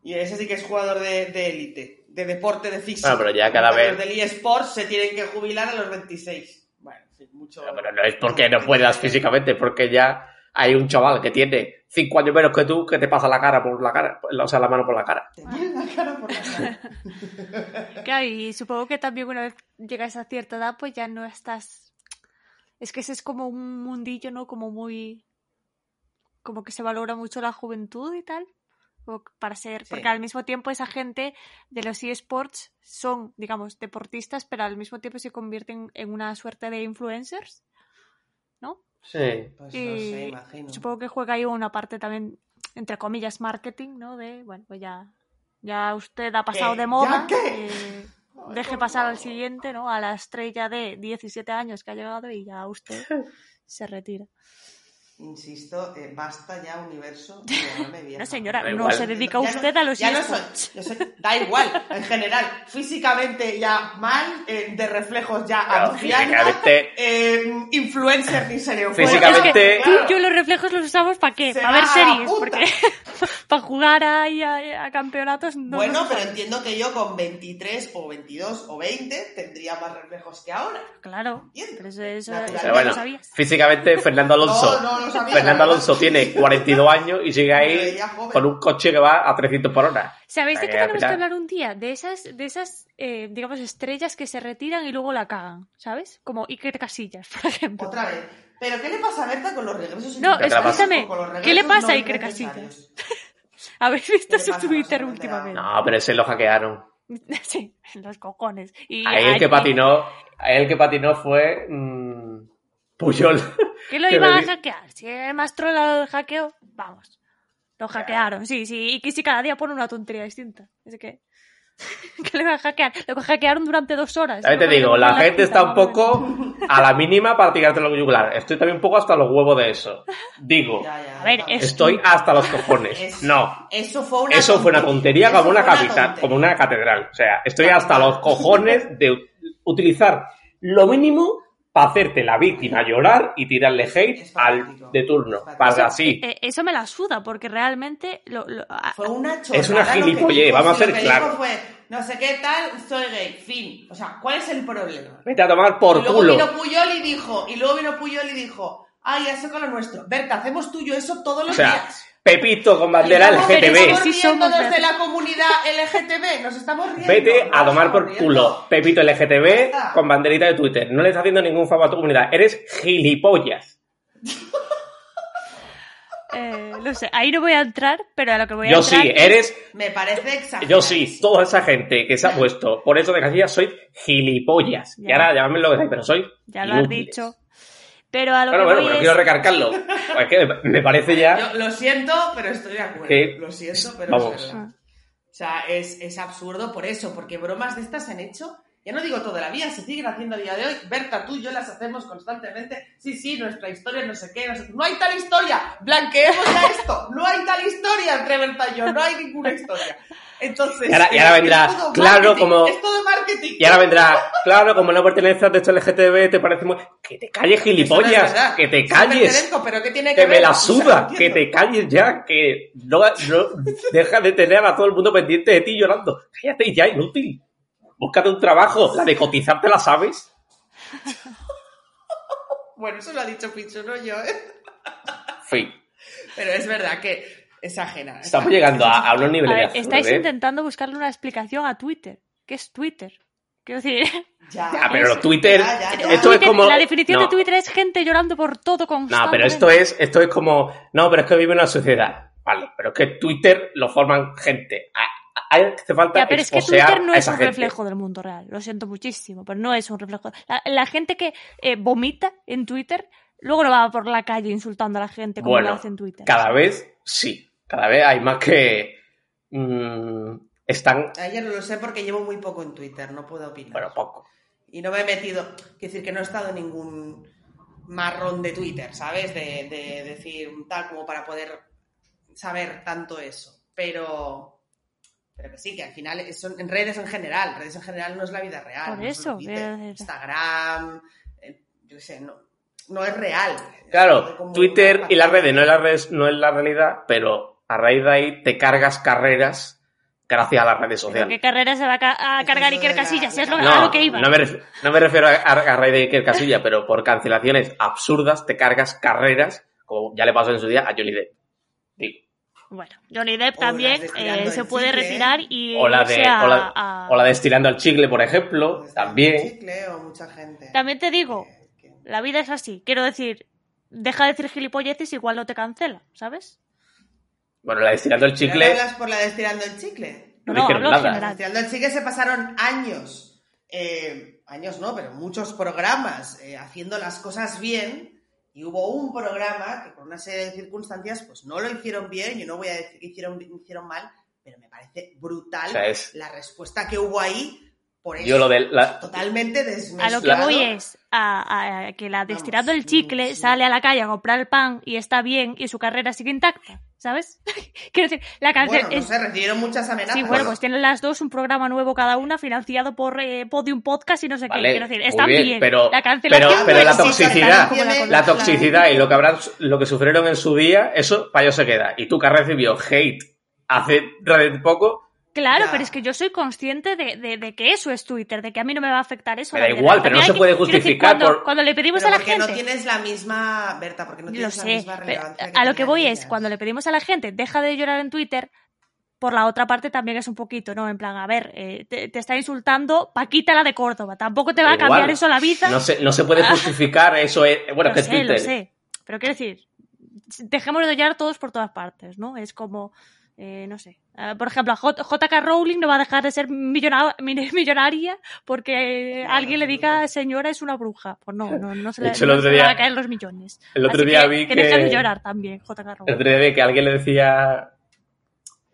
Speaker 1: Y ese sí que es jugador de de élite, de, deporte, de física.
Speaker 3: Bueno, Ah, pero ya cada
Speaker 1: Pero
Speaker 3: vez-
Speaker 1: Los del eSports se tienen que jubilar a los 26. Bueno, sí, mucho.
Speaker 3: Ah, pero no es porque no puedas físicamente, porque ya hay un chaval que tiene cinco años menos que tú que te pasa la cara por la cara, o sea, la mano por la cara.
Speaker 1: Te viene la cara por la cara.
Speaker 2: Claro, y supongo que también una vez llegas a cierta edad, pues ya no estás. Es que ese es como un mundillo, ¿no? Como muy. Como que se valora mucho la juventud y tal. como que Para
Speaker 1: Sí.
Speaker 2: ser. Porque al mismo tiempo esa gente de los eSports son, digamos, deportistas, pero al mismo tiempo se convierten en una suerte de influencers, ¿no?
Speaker 3: Sí.
Speaker 1: Pues no
Speaker 2: Y
Speaker 1: sé, imagino.
Speaker 2: Supongo que juega ahí una parte también, entre comillas, marketing, ¿no? De, bueno, pues ya, ya usted ha pasado
Speaker 1: ¿Qué?
Speaker 2: de
Speaker 1: ¿Ya
Speaker 2: moda.
Speaker 1: qué?
Speaker 2: eh, deje pasar al siguiente, ¿no? A la estrella de 17 años que ha llegado y ya usted se retira.
Speaker 1: Insisto, eh, basta ya universo. de llamarme vieja.
Speaker 2: No, señora,
Speaker 3: Da
Speaker 2: no
Speaker 3: igual.
Speaker 2: se dedica
Speaker 1: Ya no-
Speaker 2: usted a los
Speaker 1: ya no soy,
Speaker 2: eSports.
Speaker 1: yo soy- Da igual, en general. Físicamente ya mal, eh, de reflejos ya
Speaker 3: Claro,
Speaker 1: anciana,
Speaker 3: físicamente-
Speaker 1: eh, influencer ni se le ocurre.
Speaker 3: Físicamente-
Speaker 2: Porque es que
Speaker 1: Claro.
Speaker 2: tú y yo los reflejos los usamos para qué?
Speaker 1: Se
Speaker 2: Para ver
Speaker 1: va a la
Speaker 2: series,
Speaker 1: puta.
Speaker 2: porque para jugar ahí a, a campeonatos no.
Speaker 1: bueno,
Speaker 2: nos-
Speaker 1: pero entiendo que yo con 23 o 22 o 20 tendría más reflejos que ahora.
Speaker 2: claro,
Speaker 1: entiendo.
Speaker 2: pero eso, eso,
Speaker 1: Natural.
Speaker 2: eso
Speaker 3: Pero
Speaker 2: ya lo
Speaker 3: bueno,
Speaker 2: sabías.
Speaker 3: físicamente Fernando Alonso
Speaker 1: No, no, lo sabía.
Speaker 3: Fernando
Speaker 1: la verdad.
Speaker 3: Alonso tiene 42 años y sigue ahí
Speaker 1: Veía joven.
Speaker 3: con un coche que va a 300 por hora.
Speaker 2: ¿Sabéis de
Speaker 3: Ay,
Speaker 2: qué
Speaker 3: al
Speaker 2: tenemos que
Speaker 3: final-
Speaker 2: hablar un día? De esas, de esas eh, digamos, estrellas que se retiran y luego la cagan, ¿sabes? Como Iker Casillas, por ejemplo.
Speaker 1: Otra vez. ¿Pero qué le pasa a Berta con los regresos?
Speaker 2: No,
Speaker 1: innecesarios?
Speaker 2: escúchame,
Speaker 1: Con los
Speaker 2: ¿qué le
Speaker 1: regresos
Speaker 2: pasa a
Speaker 1: no
Speaker 2: Iker
Speaker 1: innecesarios.
Speaker 2: ¿Habéis visto
Speaker 1: ¿Qué le
Speaker 2: su
Speaker 1: pasa? No
Speaker 2: Twitter
Speaker 1: se me
Speaker 2: últimamente?
Speaker 3: No, pero ese lo hackearon.
Speaker 2: Sí, en los cojones. Y
Speaker 3: Ahí el que
Speaker 2: allí-
Speaker 3: patinó, ahí el que patinó fue mm, Puyol.
Speaker 2: ¿Qué lo
Speaker 3: que
Speaker 2: iban
Speaker 3: le
Speaker 2: a
Speaker 3: di-
Speaker 2: hackear? Si era el más trolado del hackeo, vamos. Lo hackearon, sí, sí. Y que si cada día pone una tontería distinta. Así que. ¿Qué le van a hackear? Lo hackearon durante dos horas.
Speaker 3: Ahí te
Speaker 2: No
Speaker 3: digo,
Speaker 2: me
Speaker 3: la
Speaker 2: acuerdo
Speaker 3: gente
Speaker 2: puta
Speaker 3: está un
Speaker 2: madre.
Speaker 3: poco a la mínima para tirarte lo yugular. Estoy también un poco hasta los huevos de eso. Digo,
Speaker 1: Ya, ya,
Speaker 2: A ver,
Speaker 1: ya.
Speaker 2: es-
Speaker 3: estoy hasta los cojones.
Speaker 1: Es-
Speaker 3: No,
Speaker 1: Eso fue una
Speaker 3: Eso fue una tontería como
Speaker 1: Eso
Speaker 3: una
Speaker 1: fue
Speaker 3: capital,
Speaker 1: tontería.
Speaker 3: como una catedral. O sea, estoy hasta los cojones de u- utilizar lo mínimo para hacerte la víctima llorar y tirarle hate
Speaker 1: Es
Speaker 3: al
Speaker 1: patético.
Speaker 3: de turno.
Speaker 1: Es patético.
Speaker 3: Para así.
Speaker 2: Eh, eso me la suda, porque realmente. Lo, lo- a-
Speaker 1: Fue una chorrada.
Speaker 3: Es una
Speaker 1: lo que
Speaker 3: gilipollez,
Speaker 1: dijo,
Speaker 3: vamos a
Speaker 1: si lo
Speaker 3: ser
Speaker 1: que
Speaker 3: claros.
Speaker 1: dijo fue, no sé qué tal, soy gay, fin. O sea, ¿cuál es el problema?
Speaker 3: Vete a tomar por
Speaker 1: y luego
Speaker 3: culo.
Speaker 1: vino Puyol y dijo, y luego vino Puyol y dijo, ay, ya sé con lo nuestro. Berta, hacemos tuyo eso todos los
Speaker 3: O sea,
Speaker 1: días.
Speaker 3: Pepito con bandera
Speaker 1: Estamos-
Speaker 2: pero
Speaker 3: LGTB.
Speaker 1: Estamos
Speaker 2: Sí
Speaker 1: riéndonos
Speaker 2: somos,
Speaker 1: de la comunidad LGTB, nos estamos riendo.
Speaker 3: Vete
Speaker 1: nos
Speaker 3: a tomar por
Speaker 1: estamos riendo.
Speaker 3: culo. Pepito LGTB
Speaker 1: está.
Speaker 3: con banderita de Twitter. No le estás haciendo ningún favor a tu comunidad. Eres gilipollas.
Speaker 2: eh, no sé, ahí no voy a entrar, pero a lo que voy a
Speaker 3: Yo
Speaker 2: entrar.
Speaker 3: sí, eh.
Speaker 2: es-
Speaker 3: eres
Speaker 1: Me parece exagerado.
Speaker 3: Yo sí, toda esa gente que se ha puesto por eso de Casillas soy gilipollas. Y
Speaker 2: Ya.
Speaker 3: ahora llámame lo que sea, pero soy.
Speaker 2: Ya lo has
Speaker 3: inútiles.
Speaker 2: dicho. Pero a lo que
Speaker 3: Bueno, bueno,
Speaker 2: voy
Speaker 3: pero
Speaker 2: es-
Speaker 3: quiero recargarlo. Es que me- me parece ya.
Speaker 1: Yo lo siento, pero estoy de acuerdo.
Speaker 3: Sí.
Speaker 1: Lo siento, pero
Speaker 3: Vamos.
Speaker 1: es
Speaker 2: ah,
Speaker 1: verdad. O sea, es, es absurdo por eso, porque bromas de estas se han hecho. Ya no digo toda la vida, se siguen haciendo a día de hoy. Berta, tú y yo las hacemos constantemente. Sí, sí, nuestra historia, no sé qué. No, sé- no hay tal historia. Blanqueemos ya esto. No hay tal historia entre Berta y yo. No hay ninguna historia. Entonces.
Speaker 3: Y ahora- y ahora
Speaker 1: es-
Speaker 3: vendrá,
Speaker 1: es todo
Speaker 3: claro,
Speaker 1: marketing,
Speaker 3: como-
Speaker 1: Es todo marketing.
Speaker 3: Y ahora vendrá, claro, como no perteneces a esto LGTB, te parece muy. Que te calles,
Speaker 1: Eso no es
Speaker 3: gilipollas.
Speaker 1: verdad.
Speaker 3: que te
Speaker 1: Sí,
Speaker 3: calles.
Speaker 1: pertenezco, pero ¿qué tiene que
Speaker 3: Que me
Speaker 1: ver?
Speaker 3: la
Speaker 1: O sea,
Speaker 3: suda.
Speaker 1: no
Speaker 3: que
Speaker 1: entiendo.
Speaker 3: te calles ya. Que no, no- deja de tener a todo el mundo pendiente de ti llorando. Cállate ya, inútil. Búscate un trabajo. La de cotizarte la sabes.
Speaker 1: Bueno, eso lo ha dicho Pichu, no yo, ¿eh?
Speaker 3: Fin.
Speaker 1: Pero es verdad que es ajena.
Speaker 3: Estamos llegando a, a unos
Speaker 2: A
Speaker 3: niveles
Speaker 2: ver,
Speaker 3: de
Speaker 2: estáis
Speaker 3: absurdez.
Speaker 2: intentando buscarle una explicación a Twitter. ¿Qué es Twitter? Quiero decir,
Speaker 1: Ya.
Speaker 3: Ah, pero
Speaker 2: Es-
Speaker 3: Twitter.
Speaker 1: Ya, ya, ya.
Speaker 3: Esto es
Speaker 2: Twitter-
Speaker 3: como.
Speaker 2: la definición
Speaker 3: no,
Speaker 2: de Twitter es gente llorando por todo
Speaker 3: No,
Speaker 2: constantemente.
Speaker 3: pero esto es, esto es como. No, pero es que vive en una sociedad. Vale, pero es que Twitter lo forman gente. A- a- Hace falta
Speaker 2: Ya, pero es que
Speaker 3: exposear
Speaker 2: Twitter no
Speaker 3: a
Speaker 2: es
Speaker 3: esa
Speaker 2: un
Speaker 3: gente.
Speaker 2: reflejo del mundo real. Lo siento muchísimo, pero no es un reflejo. La, la gente que eh, vomita en Twitter, luego no va por la calle insultando a la gente como
Speaker 3: Bueno,
Speaker 2: lo hace en Twitter.
Speaker 3: Cada vez sí. Cada vez hay más que. mm, están.
Speaker 1: Ayer Ah, no lo sé porque llevo muy poco en Twitter, no puedo opinar.
Speaker 3: Bueno, pues- poco.
Speaker 1: Y no me he metido, quiero decir que no he estado en ningún marrón de Twitter, ¿sabes? De, de decir tal como para poder saber tanto eso. Pero, pero que sí, que al final son en redes en general, redes en general no es la vida real.
Speaker 2: Por
Speaker 1: no es
Speaker 2: eso,
Speaker 1: Twitter,
Speaker 2: pero-
Speaker 1: Instagram, eh, yo qué sé, no, no es real. Es
Speaker 3: Claro,
Speaker 1: como
Speaker 3: Twitter
Speaker 1: una
Speaker 3: y las redes no es la, red- no es la realidad, pero a raíz de ahí te cargas carreras gracias a las redes
Speaker 2: Pero
Speaker 3: sociales.
Speaker 2: ¿Qué carrera se va a, ca- a
Speaker 1: Eso
Speaker 2: cargar
Speaker 1: es lo
Speaker 2: Iker
Speaker 1: de la-
Speaker 2: Casillas?
Speaker 1: la-
Speaker 2: Es lo, a
Speaker 3: No,
Speaker 2: lo que iba.
Speaker 3: no me, ref- no me refiero a, a- a raíz de Iker Casilla, pero por cancelaciones absurdas te cargas carreras, como ya le pasó en su día a Johnny Depp. Digo,
Speaker 2: Bueno, Johnny Depp
Speaker 1: O las
Speaker 2: también
Speaker 1: de
Speaker 2: eh,
Speaker 1: tirando
Speaker 2: se
Speaker 1: el
Speaker 2: puede
Speaker 1: chicle.
Speaker 2: retirar y
Speaker 3: o, la de,
Speaker 2: irse a-
Speaker 3: o, la,
Speaker 2: a-
Speaker 3: o la de Estirando al Chicle, por ejemplo,
Speaker 1: Pues
Speaker 3: también.
Speaker 1: chicle o mucha gente.
Speaker 2: También te digo,
Speaker 1: Que- que-
Speaker 2: la vida es así. Quiero decir, deja de decir gilipolleces, igual no te cancela, ¿sabes?
Speaker 3: Bueno, la de Estirando el
Speaker 1: ¿Pero
Speaker 3: Chicle,
Speaker 1: hablas por la de estirando el chicle?
Speaker 2: No,
Speaker 3: No
Speaker 2: no,
Speaker 3: dijeron
Speaker 2: hablo
Speaker 1: Las
Speaker 2: en
Speaker 3: nada.
Speaker 1: de
Speaker 2: general.
Speaker 1: estirando el chicle se pasaron años, eh, años no, pero muchos programas eh, haciendo las cosas bien y hubo un programa que por una serie de circunstancias pues no lo hicieron bien, yo no voy a decir que hicieron, hicieron mal, pero me parece brutal
Speaker 3: O sea, es-
Speaker 1: la respuesta que hubo ahí por eso.
Speaker 3: yo lo de la,
Speaker 1: Totalmente
Speaker 2: A lo
Speaker 1: desmesurado.
Speaker 2: que voy es a, a- a que la de
Speaker 1: Vamos,
Speaker 2: estirando el chicle
Speaker 1: sí.
Speaker 2: sale a la calle a comprar el pan y está bien y su carrera sigue intacta, ¿sabes? Quiero decir, la cancela
Speaker 1: Bueno, no sé, recibieron muchas amenazas.
Speaker 2: Sí, bueno, pues tienen las dos un programa nuevo cada una financiado por eh, Podium Podcast y no sé
Speaker 3: Vale,
Speaker 2: qué. Quiero decir,
Speaker 3: muy
Speaker 2: están
Speaker 3: bien,
Speaker 2: bien.
Speaker 3: pero-
Speaker 2: la cancelación
Speaker 3: pero- pero
Speaker 2: no
Speaker 3: la
Speaker 2: existe,
Speaker 3: toxicidad-
Speaker 2: tanto como
Speaker 1: la
Speaker 2: condena.
Speaker 3: la toxicidad y lo que, habrán, lo que sufrieron en su día, eso para ellos se queda. Y tú que has recibido hate hace relativamente poco,
Speaker 2: Claro,
Speaker 1: Ya.
Speaker 2: pero es que yo soy consciente de, de- de que eso es Twitter, de que a mí no me va a afectar eso.
Speaker 3: Me da
Speaker 2: la
Speaker 3: igual,
Speaker 2: verdad.
Speaker 3: pero no
Speaker 2: También
Speaker 3: se
Speaker 2: hay
Speaker 3: puede
Speaker 2: que- quiero decir,
Speaker 3: justificar
Speaker 2: cuando,
Speaker 3: por-
Speaker 2: cuando le pedimos
Speaker 1: Pero
Speaker 2: a la
Speaker 1: porque
Speaker 2: gente...
Speaker 1: no tienes la misma, Berta, porque no
Speaker 2: Lo
Speaker 1: tienes la
Speaker 2: sé,
Speaker 1: misma
Speaker 2: pero
Speaker 1: relevancia.
Speaker 2: a lo que
Speaker 1: tenían
Speaker 2: voy
Speaker 1: ellas.
Speaker 2: es, cuando le pedimos a la gente, deja de llorar en Twitter, por la otra parte también es un poquito, ¿no? En plan, a ver, eh, te, te está insultando Paquita la de Córdoba, tampoco te va a
Speaker 3: Igual.
Speaker 2: cambiar eso la vida.
Speaker 3: No se, no se puede justificar eso. Es, bueno,
Speaker 2: lo
Speaker 3: es que
Speaker 2: sé, lo
Speaker 3: Twitter.
Speaker 2: sé. Pero quiero decir, dejémonos de llorar todos por todas partes, ¿no? Es como, eh, no sé. Ah, por ejemplo, a J- JK Rowling no va a dejar de ser millona- mil- millonaria porque
Speaker 1: No,
Speaker 2: alguien
Speaker 1: absolutamente.
Speaker 2: le diga señora es una bruja. Pues no, no, no se
Speaker 3: De
Speaker 2: le,
Speaker 3: hecho, el
Speaker 2: no
Speaker 3: otro
Speaker 2: se le van
Speaker 3: día-
Speaker 2: a caer los millones.
Speaker 3: el otro
Speaker 2: Así
Speaker 3: día
Speaker 2: que,
Speaker 3: vi
Speaker 2: que deje de
Speaker 3: que-
Speaker 2: llorar también, JK
Speaker 3: El
Speaker 2: Rowling.
Speaker 3: otro día vi que alguien le decía.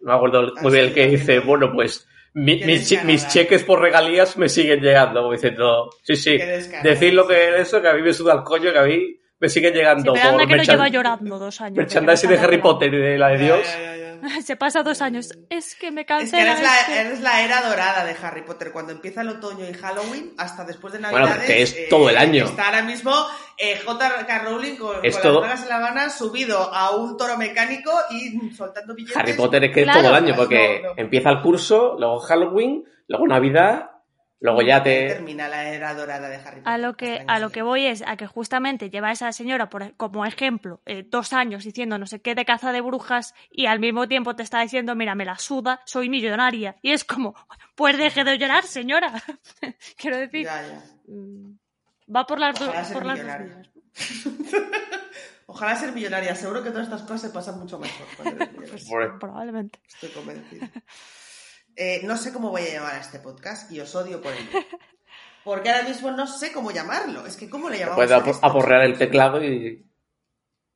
Speaker 3: No me acuerdo
Speaker 1: Ah,
Speaker 3: muy bien
Speaker 1: sí,
Speaker 3: el que
Speaker 1: también.
Speaker 3: dice, bueno, pues mi-
Speaker 1: Que
Speaker 3: mis, che- mis
Speaker 1: descarada.
Speaker 3: cheques por regalías me siguen llegando. Como diciendo, sí, sí,
Speaker 1: Que descarada,
Speaker 3: decir lo
Speaker 1: sí.
Speaker 3: que es eso, que a mí me suda el coño, que a mí me siguen
Speaker 2: Sí,
Speaker 3: llegando
Speaker 2: pero anda
Speaker 3: por
Speaker 2: que no
Speaker 3: merchan-
Speaker 2: lleva llorando dos años. de que no
Speaker 3: merchandising de
Speaker 2: para
Speaker 3: Harry
Speaker 2: llorar.
Speaker 3: Potter y de la de
Speaker 1: Ya,
Speaker 3: Dios.
Speaker 1: ya, ya, ya.
Speaker 2: Se pasa dos años. Es que me
Speaker 1: Es que
Speaker 2: cancela.
Speaker 1: eres la,
Speaker 2: Ah, es que-
Speaker 1: eres la era dorada de Harry Potter. Cuando empieza el otoño y Halloween, hasta después de
Speaker 3: Bueno, pues
Speaker 1: Navidades...
Speaker 3: que es todo el año.
Speaker 1: Eh, Está ahora mismo eh, J.K. Rowling con, con
Speaker 3: Es
Speaker 1: las
Speaker 3: todo-
Speaker 1: bragas en la Habana subido a un toro mecánico y soltando billetes.
Speaker 3: Harry Potter es que
Speaker 2: Claro.
Speaker 3: es todo el año, porque
Speaker 1: No, no.
Speaker 3: empieza el curso, luego Halloween, luego Navidad, luego ya
Speaker 1: Ahí
Speaker 3: te.
Speaker 1: termina la era dorada de Harry Potter.
Speaker 2: A lo
Speaker 1: hasta
Speaker 2: que,
Speaker 1: el año
Speaker 2: a lo que
Speaker 1: siguiente.
Speaker 2: voy es a que justamente lleva a esa señora por, como ejemplo eh, dos años diciendo no sé qué de caza de brujas y al mismo tiempo te está diciendo mira me la suda, soy millonaria y es como pues deje de llorar señora quiero decir
Speaker 1: Ya, ya.
Speaker 2: mm, va por las, do-
Speaker 1: Ojalá ser
Speaker 2: por las dos
Speaker 1: millonaria.
Speaker 2: vías.
Speaker 1: Ojalá ser millonaria. Seguro que todas estas cosas se pasan mucho mejor cuando eres millonaria.
Speaker 2: Pues,
Speaker 3: Bueno.
Speaker 2: probablemente.
Speaker 1: Estoy convencida. Eh, no sé cómo voy a llamar a este podcast y os odio por ello. Porque ahora mismo no sé cómo llamarlo. Es que cómo le llamamos
Speaker 3: Puedes
Speaker 1: a
Speaker 3: ap-
Speaker 1: esto?
Speaker 3: aporrear el teclado y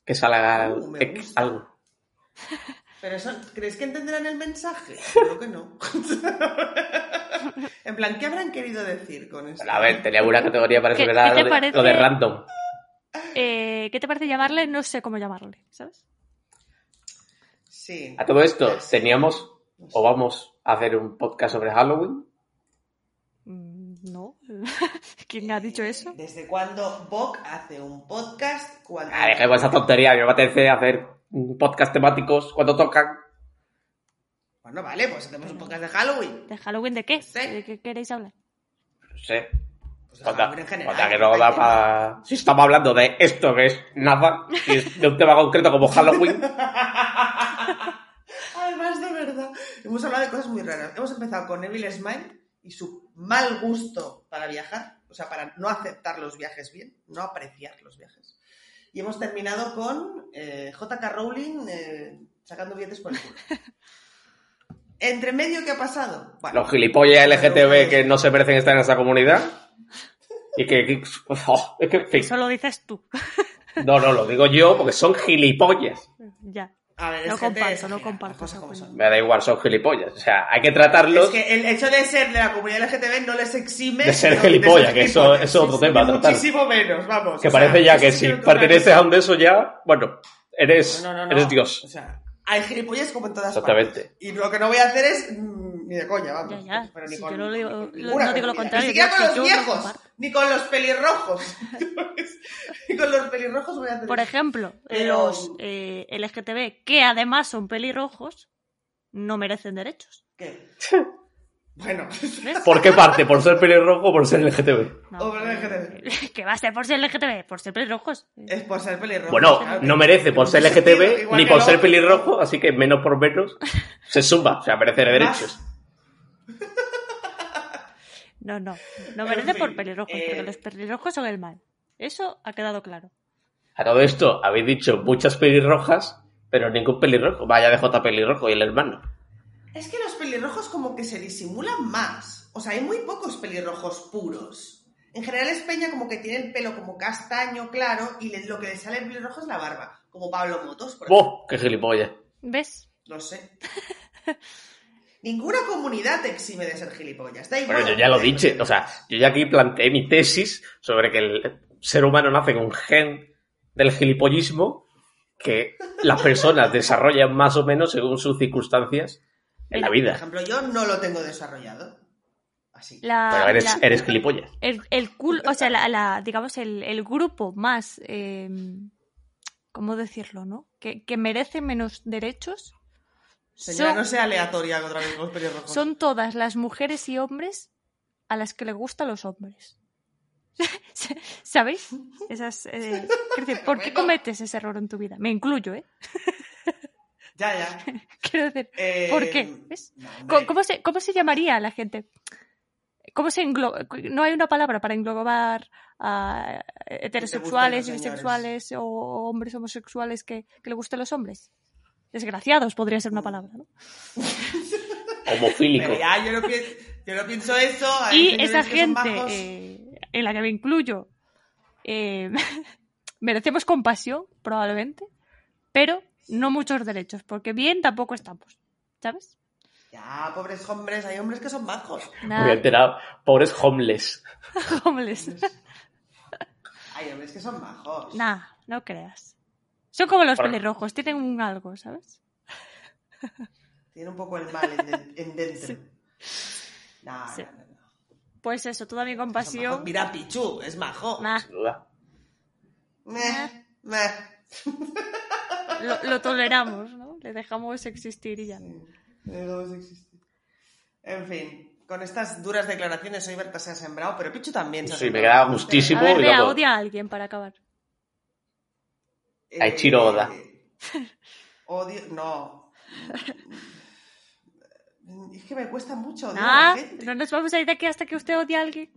Speaker 3: que salga
Speaker 1: Uh, me
Speaker 3: tec-
Speaker 1: gusta.
Speaker 3: algo.
Speaker 1: Pero eso, ¿crees que entenderán el mensaje? Creo que no. en plan, ¿qué habrán querido decir con esto?
Speaker 3: A ver, teníamos una categoría para eso
Speaker 2: ¿Qué-
Speaker 3: que era
Speaker 2: qué te
Speaker 3: lo de-
Speaker 2: parece?
Speaker 3: lo de random.
Speaker 2: Eh, ¿Qué te parece llamarle? No sé cómo llamarle, ¿sabes?
Speaker 1: Sí.
Speaker 3: A todo esto, teníamos o vamos a hacer un podcast sobre Halloween.
Speaker 2: Mm, No. ¿Quién ha dicho eso?
Speaker 1: ¿Desde cuándo Vogue hace un podcast? Cuando...
Speaker 3: Ah, dejemos esa tontería, me apetece hacer un podcast temáticos cuando tocan.
Speaker 1: Bueno, vale, pues hacemos un podcast de Halloween.
Speaker 2: ¿De Halloween de qué?
Speaker 1: Sí.
Speaker 2: ¿De qué queréis hablar?
Speaker 3: No sé.
Speaker 1: Pues de
Speaker 3: Cuando,
Speaker 1: Halloween en general.
Speaker 3: cuando que no da para... Si estamos hablando de esto que es nada, que es de un tema concreto como Halloween,
Speaker 1: Además, de verdad, hemos hablado de cosas muy raras. Hemos empezado con Evil Smile y su mal gusto para viajar, o sea, para no aceptar los viajes bien, no apreciar los viajes. Y hemos terminado con eh, JK Rowling eh, sacando billetes por el culo. ¿Entre medio qué ha pasado? Bueno,
Speaker 3: los gilipollas LGTB que no se merecen estar en esta comunidad. Y que... que- oh, es que, en fin.
Speaker 2: Eso lo dices tú.
Speaker 3: No, no, lo digo yo porque son gilipollas.
Speaker 2: ya.
Speaker 1: a ver, es
Speaker 2: no
Speaker 1: gente
Speaker 2: comparto, no
Speaker 1: exagera, las
Speaker 2: comparto
Speaker 1: cosas
Speaker 2: esa
Speaker 1: como son.
Speaker 3: Me da igual, son gilipollas. O sea, hay que tratarlos...
Speaker 1: Es que el hecho de ser de la comunidad LGTB no les exime
Speaker 3: De ser
Speaker 1: no,
Speaker 3: gilipollas,
Speaker 1: ser
Speaker 3: que eso-
Speaker 1: gilipollas.
Speaker 3: eso es otro
Speaker 1: Sí, sí,
Speaker 3: tema a
Speaker 1: ni
Speaker 3: tratar.
Speaker 1: Muchísimo menos, vamos.
Speaker 3: Que
Speaker 1: o sea,
Speaker 3: parece ya
Speaker 1: eso
Speaker 3: que
Speaker 1: sí
Speaker 3: si
Speaker 1: es otra
Speaker 3: perteneces
Speaker 1: cosa.
Speaker 3: a un de esos ya, bueno, eres,
Speaker 1: No, no, no, no.
Speaker 3: eres Dios.
Speaker 1: O sea, hay gilipollas como en todas
Speaker 3: Exactamente.
Speaker 1: partes. Y lo que no voy a hacer es mm, ni de coña, vamos.
Speaker 2: Ya, ya.
Speaker 1: Pero ni
Speaker 2: Si
Speaker 1: con-
Speaker 2: yo no digo-
Speaker 1: ni con
Speaker 2: lo-
Speaker 1: ninguna
Speaker 2: no digo lo
Speaker 1: comunidad.
Speaker 2: contrario,
Speaker 1: Ni siquiera
Speaker 2: yo-
Speaker 1: con
Speaker 2: si
Speaker 1: los
Speaker 2: yo no
Speaker 1: viejos,
Speaker 2: comparto.
Speaker 1: ni con los pelirrojos. ni con los pelirrojos voy a hacer
Speaker 2: Por
Speaker 1: eso.
Speaker 2: ejemplo,
Speaker 1: Pero-
Speaker 2: los eh, LGTB, que además son pelirrojos, no merecen derechos.
Speaker 1: ¿Qué? Bueno,
Speaker 2: ¿Ves?
Speaker 3: ¿Por qué parte? ¿Por ser pelirrojo o por ser LGTB?
Speaker 2: No,
Speaker 1: o por
Speaker 2: eh,
Speaker 1: LGTB.
Speaker 2: que va a ser por ser LGTB, por ser pelirrojos.
Speaker 1: es por ser pelirrojo.
Speaker 3: Bueno,
Speaker 1: claro que-
Speaker 3: no merece por ser LGTB
Speaker 1: Igual
Speaker 3: ni
Speaker 1: que
Speaker 3: por
Speaker 1: no.
Speaker 3: ser pelirrojo, así que menos por menos se suma, o sea, merece derechos.
Speaker 2: No, no, no
Speaker 1: En
Speaker 2: merece
Speaker 1: fin,
Speaker 2: por pelirrojos,
Speaker 1: eh,
Speaker 2: porque los pelirrojos son el mal. Eso ha quedado claro.
Speaker 3: A todo esto habéis dicho muchas pelirrojas, pero ningún pelirrojo. Vaya de J pelirrojo y el hermano.
Speaker 1: Es que los pelirrojos como que se disimulan más. O sea, hay muy pocos pelirrojos puros. En general es peña como que tiene el pelo como castaño claro y les- lo que le sale al pelirrojo es la barba, como Pablo Motos, por ejemplo.
Speaker 3: ¡Wow! ¡Oh! ¡Qué gilipollas!
Speaker 2: ¿Ves?
Speaker 1: No sé. Ninguna comunidad te exime de ser gilipollas. Da igual. Eh,
Speaker 3: Bueno, yo ya lo dije, o sea, yo ya aquí planteé mi tesis sobre que el ser humano nace con un gen del gilipollismo que las personas desarrollan más o menos según sus circunstancias en la
Speaker 1: Por
Speaker 3: vida.
Speaker 1: ejemplo, yo no lo tengo desarrollado. Así.
Speaker 2: La-
Speaker 3: Pero eres,
Speaker 2: la-
Speaker 3: eres gilipollas.
Speaker 2: el, el cul- o sea, la, la- digamos, el, el grupo más, eh, ¿cómo decirlo, no? Que, que merece menos derechos
Speaker 1: Señora,
Speaker 2: Son-
Speaker 1: no sea aleatoria otra vez con los pelirrojos.
Speaker 2: Son todas las mujeres y hombres a las que le gustan los hombres. ¿Sabéis? Esas, eh, quiero decir, ¿Por qué
Speaker 1: Bueno.
Speaker 2: cometes ese error en tu vida? Me incluyo, ¿eh?
Speaker 1: Ya, ya.
Speaker 2: Quiero decir,
Speaker 1: Eh,
Speaker 2: ¿Por qué? ¿Ves?
Speaker 1: no,
Speaker 2: Co-
Speaker 1: hombre.
Speaker 2: ¿Cómo se, cómo se llamaría a la gente? ¿Cómo se englo- No hay una palabra para englobar a heterosexuales,
Speaker 1: Que te gustan los
Speaker 2: bisexuales o hombres homosexuales que, que le gusten los hombres. Desgraciados podría ser una palabra, ¿no?
Speaker 3: Homofílico.
Speaker 1: Pero ya, yo no pienso, yo no pienso eso. hay
Speaker 2: Y
Speaker 1: señores
Speaker 2: esa
Speaker 1: que son
Speaker 2: gente
Speaker 1: bajos.
Speaker 2: eh, en la que me incluyo, eh, merecemos compasión, probablemente, pero no muchos derechos, porque bien tampoco estamos, ¿sabes?
Speaker 1: Ya, pobres hombres, hay hombres que son bajos.
Speaker 3: Me había
Speaker 2: Nada,
Speaker 3: enterado. Pobres homeless.
Speaker 2: homeless.
Speaker 1: Hay hombres que son bajos.
Speaker 2: Nah, no creas. Son como los
Speaker 3: Bueno.
Speaker 2: pelirrojos, tienen un algo, ¿sabes?
Speaker 1: Tiene un poco el mal en, den- en dentro. Nah,
Speaker 2: Sí.
Speaker 1: nah, nah, nah.
Speaker 2: Pues eso, toda mi
Speaker 1: Son bajos.
Speaker 2: compasión.
Speaker 1: Mira, Pichu, es majo.
Speaker 2: nah,
Speaker 3: Sin duda.
Speaker 1: Meh, meh.
Speaker 2: lo, lo toleramos, ¿no? Le dejamos existir y ya.
Speaker 1: Eh, no sé existir. En fin, con estas duras declaraciones hoy Berta se ha sembrado, pero Pichu también se ha
Speaker 3: Sí, me
Speaker 1: sembrado.
Speaker 3: quedaba gustísimo.
Speaker 2: A ver, Bea,
Speaker 3: vamos.
Speaker 2: odia a alguien para acabar.
Speaker 1: Eh,
Speaker 3: A Ichiro Oda.
Speaker 1: Odio... No. Es que me cuesta mucho odiar a
Speaker 2: Nah,
Speaker 1: la gente.
Speaker 2: no nos vamos a ir de aquí hasta que usted odie a alguien.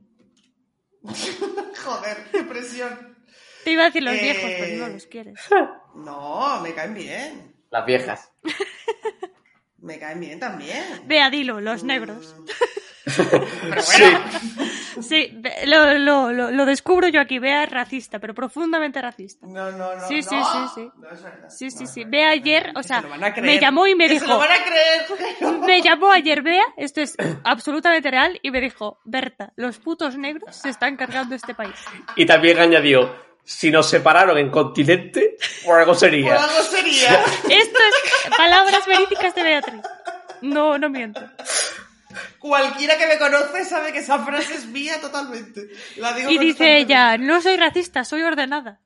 Speaker 1: Joder, qué presión.
Speaker 2: Te iba a decir los
Speaker 1: Eh.
Speaker 2: viejos, pero no los quieres.
Speaker 1: No, me caen bien.
Speaker 3: Las viejas.
Speaker 1: Me caen bien también.
Speaker 2: Vea, dilo, los negros.
Speaker 1: Mm,
Speaker 3: Sí.
Speaker 2: Sí, ve- lo, lo- lo- lo descubro yo aquí. Vea es racista, pero profundamente racista.
Speaker 1: No, no, no.
Speaker 2: Sí,
Speaker 1: no.
Speaker 2: sí, sí, sí.
Speaker 1: No es verdad.
Speaker 2: Sí, sí,
Speaker 1: no es
Speaker 2: sí.
Speaker 1: verdad.
Speaker 2: Ve ayer, o
Speaker 1: Que se
Speaker 2: sea,
Speaker 1: lo van a
Speaker 2: me
Speaker 1: creer.
Speaker 2: llamó y me
Speaker 1: Que
Speaker 2: dijo-
Speaker 1: Se lo van a creer.
Speaker 2: Me llamó ayer Bea, esto es absolutamente real, y me dijo, Berta, los putos negros se están cargando este país.
Speaker 3: Y también añadió, si nos separaron en continente, por algo
Speaker 1: Por
Speaker 3: sería.
Speaker 1: algo sería.
Speaker 2: Esto es palabras verídicas de Beatriz. No, no miento.
Speaker 1: Cualquiera que me conoce sabe que esa frase es mía totalmente. La digo
Speaker 2: Y dice
Speaker 1: constantemente.
Speaker 2: ella, no soy racista, soy ordenada.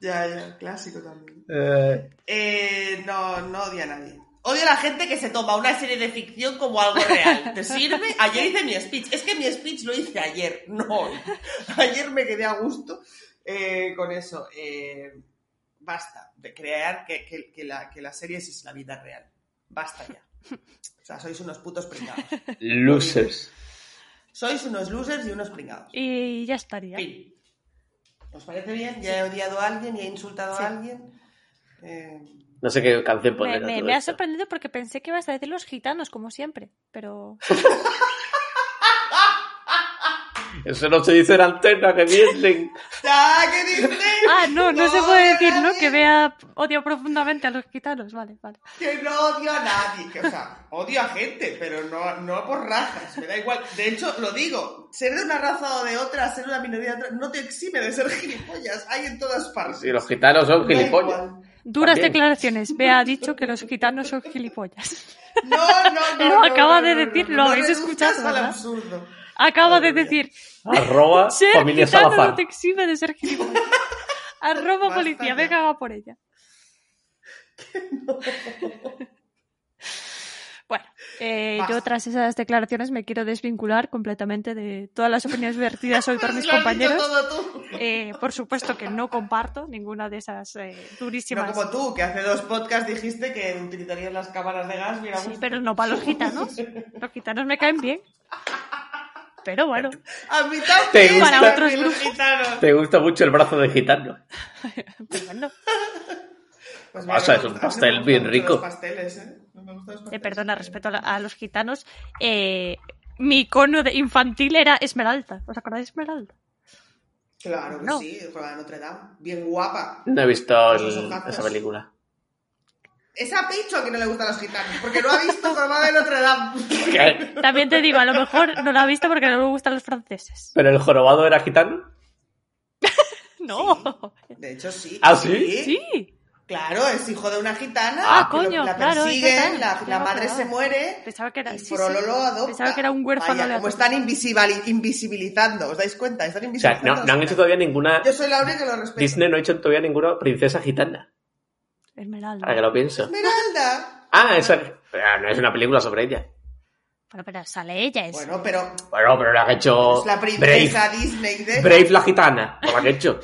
Speaker 1: Ya, ya, clásico también.
Speaker 3: Eh,
Speaker 1: Eh, no, no odio a nadie. Odio a la gente que se toma una serie de ficción como algo real. ¿Te sirve? Ayer hice mi speech. Es que mi speech lo hice ayer, no hoy. Ayer me quedé a gusto eh, con eso. Eh, basta de creer que, que- que la, que las series es la vida real. Basta ya. O sea, sois unos putos pringados.
Speaker 3: losers.
Speaker 1: Sois unos losers y unos pringados.
Speaker 2: Y ya estaría.
Speaker 1: Fin. ¿Os parece bien? Ya he odiado a alguien, ya he insultado
Speaker 2: Sí.
Speaker 1: a alguien. Eh,
Speaker 3: No sé qué canción
Speaker 2: Me,
Speaker 3: poner. a
Speaker 2: me-
Speaker 3: todo
Speaker 2: me ha
Speaker 3: esto.
Speaker 2: sorprendido porque pensé que ibas a decir los gitanos, como siempre, pero...
Speaker 3: Eso no se dice en antena, que vienen.
Speaker 1: ¡Ah, qué Disney!
Speaker 2: Ah, no, no se
Speaker 1: odio
Speaker 2: puede
Speaker 1: a
Speaker 2: decir, ¿no?
Speaker 1: nadie,
Speaker 2: Que Bea odia profundamente a los gitanos, vale, vale.
Speaker 1: Que no odio a nadie. Que, o sea, odio a gente, pero no, no por razas. Me da igual. De hecho, lo digo. Ser de una raza o de otra, ser una minoría de otra, no te exime de ser gilipollas. Hay en todas partes.
Speaker 3: Si los gitanos son
Speaker 1: Da
Speaker 3: gilipollas.
Speaker 1: igual.
Speaker 2: Duras
Speaker 3: También.
Speaker 2: declaraciones. Bea ha dicho que los gitanos son gilipollas.
Speaker 1: No, no, no.
Speaker 2: No, acaba de
Speaker 1: no, no,
Speaker 2: decir,
Speaker 1: no,
Speaker 2: lo
Speaker 1: no
Speaker 2: habéis
Speaker 1: reduzcas
Speaker 2: escuchado,
Speaker 1: al
Speaker 2: ¿verdad?
Speaker 1: absurdo.
Speaker 2: Acaba
Speaker 1: Madre
Speaker 2: de
Speaker 1: mía.
Speaker 2: decir,
Speaker 3: Arroba
Speaker 2: ser
Speaker 3: familia
Speaker 2: gitano
Speaker 3: Salazar.
Speaker 2: no te exime de ser gilipollas. Arroba
Speaker 1: Basta
Speaker 2: policía,
Speaker 1: ya.
Speaker 2: venga, va por ella. Bueno, eh, yo
Speaker 1: Basta.
Speaker 2: tras esas declaraciones me quiero desvincular completamente de todas las opiniones vertidas hoy por mis
Speaker 1: Lo has dicho
Speaker 2: compañeros.
Speaker 1: todo tú.
Speaker 2: Eh, por supuesto que no comparto ninguna de esas eh,
Speaker 1: No
Speaker 2: durísimas.
Speaker 1: como tú, que hace dos podcasts dijiste que utilizarías las cámaras de gas, mira, pues,
Speaker 2: Sí,
Speaker 1: gusto.
Speaker 2: pero no para los gitanos. Los gitanos me caen bien. Pero bueno,
Speaker 1: a mí también
Speaker 3: Te gusta-
Speaker 1: porque
Speaker 2: Para otros
Speaker 1: los gitanos.
Speaker 3: Te gusta mucho el brazo de gitano.
Speaker 2: pues bueno,
Speaker 1: Pues
Speaker 3: O sea,
Speaker 1: me
Speaker 3: es
Speaker 1: gusta- a mí
Speaker 3: un
Speaker 1: no me
Speaker 3: pastel
Speaker 1: gustan
Speaker 3: bien
Speaker 1: mucho
Speaker 3: rico.
Speaker 1: los pasteles, ¿eh? No me gustan los
Speaker 2: eh,
Speaker 1: pasteles.
Speaker 2: perdona, respeto a, la- a los gitanos. eh, mi icono de infantil era Esmeralda. ¿Os acordáis de Esmeralda?
Speaker 1: Claro que
Speaker 2: No.
Speaker 1: sí, con la de Notre Dame. Bien guapa.
Speaker 3: No he visto
Speaker 1: Esos
Speaker 3: el-
Speaker 1: ojazos.
Speaker 3: esa película.
Speaker 1: Esa picho que no le gustan los gitanos, porque no ha visto jornada de Notre Dame.
Speaker 3: ¿Qué?
Speaker 2: También te digo, a lo mejor no la he visto porque no me gustan los franceses.
Speaker 3: ¿Pero el jorobado era gitano?
Speaker 2: No.
Speaker 1: De hecho, sí.
Speaker 3: ¿Ah, sí?
Speaker 2: Sí.
Speaker 1: Claro, es hijo de una gitana.
Speaker 3: Ah,
Speaker 1: que lo-
Speaker 2: coño,
Speaker 1: La
Speaker 2: claro, es
Speaker 1: persiguen, la,
Speaker 2: verdad, ya
Speaker 1: la
Speaker 2: me
Speaker 1: madre
Speaker 2: acordaba.
Speaker 1: se muere.
Speaker 2: Pensaba que era-
Speaker 1: y
Speaker 2: sí,
Speaker 1: Frololo
Speaker 2: sí.
Speaker 1: lo adopta.
Speaker 2: Pensaba que era un huérfano
Speaker 1: Vaya, como
Speaker 2: aleatorio.
Speaker 1: están invisibil- invisibilizando, ¿os dais cuenta? Están
Speaker 3: O sea,
Speaker 1: invisibilizando.
Speaker 3: no,
Speaker 1: a los
Speaker 3: no han hecho
Speaker 1: gitanos.
Speaker 3: todavía ninguna.
Speaker 1: Yo soy la única que lo respeto.
Speaker 3: Disney no ha hecho todavía ninguna princesa gitana. Ahora que
Speaker 2: Esmeralda.
Speaker 3: lo pienso.
Speaker 1: Esmeralda.
Speaker 3: Ah, esa. pero no es una película sobre ella.
Speaker 2: Bueno, pero sale ella. Es...
Speaker 1: Bueno, pero
Speaker 3: Bueno, pero la que ha hecho.
Speaker 1: es la
Speaker 3: Oh, Brave.
Speaker 1: princesa Disney de...
Speaker 3: Brave la gitana. o la que ha hecho.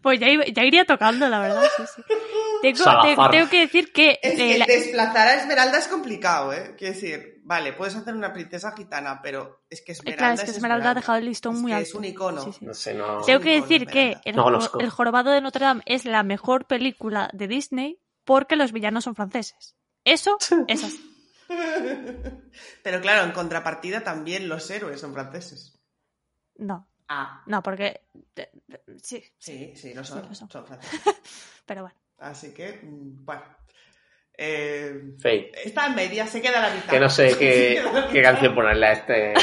Speaker 2: Pues ya, iba- ya iría tocando, la verdad. sí, sí. Tengo, te-
Speaker 3: Salazar.
Speaker 2: tengo que decir que...
Speaker 1: Es
Speaker 2: eh,
Speaker 1: que
Speaker 2: la-
Speaker 1: desplazar a Esmeralda es complicado, ¿eh? Quiero decir, vale, puedes hacer una princesa gitana, pero es que Esmeralda
Speaker 2: Eh, claro, es que Esmeralda ha dejado el listón
Speaker 1: Es
Speaker 2: muy
Speaker 1: que
Speaker 2: alto.
Speaker 1: es un icono.
Speaker 2: Sí, sí.
Speaker 3: No sé, no.
Speaker 1: Sí.
Speaker 2: Tengo que
Speaker 1: icono,
Speaker 2: decir que
Speaker 1: Esmeralda.
Speaker 2: el,
Speaker 3: No,
Speaker 2: jo-
Speaker 3: los co-
Speaker 2: el jorobado de Notre Dame es la mejor película de Disney porque los villanos son franceses. Eso es así.
Speaker 1: Pero claro, en contrapartida también los héroes son franceses.
Speaker 2: No,
Speaker 1: Ah.
Speaker 2: no, porque... de- de- Sí,
Speaker 1: Sí, sí, lo
Speaker 2: Sí,
Speaker 1: son,
Speaker 2: lo son.
Speaker 1: son franceses.
Speaker 2: pero bueno.
Speaker 1: Así que, mm, bueno. Eh,
Speaker 3: Fey.
Speaker 1: está en media, se queda la mitad.
Speaker 3: Que no sé
Speaker 1: Se
Speaker 3: qué,
Speaker 1: queda la
Speaker 3: qué
Speaker 1: mitad.
Speaker 3: canción ponerle a este.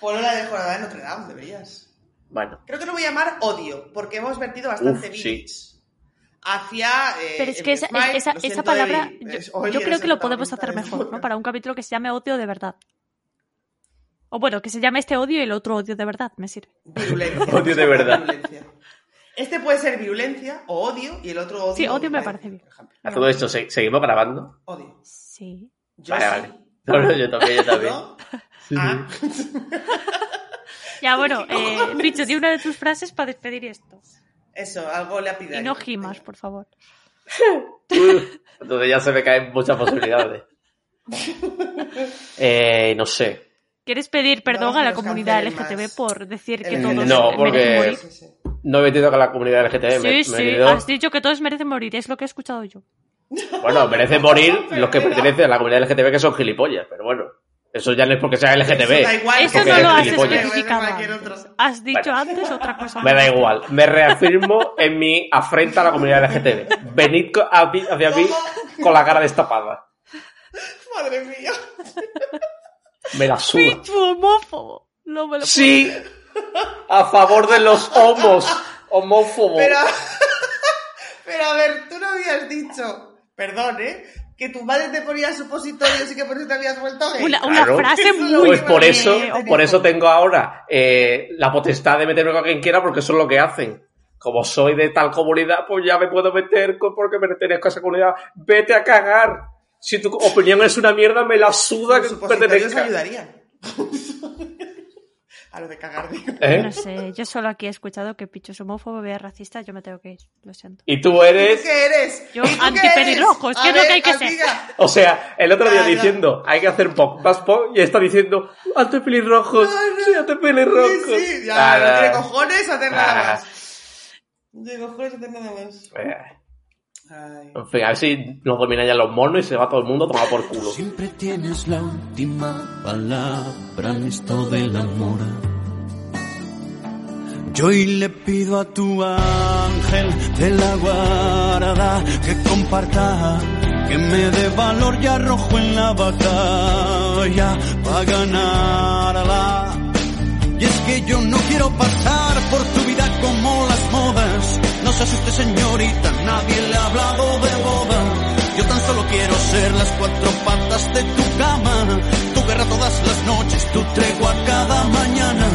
Speaker 1: Ponlo la de Jornada de Notre Dame, deberías.
Speaker 3: Bueno.
Speaker 1: Creo que lo voy a llamar odio, porque hemos vertido bastante
Speaker 3: Uf, sí.
Speaker 1: vintage hacia. eh,
Speaker 2: Pero es que
Speaker 1: Emily
Speaker 2: esa,
Speaker 1: Smile.
Speaker 2: esa-
Speaker 1: Lo
Speaker 2: esa
Speaker 1: siento,
Speaker 2: palabra
Speaker 1: Debbie.
Speaker 2: yo,
Speaker 1: Es- hoy
Speaker 2: yo
Speaker 1: eres
Speaker 2: creo que
Speaker 1: protagonista
Speaker 2: lo podemos hacer
Speaker 1: del
Speaker 2: mejor, ¿no?
Speaker 1: podcast.
Speaker 2: Para un capítulo que se llame odio de verdad. O bueno, que se llame este odio y el otro odio de verdad, me sirve.
Speaker 1: Virulencia.
Speaker 3: Odio de verdad.
Speaker 1: Virulencia. Este puede ser violencia o odio y el otro odio.
Speaker 2: Sí, odio me
Speaker 1: violencia,
Speaker 2: parece bien.
Speaker 1: por ejemplo.
Speaker 3: A todo esto, ¿se- ¿seguimos grabando?
Speaker 1: Odio.
Speaker 2: Sí.
Speaker 1: Yo
Speaker 3: Vale,
Speaker 1: sí.
Speaker 3: vale. No, no, yo también, yo también.
Speaker 1: ¿No?
Speaker 3: Sí, sí.
Speaker 1: Ah.
Speaker 2: Ya, bueno,
Speaker 1: ¿Qué
Speaker 2: eh,
Speaker 1: cojones?
Speaker 2: Picho, di una de tus frases para despedir esto.
Speaker 1: Eso, algo le Eh,
Speaker 2: Y
Speaker 1: apidáis.
Speaker 2: no gimas, por favor.
Speaker 3: Uf, Entonces ya se me caen muchas posibilidades. Eh, no sé.
Speaker 2: ¿Quieres pedir
Speaker 1: No,
Speaker 2: perdón
Speaker 1: que
Speaker 2: a la
Speaker 1: nos
Speaker 2: comunidad
Speaker 1: cancelen
Speaker 2: LGTB
Speaker 1: más.
Speaker 2: por decir que
Speaker 1: El-
Speaker 2: todos
Speaker 3: No,
Speaker 2: merecen
Speaker 3: porque-
Speaker 2: morir?
Speaker 1: Sí, sí.
Speaker 3: No he metido con la comunidad LGTB. me- me he
Speaker 2: Sí, sí,
Speaker 3: metido-
Speaker 2: has dicho que todos merecen morir, es lo que he escuchado yo.
Speaker 3: Bueno, merecen morir los que pertenecen a la comunidad LGTB que son gilipollas, pero bueno. Eso ya no es porque sea
Speaker 1: Eso da
Speaker 3: LGTB.
Speaker 1: igual,
Speaker 2: Eso
Speaker 1: porque
Speaker 2: no lo
Speaker 1: eres
Speaker 2: has
Speaker 3: gilipollas.
Speaker 2: especificado
Speaker 1: Cualquier
Speaker 2: antes.
Speaker 1: otro.
Speaker 2: Has dicho
Speaker 3: Vale.
Speaker 2: antes otra cosa.
Speaker 3: Me da igual. Me reafirmo en mi afrenta a la comunidad LGTB. Venid co- a mí- hacia mí con la cara destapada.
Speaker 1: Madre mía.
Speaker 3: Me la suda.
Speaker 2: Pichu, homófobo. No me lo
Speaker 3: Sí, a favor de los homos. Homófobo.
Speaker 1: Pero, pero a ver, tú no habías dicho, perdón, ¿eh? Que tu madre te ponía supositorios y que por eso te habías vuelto gay.
Speaker 2: Una, una
Speaker 3: Claro.
Speaker 2: frase
Speaker 1: Eso es lo
Speaker 2: muy...
Speaker 3: Pues por
Speaker 1: eh,
Speaker 3: eso,
Speaker 1: homófobo.
Speaker 3: por eso tengo ahora eh, la potestad de meterme con quien quiera porque eso es lo que hacen. Como soy de tal comunidad, pues ya me puedo meter con- porque pertenezco a esa comunidad. Vete a cagar. Si tu opinión es una mierda, me la suda
Speaker 1: Los
Speaker 3: que
Speaker 1: supositorios
Speaker 3: pertenezca.
Speaker 1: ayudarían. a lo de cagar, digo.
Speaker 3: ¿Eh?
Speaker 2: No sé, yo solo aquí he escuchado que Picho es homófobo, Bea es racista, yo me tengo que ir, lo siento.
Speaker 3: Y tú
Speaker 1: ¿Y tú
Speaker 3: eres,
Speaker 1: qué eres?
Speaker 2: Yo
Speaker 1: ¿Y tú qué
Speaker 2: antipelirrojo,
Speaker 1: eres?
Speaker 2: es
Speaker 1: A
Speaker 2: que es lo que
Speaker 1: ver,
Speaker 2: hay que ser.
Speaker 1: amiga,
Speaker 3: o sea, el otro día
Speaker 1: Claro.
Speaker 3: diciendo, hay que hacer pop, más pop, y está diciendo, ante pelirrojos,
Speaker 1: No, no.
Speaker 3: sí, ante pelirrojos.
Speaker 1: Sí, sí, ya,
Speaker 3: Ah,
Speaker 1: no tiene cojones hacer nada
Speaker 3: Ah.
Speaker 1: más. No tiene cojones hacer nada más.
Speaker 3: eh,
Speaker 1: Ay.
Speaker 3: En fin, a ver si nos dominan ya los monos y se va todo el mundo a tomar por culo.
Speaker 4: Siempre tienes la última palabra en esto del amor. Yo hoy le pido a tu ángel de la guarda que comparta, que me dé valor y arrojo en la batalla para ganarla. Y es que yo no quiero pasar por tu vida como las modas. No se asuste señorita, nadie le ha hablado de boda. Yo tan solo quiero ser las cuatro patas de tu cama. Tu guerra todas las noches, tu tregua cada mañana.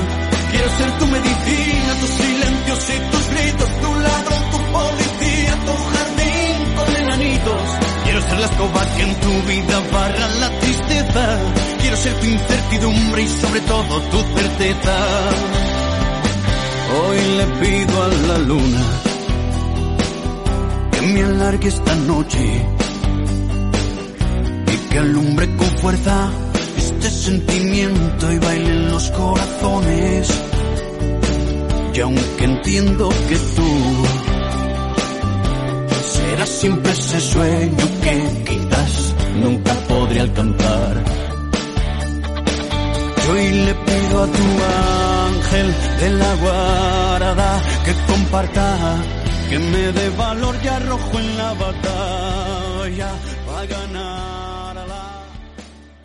Speaker 4: Quiero ser tu medicina, tus silencios y tus gritos, tu ladrón, tu policía, tu jardín con enanitos. Quiero ser la escoba que en tu vida barra la tristeza. Quiero ser tu incertidumbre y sobre todo tu certeza. Hoy le pido a la luna que me alargue esta noche y que alumbre con fuerza este sentimiento y bailen los corazones. Y aunque entiendo que tú será siempre ese sueño que quizás nunca podré alcanzar. Yo hoy le pido a tu ángel de la guarda que comparta, que me dé valor y arrojo en la batalla para ganar.